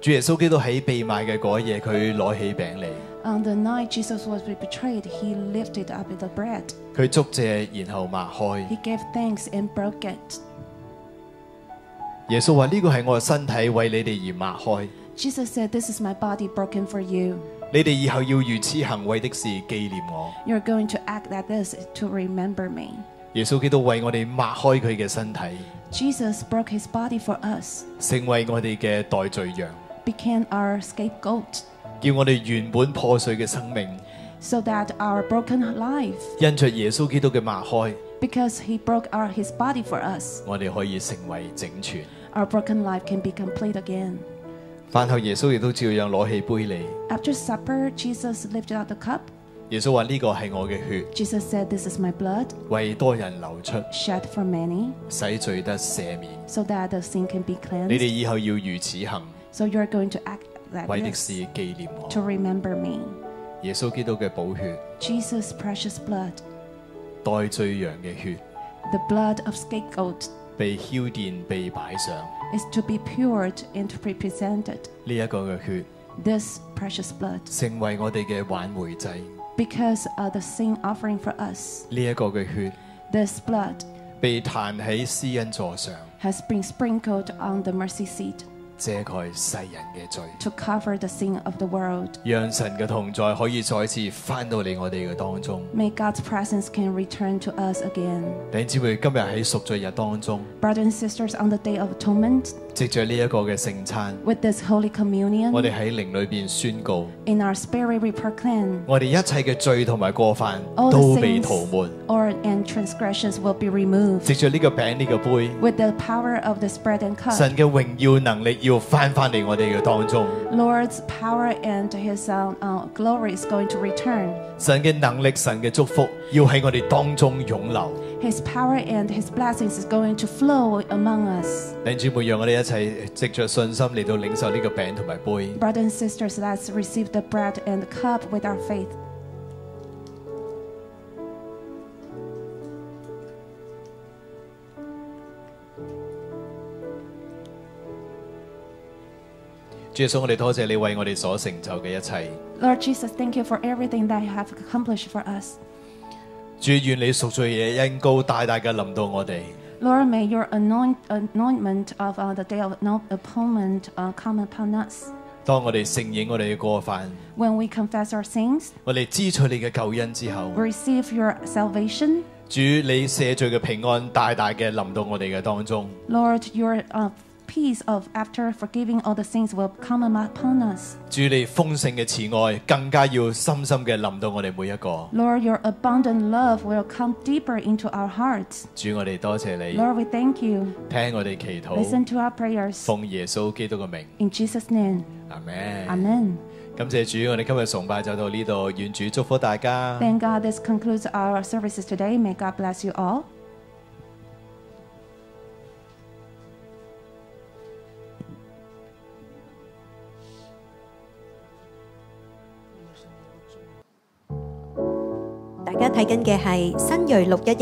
Speaker 6: 主耶穌基督喺被賣嘅嗰一夜，佢攞起餅嚟，
Speaker 2: On the night Jesus was betrayed, he lifted up the bread.
Speaker 6: 佢祝謝，然後擘開。
Speaker 2: He gave thanks and broke it.
Speaker 6: 耶穌話：呢個係我嘅身體，為你哋而擘開。
Speaker 2: Jesus said, This is my body broken for you.
Speaker 6: 你哋以後要如此行為的事紀念我。
Speaker 2: You're going to act like this to remember me.
Speaker 6: 耶穌基督為我哋擘開佢嘅身體，
Speaker 2: Jesus broke his body for us,
Speaker 6: 成為我哋嘅代罪羊，
Speaker 2: became our scapegoat,
Speaker 6: 叫我哋原本破碎嘅生命，
Speaker 2: so that our broken life,
Speaker 6: 因着耶穌基督嘅擘開，
Speaker 2: because he broke our, his body for us,
Speaker 6: 我哋可以成為整全。
Speaker 2: our broken life can be complete again.
Speaker 6: 飯後耶穌亦都照樣攞起杯嚟，
Speaker 2: After supper, Jesus lifted up the cup.
Speaker 6: 耶穌話呢個係我嘅血，
Speaker 2: Jesus said, This is my blood,
Speaker 6: 為多人流出，
Speaker 2: shed for many,
Speaker 6: 使罪得赦免。
Speaker 2: so that the sin can be
Speaker 6: 你哋
Speaker 2: cleansed.
Speaker 6: 以後要如此行，
Speaker 2: So you're going to act like
Speaker 6: 為的
Speaker 2: this
Speaker 6: 是紀念我
Speaker 2: to。remember me.
Speaker 6: 耶穌基督嘅寶血，
Speaker 2: Jesus' precious blood,
Speaker 6: 代罪羊嘅血，
Speaker 2: the blood of scapegoat,
Speaker 6: 被澆奠、被擺上。
Speaker 2: is to be pured and to be presented.
Speaker 6: 呢一個嘅血，
Speaker 2: This precious blood,
Speaker 6: 成為我哋嘅挽回祭。
Speaker 2: because of the sin offering for us,
Speaker 6: 呢一個嘅血，
Speaker 2: this blood
Speaker 6: 被彈喺施恩座上，
Speaker 2: has been sprinkled on the mercy seat
Speaker 6: 遮蓋世人嘅罪，
Speaker 2: to cover the sin of the world.
Speaker 6: 讓神嘅同在可以再次翻到嚟我哋嘅當中。
Speaker 2: May God's presence can return to us again.
Speaker 6: 弟兄姊妹，今日喺贖罪日當中，
Speaker 2: Brothers and sisters, on the day of atonement,
Speaker 6: 藉着呢一個嘅聖餐，
Speaker 2: with this
Speaker 6: 我
Speaker 2: holy communion,
Speaker 6: 哋喺靈裏邊宣告，
Speaker 2: in our spirit we proclaim
Speaker 6: 我哋一切嘅罪同埋過犯
Speaker 2: all
Speaker 6: 都
Speaker 2: the
Speaker 6: 被
Speaker 2: sins
Speaker 6: 塗抹。
Speaker 2: or and transgressions will be removed.
Speaker 6: 藉着呢個餅呢個杯，
Speaker 2: With the power of the bread and cup,
Speaker 6: 神嘅榮耀能力要翻翻嚟我哋嘅當中，
Speaker 2: Lord's power and His uh, uh, glory is going to return.
Speaker 6: 神嘅能力、神嘅祝福要喺我哋當中湧流。
Speaker 2: His power and His blessings is going to flow among us.
Speaker 6: 弟兄姊妹，讓我哋一齊藉着信心嚟到領受呢個餅同埋杯。
Speaker 2: Brothers and sisters, let's receive the bread and the cup with our faith.
Speaker 6: 主耶穌，我哋多謝你為我哋所成就嘅一切。
Speaker 2: Lord Jesus, thank you for everything that you have accomplished for us.
Speaker 6: 主願你贖罪嘅恩膏大大嘅臨到我哋，
Speaker 2: Lord, may your anoint, anointment of uh, the day of no atonement uh, come upon us.
Speaker 6: 當我哋承認我哋嘅過犯，
Speaker 2: When we confess our sins,
Speaker 6: 我哋支取你嘅救恩之後，
Speaker 2: we receive your salvation.
Speaker 6: 主你赦罪嘅平安大大嘅臨到我哋嘅當中。
Speaker 2: Lord, your uh, peace of after forgiving all the sins will come upon us.
Speaker 6: 主你豐盛嘅慈愛更加要深深嘅臨到我哋每一個。
Speaker 2: Lord, your abundant love will come deeper into our hearts.
Speaker 6: 主我哋多謝你，
Speaker 2: Lord, we thank you.
Speaker 6: 聽我哋祈
Speaker 2: Listen
Speaker 6: 禱，
Speaker 2: to our prayers.
Speaker 6: 奉耶穌基督嘅名，
Speaker 2: In Jesus' name.
Speaker 6: 阿門。
Speaker 2: Amen.
Speaker 6: 感謝主，我哋今日崇拜就到呢度，願主祝福大家。
Speaker 2: Thank God this concludes our services today. May God bless you all.
Speaker 9: You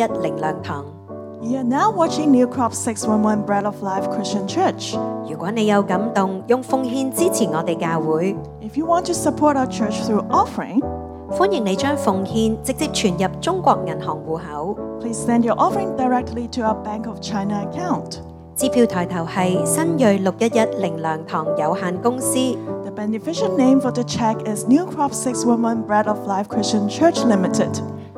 Speaker 9: are now watching New Crop 611 Bread of Life Christian Church. If you want to support our church through offering, please send your offering directly to our Bank of China account. The beneficial name for the check is New Crop 611 Bread of Life Christian Church Limited.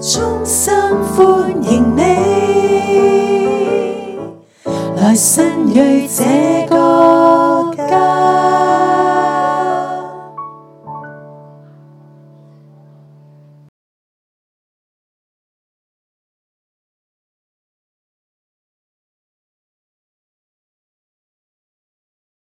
Speaker 10: 衷心歡迎你，來新锐這